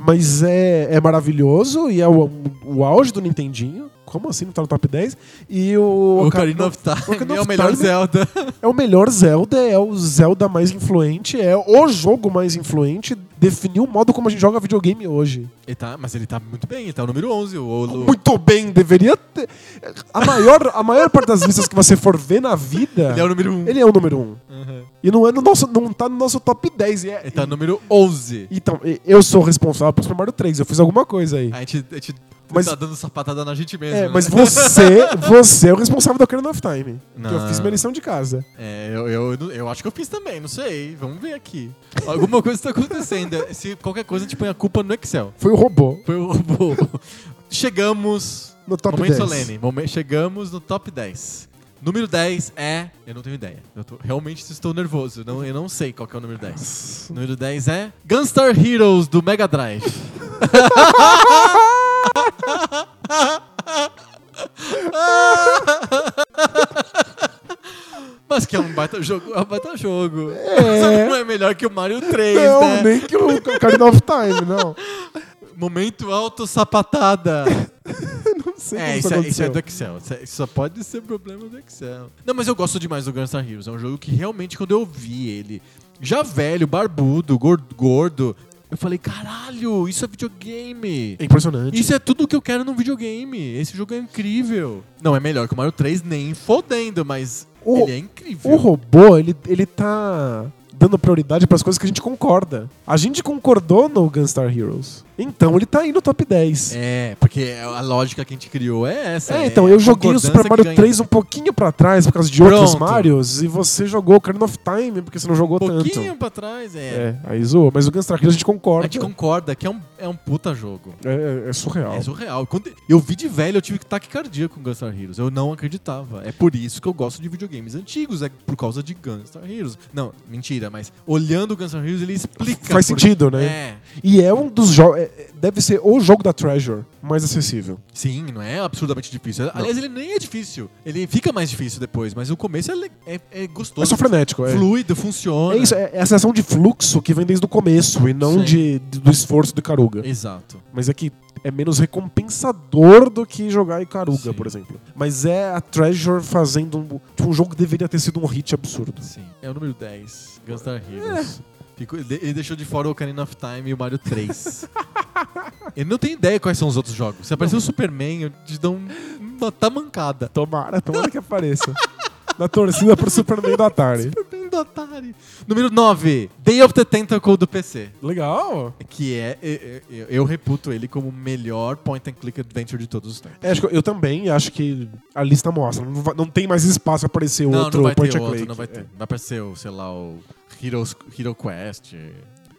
Mas é, é maravilhoso e é o, o auge do Nintendinho. Como assim não tá no top 10? E o.
O Ocarina of Time
Ocarina
é
of
o melhor
Time-
Zelda.
É o melhor Zelda, é o Zelda mais influente, é o jogo mais influente. Definiu o modo como a gente joga videogame hoje.
Ele tá, mas ele tá muito bem, ele tá o número 11. O, o,
Muito bem, deveria ter. A maior, a maior parte das listas que você for ver na vida.
ele é o número 1.
Ele é o número 1. Um.
Uhum.
E não, é no nosso, não tá no nosso top 10. E é-
Ele tá no número 11.
Então, e- eu sou responsável pelo Super Mario 3. Eu fiz alguma coisa aí.
A gente, a gente
Mas-
tá dando sapatada na gente mesmo.
É,
né?
mas você, você é o responsável da Ocarina of Time. que Eu
Não.
fiz minha lição de casa.
É, eu, eu, eu, acho que eu fiz também, não sei. Vamos ver aqui. Alguma coisa tá acontecendo. Se qualquer coisa, a gente põe a culpa no Excel.
Foi o robô
Foi o robô. Chegamos.
no top
momento
10.
solene. Momen- chegamos no top 10. Número 10 é. Eu não tenho ideia. Eu tô- realmente estou nervoso. Não, eu não sei qual que é o número 10. Número 10 é Gunstar Heroes do Mega Drive. Mas que é um baita jogo, é um baita jogo. Só que não é melhor que o Mario 3,
Não,
né?
nem que o Ocarina of Time, não.
Momento alto sapatada.
Não sei
É,
como
isso é,
isso
isso é
aconteceu.
do Excel. Isso, é- isso só pode ser problema do Excel. Não, mas eu gosto demais do Gunstar Heroes. É um jogo que realmente, quando eu vi ele, já velho, barbudo, gor- gordo, eu falei: caralho, isso é videogame.
É impressionante.
Isso é tudo o que eu quero num videogame. Esse jogo é incrível. Não é melhor que o Mario 3, nem fodendo, mas
o,
Ele é incrível.
o robô, ele, ele tá dando prioridade pras coisas que a gente concorda. A gente concordou no Gunstar Heroes. Então ele tá aí no top 10.
É, porque a lógica que a gente criou é essa.
É, então, eu
a
joguei o
concordância
Super
que
Mario
ganha.
3 um pouquinho pra trás por causa de outros
Pronto.
Marios, e você jogou o Ocarina of Time porque você não jogou
um pouquinho
tanto.
pra trás, é.
É, aí zoou. Mas o Gunstar Heroes a gente
A
concorda.
gente concorda que é um, é um puta jogo.
É, é- é surreal.
É surreal. Quando eu vi de velho, eu tive taquicardia com Gunstar Heroes. Eu não acreditava. É por isso que eu gosto de videogames antigos. É por causa de Gunstar Heroes. Não, mentira, mas olhando o Gunstar Heroes, ele explica.
Faz
por-
sentido, né?
É.
E é um dos jogos. deve ser o jogo da Treasure mais acessível.
Sim, não é absurdamente difícil. Aliás, ele nem é difícil. Ele fica mais difícil depois, mas o começo é, le- é, é
É
gostoso.
só frenético, é.
Fluido, funciona.
É isso, é, é a sensação de fluxo que vem desde o começo e não
né? Sim.
de, de- do esforço do Caruga.
Exato.
Mas é que é menos recompensador do que jogar Icaruga,
Sim.
por exemplo. Mas é a Treasure fazendo um, tipo, um jogo que deveria ter sido um hit absurdo.
Sim. É o número 10, Gunstar Heroes. Ficou- ele- ele deixou de fora o Ocarina of Time e o Mario 3. ele não tem ideia quais são os outros jogos. Se aparecer o Superman, eu te dou um- uma tamancada.
Tomara, tomara que apareça. Na torcida pro Superman do Atari.
Superman do Atari. Número 9, Day of the Tentacle do PC.
Legal!
Que é, eu, eu- eu reputo ele como o melhor point and click adventure de todos os tempos.
É, acho que eu, eu também acho que a lista mostra. Não, vai- não tem mais espaço pra aparecer
não,
outro
não vai
point
ter
and
outro,
click.
não vai ter.
É.
Não vai aparecer, o, sei lá, o Heroes, Hero Quest,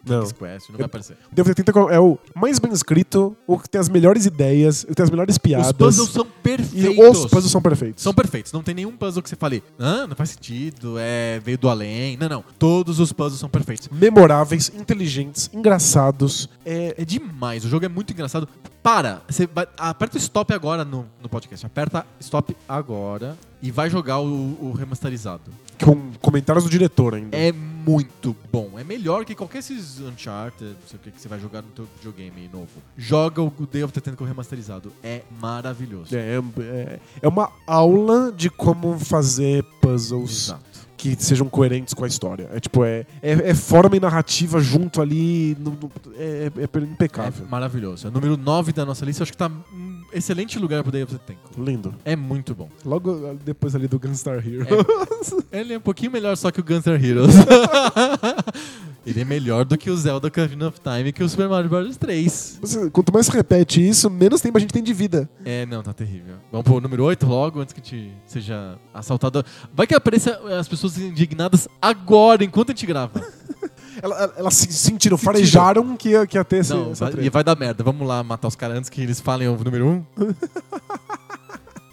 Não. É
King's Quest, não vai aparecer.
Devil May Cry é o mais bem escrito, o que tem as melhores ideias, o que tem as melhores piadas.
Os puzzles são
e
perfeitos.
os puzzles são perfeitos.
São perfeitos. Não tem nenhum puzzle que você fale, ah, não faz sentido, é, veio do além. Não, não. Todos os puzzles são perfeitos.
memoráveis, inteligentes, engraçados. É,
É demais. O jogo é muito engraçado. Para. Você vai- aperta o stop agora no, no podcast. Aperta stop agora e vai jogar o, o remasterizado.
com comentários do diretor ainda.
É muito bom. É melhor que qualquer esses Uncharted, não sei o que, que você vai jogar no teu videogame novo. Joga o Day of the Tentacle remasterizado. É maravilhoso.
É, é- é uma aula de como fazer puzzles
Exato.
que sejam coerentes com a história. É tipo, é, é, é forma e narrativa junto ali. no- no- é, é- é impecável.
É maravilhoso. É o número 9 da nossa lista. Eu Acho que tá um excelente lugar pro Day of the Tentacle.
Lindo.
É muito bom.
Logo ah, depois ali do Gunstar Hero.
Ele é um pouquinho melhor só que o Gunstar Heroes. Ele é melhor do que o Zelda Ocarina of Time e que o Super Mario Bros 3.
Você- quanto mais se repete isso, menos tempo a gente tem de vida.
É, não, tá terrível. Vamos pro número 8 logo, antes que a gente seja assaltado. Vai que apareça eh, as pessoas indignadas agora, enquanto a gente grava.
Ela- ela- Elas se sentiram, farejaram que ia, que ia ter esse,
não,
essa
vai,
treta.
e vai dar merda. Vamos lá matar os caras antes que eles falem o número 1.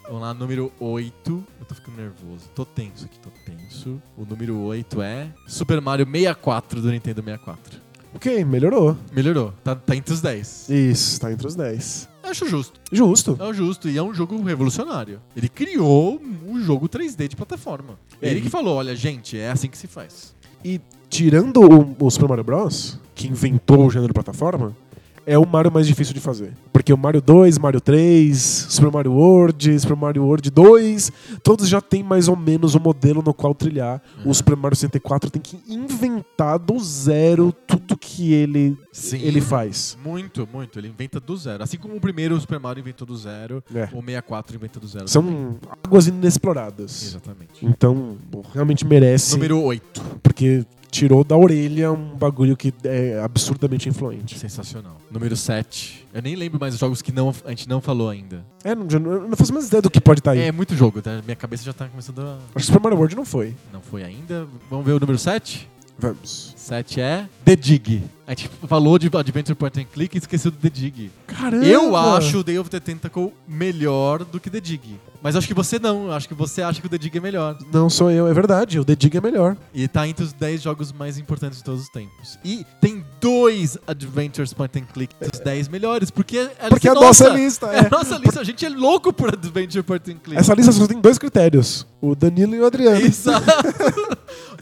Vamos lá, número 8. Eu tô ficando nervoso. Tô tenso aqui, tô tenso. O número 8 é Super Mario 64 do Nintendo 64.
Ok, melhorou.
Melhorou, tá, tá entre os 10.
Isso, tá entre os 10.
Acho justo.
Justo.
É justo e é um jogo revolucionário. Ele criou um jogo 3D de plataforma.
É,
Ele
e-
que falou, olha, gente, é assim que se faz.
E tirando o, o Super Mario Bros., que inventou o gênero plataforma, é o Mario mais difícil de fazer. Porque o Mario 2, Mario 3, Super Mario World, Super Mario World 2, todos já têm mais ou menos o modelo no qual trilhar.
É.
O Super Mario 64 tem que inventar do zero tudo que ele,
Sim.
ele faz.
Muito, muito. Ele inventa do zero. Assim como o primeiro Super Mario inventou do zero,
É.
o 64 inventa do zero. também.
São águas inexploradas.
Exatamente.
Então, bom, realmente merece,
Número um. 8.
porque tirou da orelha um bagulho que é absurdamente influente.
Sensacional. Número 7. Eu nem lembro mais os jogos que não, a gente não falou ainda.
É, não, já não- eu não faço mais ideia do que pode estar aí.
É muito jogo, tá? Minha cabeça já tá começando a.
Acho que Super Mario World não foi.
Não foi ainda. Vamos ver o número 7?
Vamos.
7 é The Dig. A gente falou de Adventure Point and Click e esqueceu do The Dig.
Caramba!
Eu acho o Day of the Tentacle melhor do que The Dig. Mas acho que você não. Acho que você acha que o The Dig é melhor.
Não sou eu, é verdade. O The Dig é melhor.
E tá entre os 10 jogos mais importantes de todos os tempos. E tem dois Adventures Point and Click dos 10 melhores, porque é
Porque é a nossa lista,
É a
é.
nossa lista, a gente é louco por Adventure Point and Click.
Essa lista só tem dois critérios: o Danilo e o Adriano.
Exato.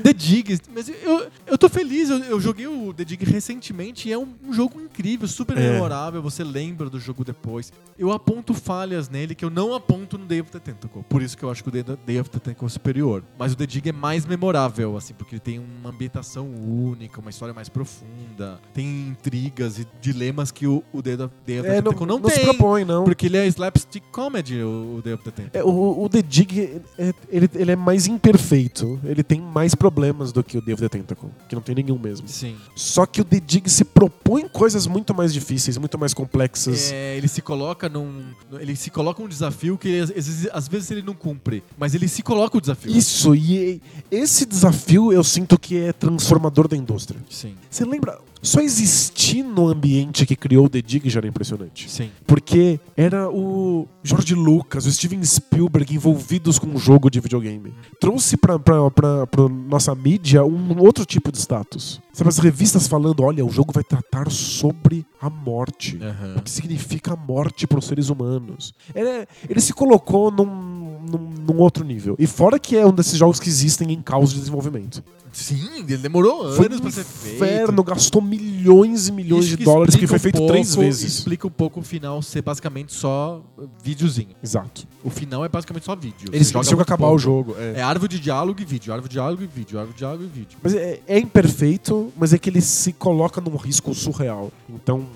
The Dig, mas eu, eu tô feliz, eu, eu joguei o The Dig recentemente e é um, um jogo incrível, super
É.
memorável, você lembra do jogo depois. Eu aponto falhas nele que eu não aponto no Day of the Tentacle, por isso que eu acho que o Day Day of the Tentacle é superior. Mas o The Dig é mais memorável, assim, porque ele tem uma ambientação única, uma história mais profunda, tem intrigas e dilemas que o, o Day of Day of the
É,
Tentacle
não,
Tipo, não,
não, se
tem.
propõe, não.
Porque ele é slapstick comedy, o o Day of the Tentacle.
É, o, o The Dig é, ele, ele é mais imperfeito. Ele tem mais problemas do que o Day of the Tentacle, que não tem nenhum mesmo.
Sim.
Só que o The Dig se propõe coisas muito mais difíceis, muito mais complexas.
É, ele se coloca num. Ele se coloca um desafio que ele, às, vezes, às vezes ele não cumpre, mas ele se coloca o desafio.
Isso, e esse desafio eu sinto que é transformador da indústria.
Sim,
Você lembra? Só existir no ambiente que criou o The Dig já era impressionante.
sim.
Porque era o George Lucas, o Steven Spielberg envolvidos com o jogo de videogame. Trouxe pra, pra, pra, pra nossa mídia um outro tipo de status. Sabe, as revistas falando, olha, o jogo vai tratar sobre a morte.
Aham.
O que significa a morte para os seres humanos. Ele, ele se colocou num, num, num outro nível. E fora que é um desses jogos que existem em caos de desenvolvimento.
Sim, ele demorou
Foi
anos
um
pra ser feito.
inferno, gastou milhões e milhões
Isso
de dólares, que
explica
foi
um
feito
pouco-
três vezes.
Explica um pouco o final ser basicamente só uh, videozinho.
Exato.
O final é basicamente só vídeo.
Eles
Você
tinham
joga
que
muito
acabar
pouco.
o jogo. é.
É árvore de diálogo e vídeo, árvore de diálogo e vídeo, árvore de diálogo e vídeo.
Mas é, é imperfeito, mas é que ele se coloca num risco surreal. Então,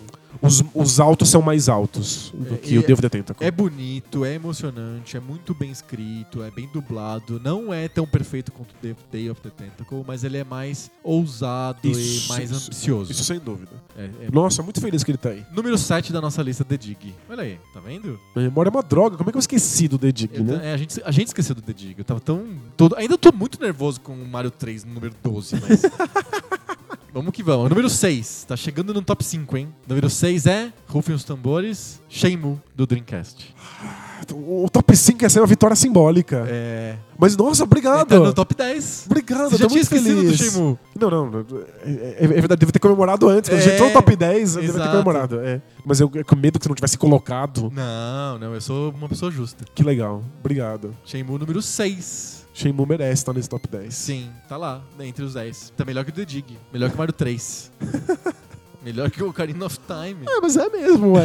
os, os altos são mais altos do
É,
que
e
o Devo the Tentacle.
É bonito, é emocionante, é muito bem escrito, é bem dublado. Não é tão perfeito quanto The Day of the Tentacle, mas ele é mais ousado e
Isso,
mais
isso,
ambicioso.
Isso sem dúvida.
É, é-
Nossa, muito feliz que ele tá aí.
Número 7 da nossa lista, The Dig. Olha aí, tá vendo?
Minha memória é uma droga. Como é que eu esqueci do The Dig,
Eu-
né?
é, a, gente, a gente esqueceu do The Dig. Eu tava tão. Todo, ainda tô muito nervoso com o Mario 3 no número 12, mas. vamos que vamos. Número 6, tá chegando no top 5, hein? Número 6 é, rufem os tambores, Shenmue, do Dreamcast.
O o top 5 ia ser uma vitória simbólica.
É.
Mas, nossa,
Ele
obrigado.
tá no top 10.
Obrigado,
Você já tinha
eu tô muito
esquecido
feliz.
do Shenmue.
Não, não. É, é- é verdade, devo ter comemorado antes. Quando
É,
já entrou no top 10, eu devo ter
exato.
comemorado. é. Mas eu, eu com medo que você não tivesse colocado.
Não, não, eu sou uma pessoa justa.
Que legal. Obrigado.
Shenmue número 6.
Shenmue merece estar nesse top 10.
Sim, tá lá, né, entre os 10. Tá melhor que o The Dig, melhor que o Mario 3. melhor que o Ocarina of Time.
Ah, mas é mesmo, ué.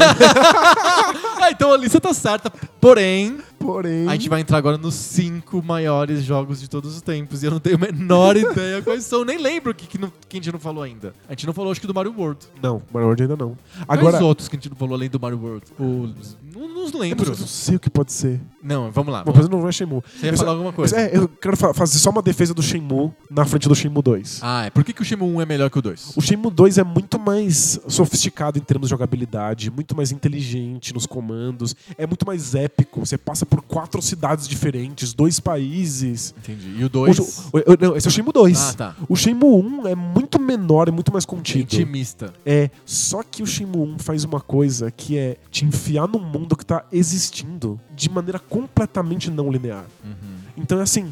ah, então a lista tá certa. Porém,
Porém.
a gente vai entrar agora nos 5 maiores jogos de todos os tempos. E eu não tenho a menor ideia quais são. Nem lembro o que, que, não- que a gente não falou ainda. A gente não falou, acho que do Mario World.
Não, Mario World ainda não. Agora.
Quais outros que a gente não falou além do Mario World? Os- Não nos
Eu
lembro.
não sei o que pode ser.
Não, vamos lá.
Uma coisa não é Shenmue.
Tá Você ia
Eu só-
falar alguma
Mas
coisa?
é, eu quero fa- fazer só uma defesa do Shenmue na frente do Shenmue 2.
Ah, é. Por que, que o Shenmue 1 é melhor que o 2?
O Shenmue 2 é muito mais sofisticado em termos de jogabilidade, muito mais inteligente nos comandos, é muito mais épico. Você passa por quatro cidades diferentes, dois países.
Entendi. E o
O
2
jo- o- o- não, esse é o Shenmue 2.
Ah, tá.
O Shenmue 1 é muito menor e muito mais
é
contido.
intimista.
É, só que o Shenmue 1 faz uma coisa que é te enfiar num mundo que tá existindo de maneira completamente não linear.
Uhum.
Então é assim,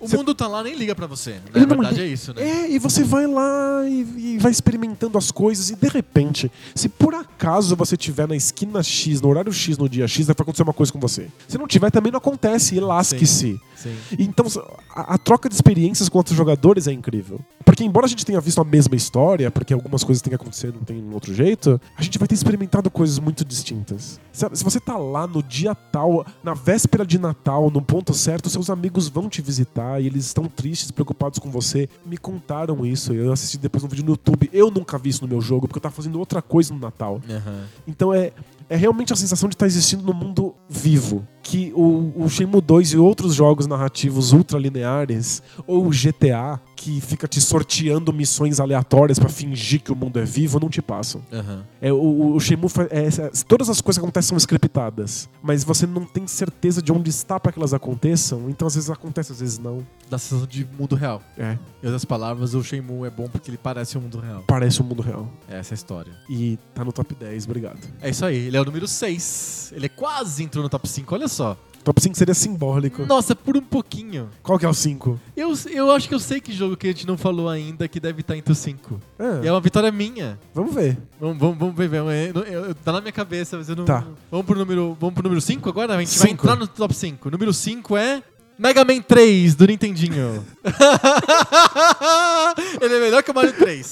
O
Cê-
mundo tá lá, nem liga pra você. né?
Ele
Na
não
verdade
liga.
é isso, né?
É, e você vai lá e, e vai experimentando as coisas e de repente, se por acaso você tiver na esquina X, no horário X, no dia X, vai acontecer uma coisa com você. Se não tiver, também não acontece e lasque-se.
Sim.
Então, a, a troca de experiências com outros jogadores é incrível. Porque embora a gente tenha visto a mesma história, porque algumas coisas têm que acontecer e não tem um outro jeito, a gente vai ter experimentado coisas muito distintas. Sabe, se você tá lá no dia tal, na véspera de Natal, no ponto certo, seus amigos vão te visitar e eles estão tristes, preocupados com você. Me contaram isso, eu assisti depois um vídeo no YouTube. Eu nunca vi isso no meu jogo, porque eu tava fazendo outra coisa no Natal.
Aham.
Então é, é realmente a sensação de estar existindo num mundo vivo. Que o, o Shenmue 2 e outros jogos narrativos ultralineares, ou o GTA, que fica te sorteando missões aleatórias pra fingir que o mundo é vivo, não te passam.
Aham.
É, o, o Shenmue, fa- é, essa- todas as coisas que acontecem são scriptadas, mas você não tem certeza de onde está pra que elas aconteçam, então às vezes acontece, às vezes não.
Dá a sensação de mundo real.
É,
Em outras palavras, o Shenmue é bom porque ele parece um mundo real.
parece um mundo real.
É essa a história.
E tá no top 10, obrigado.
É isso aí. Ele é o número 6. Ele é quase entrou no top 5, olha só.
Top 5 seria simbólico.
Nossa, por um pouquinho.
Qual que é o 5?
Eu, eu acho que eu sei que jogo que a gente não falou ainda que deve estar entre os 5. E
É,
é uma vitória minha.
Vamos ver.
Vamos, vamos, vamos ver, vamos ver. Eu- eu- eu- tá na minha cabeça, mas eu não.
Tá.
Vamos pro número. Vamos pro número 5 agora? A gente vai
Cinco.
entrar no top 5. Número 5 é Mega Man 3 do Nintendinho. Ele é melhor que o Mario 3.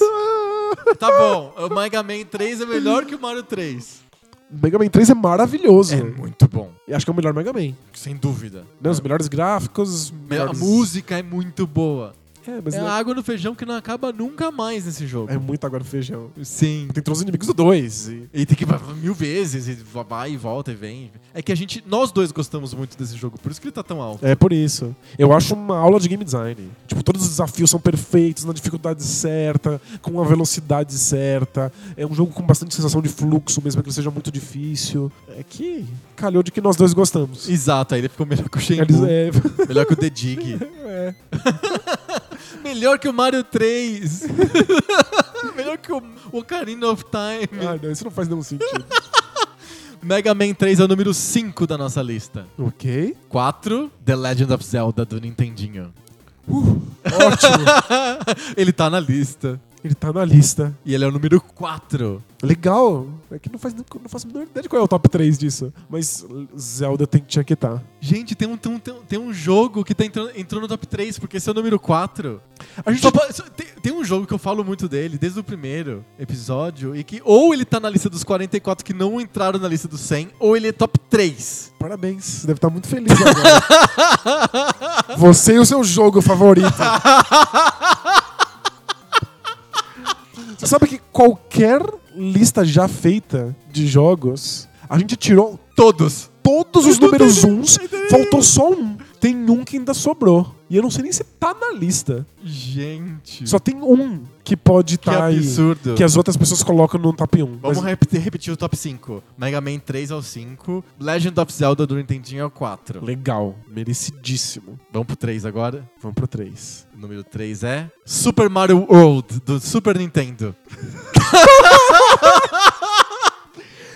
Tá bom, o Mega Man 3 é melhor que o Mario 3.
Mega Man 3 é maravilhoso.
É muito bom,
E acho que é o melhor Mega Man.
sem dúvida.
Né? Os melhores gráficos.
Me- A
melhores-
música é muito boa.
É, mas
É
não-
a água no feijão que não acaba nunca mais nesse jogo.
é muito agora feijão.
É- Sim.
Tem todos os inimigos do 2.
E tem que ir pra- mil vezes, e vai e volta e vem. É que a gente, nós dois gostamos muito desse jogo, por isso que ele tá tão alto.
É por isso. Eu acho uma aula de game design. Tipo, todos os desafios são perfeitos, na dificuldade certa, com a velocidade certa. É um jogo com bastante sensação de fluxo, mesmo que ele seja muito difícil. É que calhou de que nós dois gostamos.
Exato, aí ele ficou melhor que o
Eles-
Shenmue,
é,
melhor que o The Dig,
é.
melhor que o Mario 3, melhor que o Ocarina of Time.
Ah, não, isso não faz nenhum sentido.
Mega Man 3 é o número 5 da nossa lista.
ok.
4, The Legend of Zelda do Nintendinho.
Uh, Ótimo.
ele tá na lista.
Ele tá na lista.
E ele é o número 4.
Legal. É que não, faz, não faço a menor ideia de qual é o top 3 disso. Mas Zelda tem, tinha que estar.
Gente, tem um, tem, um, tem um- tem um jogo que tá entrando, entrou no top 3, porque esse é o número 4.
A gente
Só pa- só- tem, tem um jogo que eu falo muito dele, desde o primeiro episódio, e que ou ele tá na lista dos 44 que não entraram na lista dos 100, ou ele é top 3.
Parabéns, você deve estar muito feliz agora. você e o seu jogo favorito. você sabe que qualquer lista já feita de jogos, a gente tirou
Todos.
todos os números uns, faltou só um. Tem um que ainda sobrou. E eu não sei nem se tá na lista.
Gente.
Só tem um que pode
que
estar tá aí.
absurdo.
Que as outras pessoas colocam no top 1.
Vamos repetir, repetir o top 5. Mega Man 3 é o 5. Legend of Zelda do Nintendinho é o 4.
Legal, merecidíssimo.
Vamos pro 3 agora.
Vamos pro 3.
O número 3 é Super Mario World do Super Nintendo.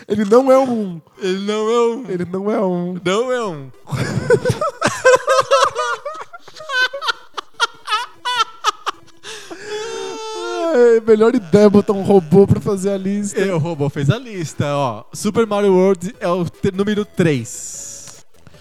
Ele não é um.
Ele não é um.
Ele não é um.
Não é um.
Ai, melhor ideia botar um robô pra fazer a lista.
E o robô fez a lista, ó. Super Mario World é o te- número 3.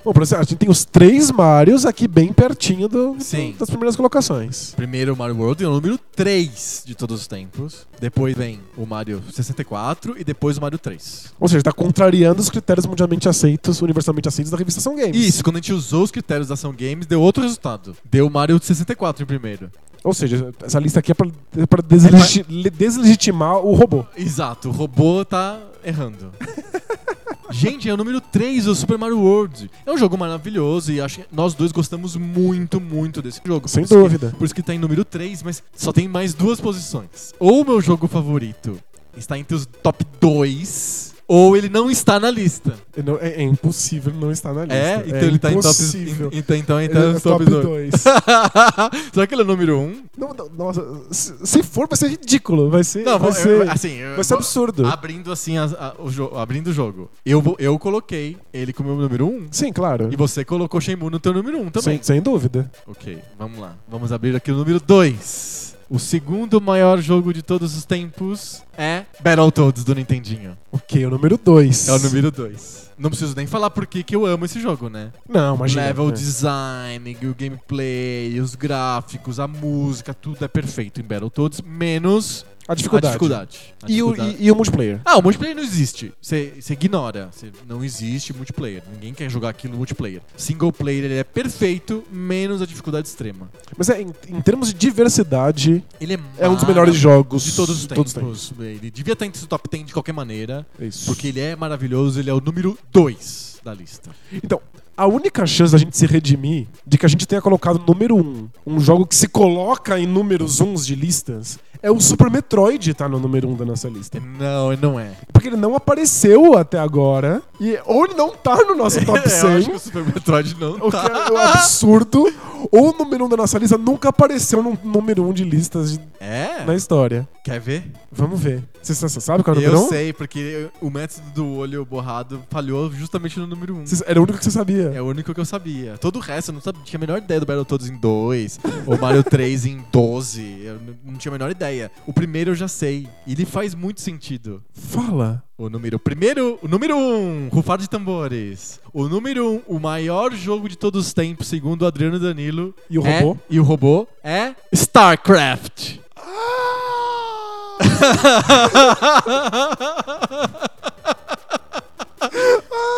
Bom, pra você, a gente tem os três Marios aqui bem pertinho do,
Sim.
das primeiras colocações.
Primeiro, o Mario World é o número 3 de todos os tempos. Depois vem o Mario 64 e depois o Mario 3.
Ou seja, tá contrariando os critérios mundialmente aceitos, universalmente aceitos da revista São Games.
Isso, quando a gente usou os critérios da Ação Games, deu outro resultado. Deu o Mario 64 em primeiro.
Ou seja, essa lista aqui é pra, é pra deslegi- le- deslegitimar o robô.
Exato, o robô tá errando. Gente, é o número 3 do Super Mario World. É um jogo maravilhoso e acho que nós dois gostamos muito, muito desse jogo. Por
Sem
isso que-
dúvida.
por isso que tá em número 3, mas só tem mais duas posições. Ou o meu jogo favorito está entre os top 2, ou ele não está na lista.
E não- É, é impossível não estar na lista.
É? Então ele tá em top,
impossível.
em- então, então,
Ele é
então, top 2.
dois.
Será que ele é o número 1? Um?
Não, não, nossa, se, se for, vai ser ridículo. Vai ser,
Não,
vai
vou-
ser,
eu- assim, eu-
vai ser absurdo.
Abrindo assim as- a- o jo- abrindo o jogo. Eu, vou- eu coloquei ele como meu número 1. Um,
Sim, claro.
e você colocou Shenmue no teu número 1 um também.
Sem, sem dúvida.
Ok, vamos lá. Vamos abrir aqui o número 2. O segundo maior jogo de todos os tempos é Battletoads do Nintendinho.
Ok, é o número 2.
É o número 2. Não preciso nem falar por que que eu amo esse jogo, né?
Não, imagina.
Level
né?
design, o gameplay, os gráficos, a música, tudo é perfeito em Battletoads, menos
A dificuldade.
a dificuldade. A
E, o,
dificuldade-
e- e o multiplayer.
Ah, o multiplayer não existe. Você você ignora. Cê- não existe multiplayer. Ninguém quer jogar aquilo no multiplayer. Single player ele é perfeito, menos a dificuldade extrema.
Mas é, em, em termos de diversidade,
Ele é,
é um dos melhores jogos
de todos os tempos. Ele devia estar entre o top 10 de qualquer maneira,
Isso.
porque ele é maravilhoso, ele é o número 2 da lista.
Então, a única chance da gente se redimir de que a gente tenha colocado número 1, um, um jogo que se coloca em números uns de listas, é o Super Metroid tá no número 1 um da nossa lista.
Não, ele não é.
Porque ele não apareceu até agora, e ou ele não tá no nosso top
É, eu acho
100,
que o Super Metroid não
o que
tá.
é um absurdo, ou o número 1 um da nossa lista nunca apareceu no número 1 um de listas de
É? É.
na história.
Quer ver?
Vamos ver. Você sa- sabe qual é o é número
eu
um?
sei, porque o método do olho borrado falhou justamente no número 1. Um.
Você- Era o único que você sabia.
É o único que eu sabia. Todo o resto eu não sabia, tinha a menor ideia do Battle Todos em 2, ou Mario 3 em 12. Eu n- não tinha a menor ideia. O primeiro eu já sei. E ele faz muito sentido.
Fala.
O número primeiro, o número 1, um, Rufar de Tambores. O número 1, um, o maior jogo de todos os tempos, segundo o Adriano Danilo.
E o
é-
robô?
E o robô é StarCraft.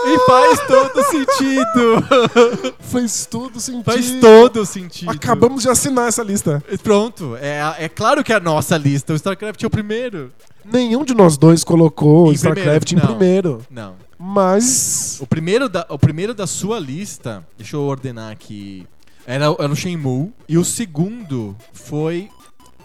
e faz todo sentido.
Faz todo sentido.
Faz todo sentido.
Acabamos de assinar essa lista.
Pronto, é, a- é claro que é a nossa lista. O StarCraft é o primeiro.
Nenhum de nós dois colocou
Em
StarCraft
primeiro,
em
não.
primeiro.
Não.
Mas.
O primeiro da, o primeiro da sua lista, deixa eu ordenar aqui. Era, o- era o Shenmue. E o segundo foi.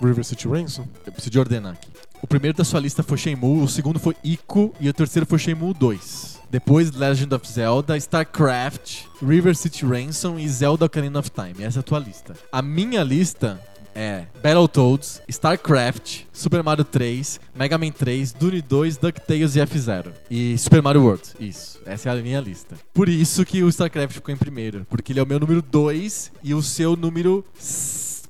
River City Ransom?
Eu preciso de ordenar aqui. O primeiro da sua lista foi Shenmue, o segundo foi Ico e o terceiro foi Shenmue 2. Depois Legend of Zelda, StarCraft, River City Ransom e Zelda Ocarina of Time. Essa é a tua lista. A minha lista é Battletoads, StarCraft, Super Mario 3, Mega Man 3, Dune 2, DuckTales e F-Zero. E Super Mario World. Isso. Essa é a minha lista. Por isso que o StarCraft ficou em primeiro. Porque ele é o meu número 2 e o seu número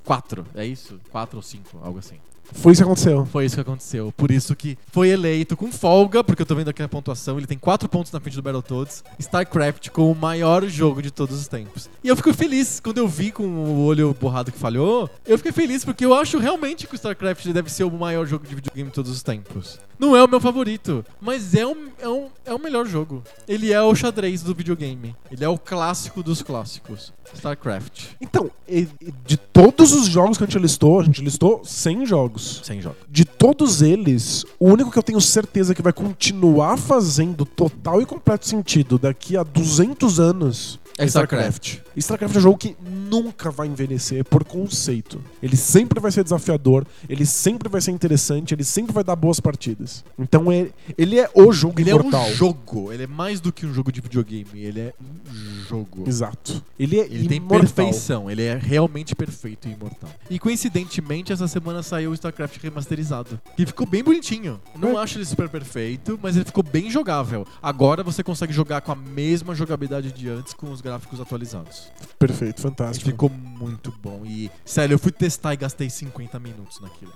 4. É isso? 4 ou 5, algo assim.
Foi isso que aconteceu.
Foi isso que aconteceu. Por isso que foi eleito com folga, porque eu tô vendo aqui a pontuação, ele tem 4 pontos na frente do Battletoads, StarCraft com o maior jogo de todos os tempos. E eu fico feliz quando eu vi com o olho borrado que falhou, eu fiquei feliz porque eu acho realmente que o StarCraft deve ser o maior jogo de videogame de todos os tempos. Não é o meu favorito, mas é, um, é, um, é o melhor jogo. Ele é o xadrez do videogame. Ele é o clássico dos clássicos. StarCraft.
Então, e- e de todos os jogos que a gente listou, a gente listou 100 jogos.
Sem jogo.
De todos eles, o único que eu tenho certeza que vai continuar fazendo total e completo sentido daqui a 200 anos
É StarCraft.
StarCraft é um jogo que nunca vai envelhecer por conceito. Ele sempre vai ser desafiador, ele sempre vai ser interessante, ele sempre vai dar boas partidas. Então é- ele é o jogo
Ele
imortal.
é um jogo, ele é mais do que um jogo de videogame, ele é um jogo.
Exato. Ele é
Ele tem
imortal.
perfeição, ele é realmente perfeito e imortal. E coincidentemente, essa semana saiu o StarCraft remasterizado. Que ficou bem bonitinho. Não
É.
acho ele super perfeito, mas ele ficou bem jogável. Agora você consegue jogar com a mesma jogabilidade de antes, com os gráficos atualizados.
Perfeito, fantástico.
Ficou muito bom. E, sério, eu fui testar e gastei 50 minutos naquilo.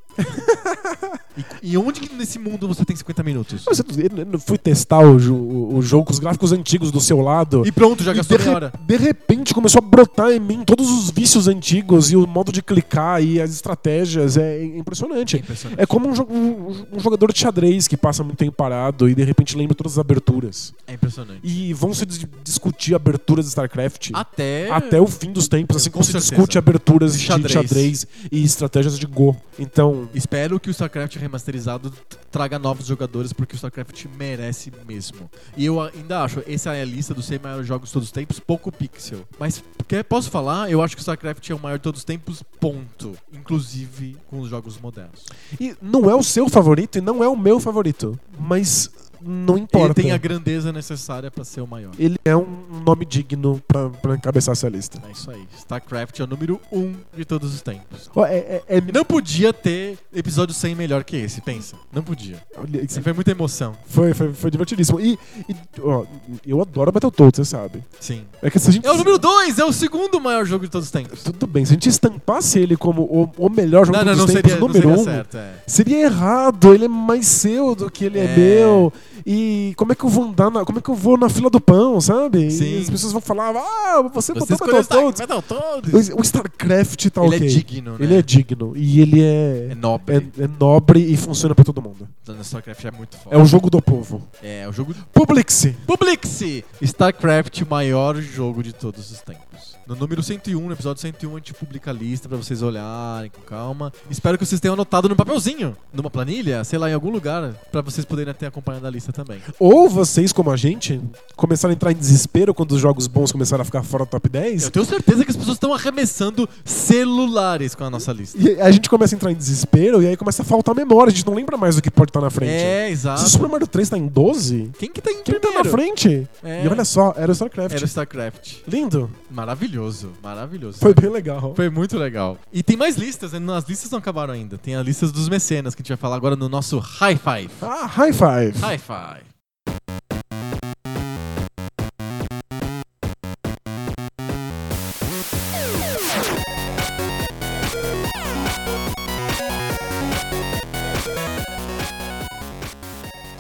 e, e onde que nesse mundo você tem 50 minutos?
Mas eu eu não fui testar o, jo- o jogo com os gráficos antigos do seu lado.
E pronto, já
E
gastou
de,
meia
re-
hora.
de repente começou a brotar em mim todos os vícios antigos e o modo de clicar e as estratégias. É impressionante.
impressionante.
É como um, jo- um- um jogador de xadrez que passa muito tempo parado e de repente lembra todas as aberturas.
É impressionante.
E vão se dis- discutir aberturas de StarCraft
Até.
até o fim dos tempos, assim
Com
como se
certeza.
discute aberturas de
Xadrez.
xadrez. e estratégias de Go. Então,
Espero que o StarCraft remasterizado t- traga novos jogadores, porque o StarCraft merece mesmo. E eu a- ainda acho, essa é a lista dos 100 maiores jogos de todos os tempos, pouco pixel. Mas quer, posso falar? Eu acho que o StarCraft é o maior de todos os tempos, ponto. Inclusive com os jogos modernos.
e não é o seu favorito e não é o meu favorito, mas não importa.
Ele tem a grandeza necessária pra ser o maior.
Ele é um nome digno pra, pra encabeçar essa lista.
É isso aí. StarCraft é o número 1 um de todos os tempos.
Ó, É, é- é-
E não podia ter episódio 100 melhor que esse, pensa. Não podia.
Olha, isso
Isso foi muita emoção.
Foi, foi, foi divertidíssimo. E, e, ó, eu adoro Battletoads, você sabe.
Sim.
É que se a gente.
É o número 2, é o segundo maior jogo de todos os tempos.
Tudo bem, se a gente estampasse ele como o, o melhor jogo
Não,
de
não,
todos
não
os tá tempos,
seria, não
número
seria
um,
certo. É.
seria errado. Ele é mais seu do que ele é,
É.
meu. E como é que eu vou andar na, como é que eu vou na fila do pão, sabe?
Sim.
E as pessoas vão falar: "Ah, você
Você
botou
escolheu
Battletoads".
Star- Battletoads.
O StarCraft é, tá
Ele
ok.
é digno, né?
Ele é digno e ele
É
é
nobre.
é, é nobre e funciona pra todo mundo.
Então, StarCraft é muito forte.
É o jogo do povo.
É, o jogo...
Publix.
Publix-se! StarCraft, o maior jogo de todos os tempos. No número 101, no episódio 101, a gente publica a lista pra vocês olharem com calma. Espero que vocês tenham anotado num papelzinho, numa planilha, sei lá, em algum lugar, pra vocês poderem ter acompanhado a lista. lista também.
Ou vocês, como a gente, começaram a entrar em desespero quando os jogos bons começaram a ficar fora do top 10.
Eu tenho certeza que as pessoas estão arremessando celulares com a nossa lista.
E a gente começa a entrar em desespero e aí começa a faltar memória. A gente não lembra mais o que pode estar na frente.
É,
Se o
exato.
Super Mario 3 tá em 12,
Quem que tá em
quem tá
primeiro?
na frente?
É.
E olha só, era o StarCraft.
Era o StarCraft.
Lindo.
Maravilhoso, maravilhoso.
Foi bem legal.
Foi muito legal. E tem mais listas, né? As listas não acabaram ainda. Tem a lista dos mecenas que a gente vai falar agora no nosso High Five.
Ah, high five.
High Five.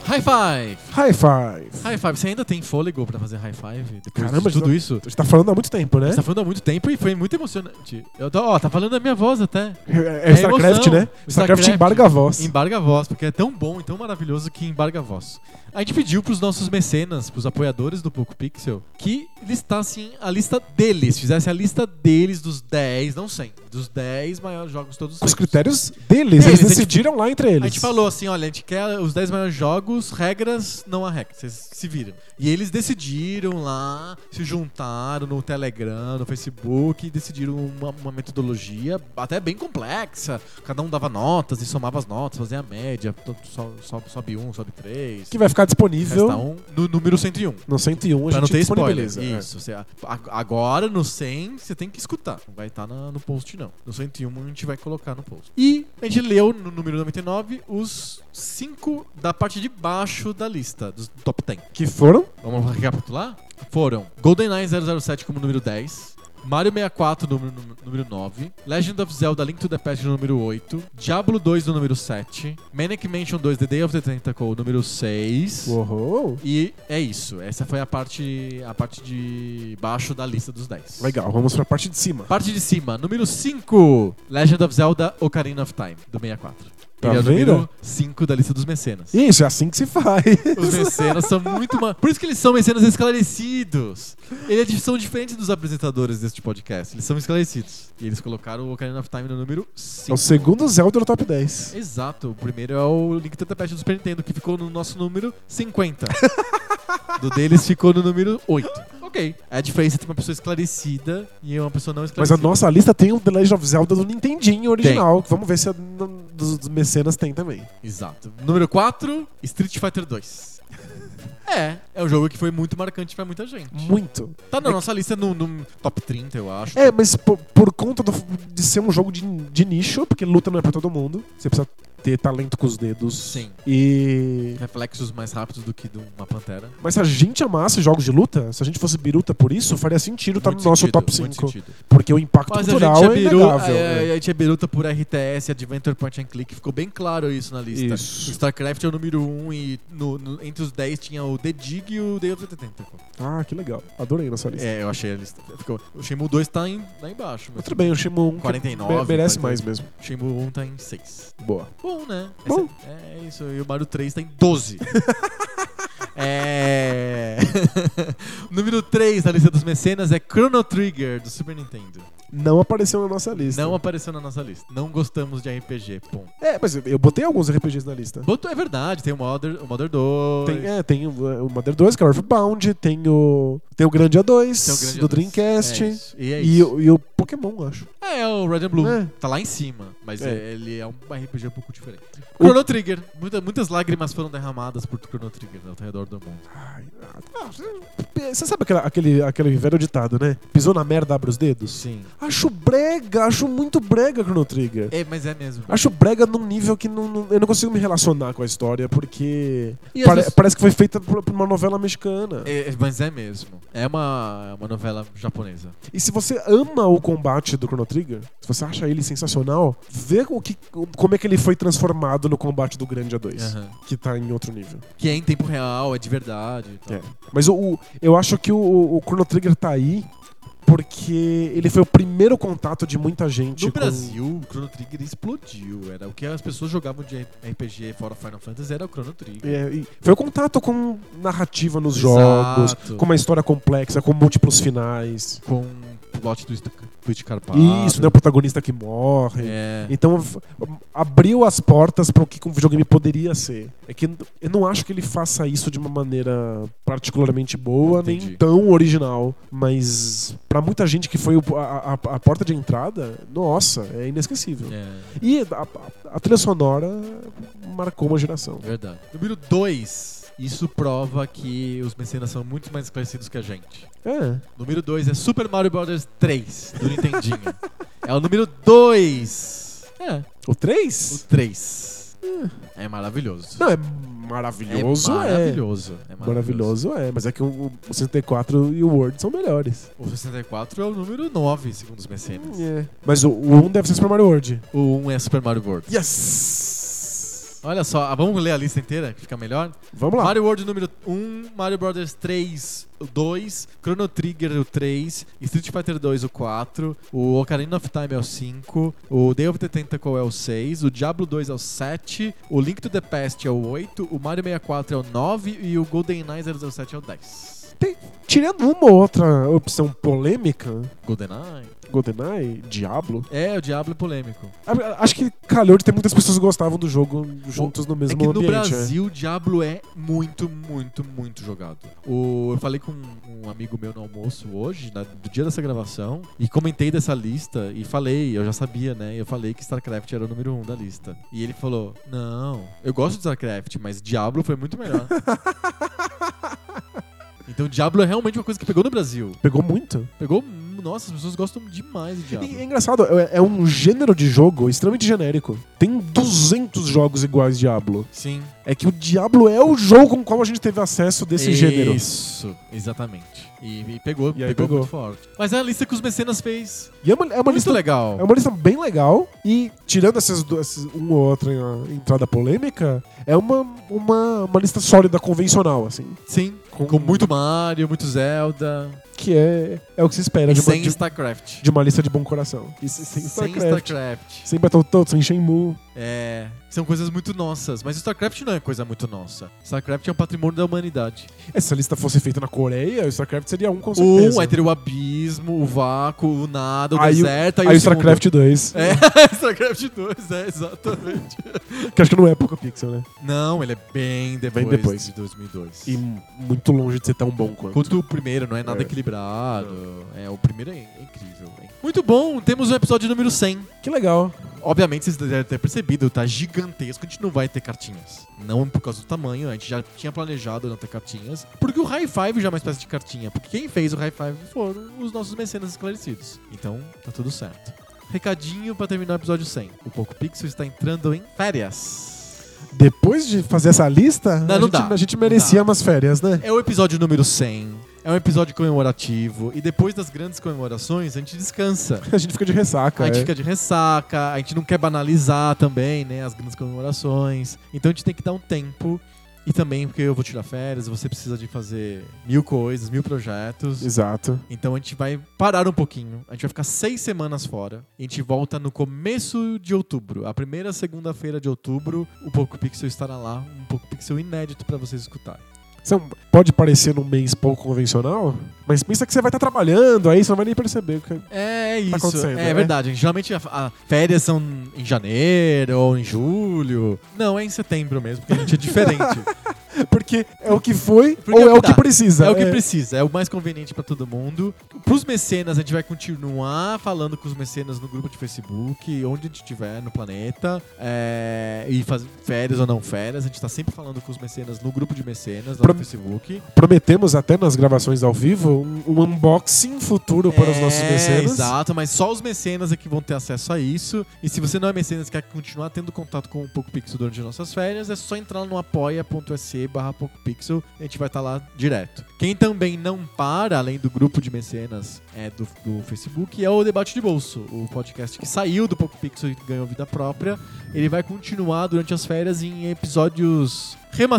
High five!
High five.
High five, você ainda tem fôlego pra fazer high five? Depois
Caramba,
de tudo
não-
isso?
A gente tá falando há muito tempo, né?
Você tá falando há muito tempo e foi muito emocionante. Eu tô- ó, tá falando da minha voz até.
É, é StarCraft,
emoção.
né? StarCraft embarga a voz.
Embarga a voz, porque é tão bom e tão maravilhoso que embarga a voz. A gente pediu pros nossos mecenas, pros apoiadores do Poco Pixel, que listassem a lista deles, fizessem a lista deles dos 10, não 100, dos 10 maiores jogos de todos os
Com os
tempos.
critérios deles.
Deles,
Eles
a gente-
decidiram lá entre eles.
é tipo A gente falou assim, olha, a gente quer os 10 maiores jogos, regras, não há regras, vocês se viram. E eles decidiram lá, se juntaram no Telegram, no Facebook, e decidiram uma, uma metodologia até bem complexa. Cada um dava notas e somava as notas, fazia a média, todo- so- so- sobe um, sobe três,
Que vai ficar disponível
resta um, no número 101.
no 101, a
Pra
gente
não ter spoiler.
disponibiliza. É.
Isso. Você, a- agora, no 100, você tem que escutar. Não vai estar na- no post, não. No 101, a gente vai colocar no post. E a gente leu, no número 99, os 5 da parte de baixo da lista, dos top 10.
É. Que foram
Vamos recapitular? Foram GoldenEye 007 como número 10. Mario 64 no número, número 9, Legend of Zelda Link to the Past no número 8, Diablo 2 no número 7, Manic Mansion 2 The Day of the Tentacle número 6,
Uou.
e é isso. Essa foi a parte, a parte de baixo da lista dos 10.
Legal, vamos pra parte de cima.
Parte de cima, número 5, Legend of Zelda Ocarina of Time, do 64.
Tá
Ele é o
vendo?
número 5 da lista dos mecenas.
Isso, é assim que se faz.
Os mecenas são muito. ma- Por isso que eles são mecenas esclarecidos. Eles di- são diferentes dos apresentadores deste podcast. Eles são esclarecidos. E eles colocaram o Ocarina of Time no número
É o
5.
segundo Zelda no top 10.
Exato. O primeiro é o Link to the Past do Super Nintendo, que ficou no nosso número 50. do deles ficou no número 8. Ok. É a diferença entre uma pessoa esclarecida e uma pessoa não
Mas a
esclarecida.
nossa lista tem o The Legend of Zelda do Nintendinho original. Vamos ver se a n- dos dos mecenas tem também.
Exato. Número 4, Street Fighter 2. É, é um jogo que foi muito marcante pra muita gente.
Muito.
Tá na
É
nossa lista no, no top 30, eu acho.
É, mas por, por conta do- de ser um jogo de, de nicho, porque luta não é pra todo mundo. Você precisa ter talento com os dedos.
Sim.
E.
Reflexos mais rápidos do que de uma pantera.
Mas se a gente amasse jogos de luta, se a gente fosse biruta por isso, faria sentido estar
Muito
Tá no nosso
sentido,
top
muito
5.
sentido.
Porque o impacto
Mas a
cultural
gente, é
é
biru,
inegável.
é,
né?
a gente é biruta por RTS, Adventure Point and Click. Ficou bem claro isso na lista.
Isso.
StarCraft é o número 1 um, e no- no- entre os 10 tinha o The Dig e o Day of the Tentacle.
Ah, que legal. Adorei nossa lista.
É, eu achei a lista. Ficou, o Shenmue 2 tá em- lá embaixo.
Mas
Mas
tudo bem, o Shimo 1
49,
merece
48.
mais mesmo.
o Shenmue 1 tá em 6.
Boa.
Bom, né?
Bom.
Essa- É isso. E o Mario 3 tá em 12. é. Número 3 da lista dos mecenas é Chrono Trigger do Super Nintendo.
Não apareceu na nossa lista.
Não apareceu na nossa lista. Não gostamos de RPG. Ponto.
É, mas eu- eu botei alguns RPGs na lista.
Botou- é verdade, tem o Mother, o Mother 2.
Tem, é, tem o o Mother 2, que é o Earthbound, tem o. Tem o Grandia 2,
tem o Grande
do
Deus.
Dreamcast.
É isso. E é
e,
isso.
o- e o Pokémon, acho.
É, o Red and Blue.
É.
Tá lá em cima, mas
É.
é- ele é um RPG um pouco diferente.
O-
Chrono Trigger. Muita- muitas lágrimas foram derramadas por Chrono Trigger ao redor do mundo.
Ai, ah, ah, Você sabe aquela- aquele, aquele velho ditado, né? Pisou na merda, abre os dedos?
Sim.
Acho brega, acho muito brega Chrono Trigger.
É, mas é mesmo.
Acho brega num nível que não, não- eu não consigo me relacionar com a história, porque
E às
pare-
vezes-
parece que foi feita por, por uma novela mexicana.
É, é, mas é mesmo. É uma, é uma novela japonesa.
E se você ama o combate do Chrono Trigger, se você acha ele sensacional, vê o que, como é que ele foi transformado no combate do Grande A2,
Aham.
que tá em outro nível.
Que é em tempo real, é de verdade. e tal.
É. Mas o, o- eu acho que o, o Chrono Trigger tá aí porque ele foi o primeiro contato de muita gente
No
com-
Brasil, o Chrono Trigger explodiu. Era o que as pessoas jogavam de RPG fora Final Fantasy era o Chrono Trigger.
É, e foi o contato com narrativa nos
Exato.
jogos, com uma história complexa, com múltiplos finais.
Com plot twist, twist carpado.
Isso, né? O protagonista que morre.
É.
Então f- abriu as portas para o que um videogame poderia ser. É que eu não acho que ele faça isso de uma maneira particularmente boa,
Entendi.
nem tão original. Mas para muita gente que foi o- a, a- a porta de entrada, nossa, é inesquecível.
É,
E a, a- a trilha sonora marcou uma geração.
é verdade. Número 2. Isso prova que os mecenas são muito mais esclarecidos que a gente.
É.
Número 2 é Super Mario Bros. 3, do Nintendinho. é o número 2. É,
O
o
3?
3. É maravilhoso.
Não, é maravilhoso,
é
é.
maravilhoso. É
Maravilhoso é, mas é que o, o 64 e o Word são melhores.
O 64 é o número 9, segundo os mecenas.
É. Mas o, o 1 deve ser Super Mario World.
O 1 é Super Mario World.
Yes!
Olha só, ah, vamos ler a lista inteira, que fica melhor?
Vamos lá.
Mario World número 1, Mario Brothers 3, o 2, Chrono Trigger o 3, Street Fighter 2 o 4, o Ocarina of Time é o 5, o Day of the Tentacle é o 6, o Diablo 2 é o 7, o Link to the Past é o 8, o Mario 64 é o 9 e o GoldenEye 007 é o 10.
Tirando uma ou outra opção polêmica,
GoldenEye?
GoldenEye, Diablo,
É, o Diablo é polêmico.
a- acho que calhou de ter muitas pessoas que gostavam do jogo juntos no mesmo
é que no
ambiente.
Brasil Diablo é muito, muito, muito jogado. O, eu falei com um amigo meu no almoço hoje, na- do dia dessa gravação, e comentei dessa lista e falei, eu já sabia, né? Eu falei que StarCraft era o número um da lista. E ele falou: Não, eu gosto de StarCraft, mas Diablo foi muito melhor. então Diablo é realmente uma coisa que pegou no Brasil.
é. Pegou muito.
Pegou. Nossa, as pessoas gostam demais de Diablo.
E é engraçado, é, é um gênero de jogo extremamente genérico. Tem 200 jogos iguais Diablo.
Sim.
É que o Diablo é o jogo com o qual a gente teve acesso desse gênero.
Isso, exatamente. E, e pegou,
E aí
pegou,
pegou.
muito forte. Mas é a lista que os mecenas fez.
E é uma, é uma
muito
lista
legal.
É uma lista bem legal e, tirando essas duas, esses- uma ou outra eh, entrada polêmica, é uma, uma, uma lista sólida, convencional, assim.
Sim, com, muito Mario, muito Zelda.
Que é, é o que se espera
E
de uma,
sem
de,
StarCraft.
de uma lista de bom coração. E se- sem
sem
StarCraft.
StarCraft.
Sem Battletoads, sem Shenmue.
É, são coisas muito nossas. Mas StarCraft não é coisa muito nossa. StarCraft é um patrimônio da humanidade.
É, se essa lista fosse feita na Coreia, o StarCraft seria um com certeza.
Um, aí teria o abismo, o vácuo, o nada, o
Aí o-
deserto.
Aí o
segundo.
StarCraft 2,
É, StarCraft 2, é, exatamente.
que acho que não é Poco Pixel, né?
Não, ele é bem depois,
depois.
de 2002.
E m- muito longe de ser tão bom quanto.
Quanto o primeiro, não é nada
É.
equilibrado. É, o primeiro é incrível. hein? Muito bom, temos o episódio número 100.
Que legal.
Obviamente vocês devem ter percebido, tá gigantesco, a gente não vai ter cartinhas. Não por causa do tamanho, a gente já tinha planejado não ter cartinhas. Porque o High Five já é uma espécie de cartinha. Porque quem fez o High Five foram os nossos mecenas esclarecidos. Então, tá tudo certo. Recadinho pra terminar o episódio 100. O Poco Pixel está entrando em férias.
Depois de fazer essa lista,
Não,
a,
não
gente,
dá.
a gente
Não
merecia
dá.
umas férias, né?
É o episódio número 100. É um episódio comemorativo. E depois das grandes comemorações, a gente descansa.
A gente fica de ressaca.
A gente
é.
fica de ressaca, a gente não quer banalizar também, né? As grandes comemorações. Então a gente tem que dar um tempo. E também porque eu vou tirar férias, você precisa de fazer mil coisas, mil projetos.
Exato.
Então a gente vai parar um pouquinho. A gente vai ficar seis semanas fora. A gente volta no começo de outubro. A primeira segunda-feira de outubro, o Poco Pixel estará lá. Um Poco Pixel inédito pra vocês escutarem.
São- pode parecer num mês pouco convencional, mas pensa que você vai estar trabalhando, aí você não vai nem perceber. que-
É isso,
acontecendo,
é
né?
verdade. Geralmente a, a férias são em janeiro ou em julho. Não, é em setembro mesmo, porque a gente é diferente.
Porque é o que foi
Porque
ou
é o
é o
que
que
dá.
precisa.
é o que precisa, é o mais conveniente pra todo mundo. Pros mecenas, a gente vai continuar falando com os mecenas no grupo de Facebook, onde a gente estiver no planeta, é, e faz, férias ou não férias, a gente tá sempre falando com os mecenas no grupo de mecenas, lá
Pro-
no Facebook.
Prometemos até nas gravações ao vivo um, um unboxing futuro para os nossos
É,
mecenas.
Exato, mas só os mecenas é que vão ter acesso a isso. E se você não é mecenas e quer continuar tendo contato com o PocoPixel durante as nossas férias, é só entrar no apoia.se barra PocoPixel a gente vai estar lá direto. Quem também não para, além do grupo de mecenas é, do, do Facebook, é o Debate de Bolso, o podcast que saiu do PocoPixel e ganhou vida própria. Ele vai continuar durante as férias em episódios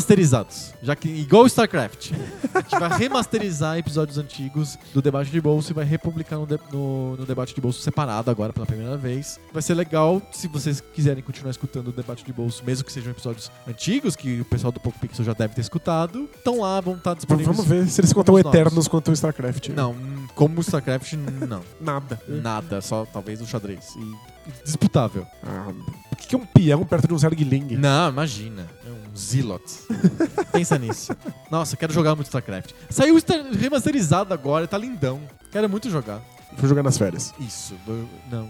remasterizados. Já que, igual o StarCraft. A gente vai remasterizar episódios antigos do Debate de Bolso e vai republicar no, de- no- no Debate de Bolso separado agora pela primeira vez. Vai ser legal se vocês quiserem continuar escutando o Debate de Bolso, mesmo que sejam episódios antigos, que o pessoal do Poco Pixel já deve ter escutado. Estão lá, vão estar disponíveis.
Vamos ver se eles contam
Vamos nós.
Eternos quanto o StarCraft.
Não, hum, como o StarCraft, não.
Nada.
Nada, só talvez o xadrez. E disputável.
Ah, o que que é um peão perto de um Zergling?
Não, imagina. É um Zilot. Pensa nisso. Nossa, eu quero jogar muito StarCraft. Saiu o Star- remasterizado agora, tá lindão. Quero muito jogar.
Fui jogar nas férias.
Isso. vou- Não,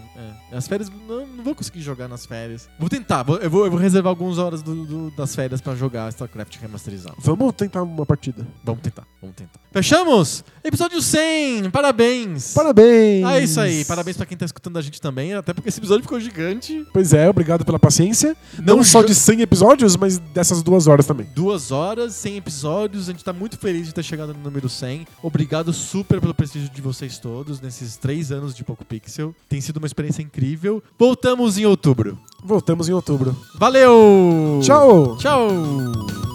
é. As férias, não, não vou conseguir jogar nas férias. Vou tentar, vou- eu, vou, eu vou reservar algumas horas do- do- das férias pra jogar StarCraft remasterizado.
Vamos tentar uma partida.
Vamos tentar, vamos tentar. Fechamos? Episódio 100! Parabéns!
Parabéns!
Ah, é isso aí. Parabéns pra quem tá escutando a gente também, até porque esse episódio ficou gigante.
Pois é, obrigado pela paciência. Não,
Não
só
jo-
de 100 episódios, mas dessas duas horas também.
Duas horas, 100 episódios. A gente tá muito feliz de ter chegado no número 100. Obrigado super pelo prestígio de vocês todos nesses três anos de Poco Pixel. Tem sido uma experiência incrível. Voltamos em outubro.
Voltamos em outubro.
Valeu!
Tchau!
Tchau!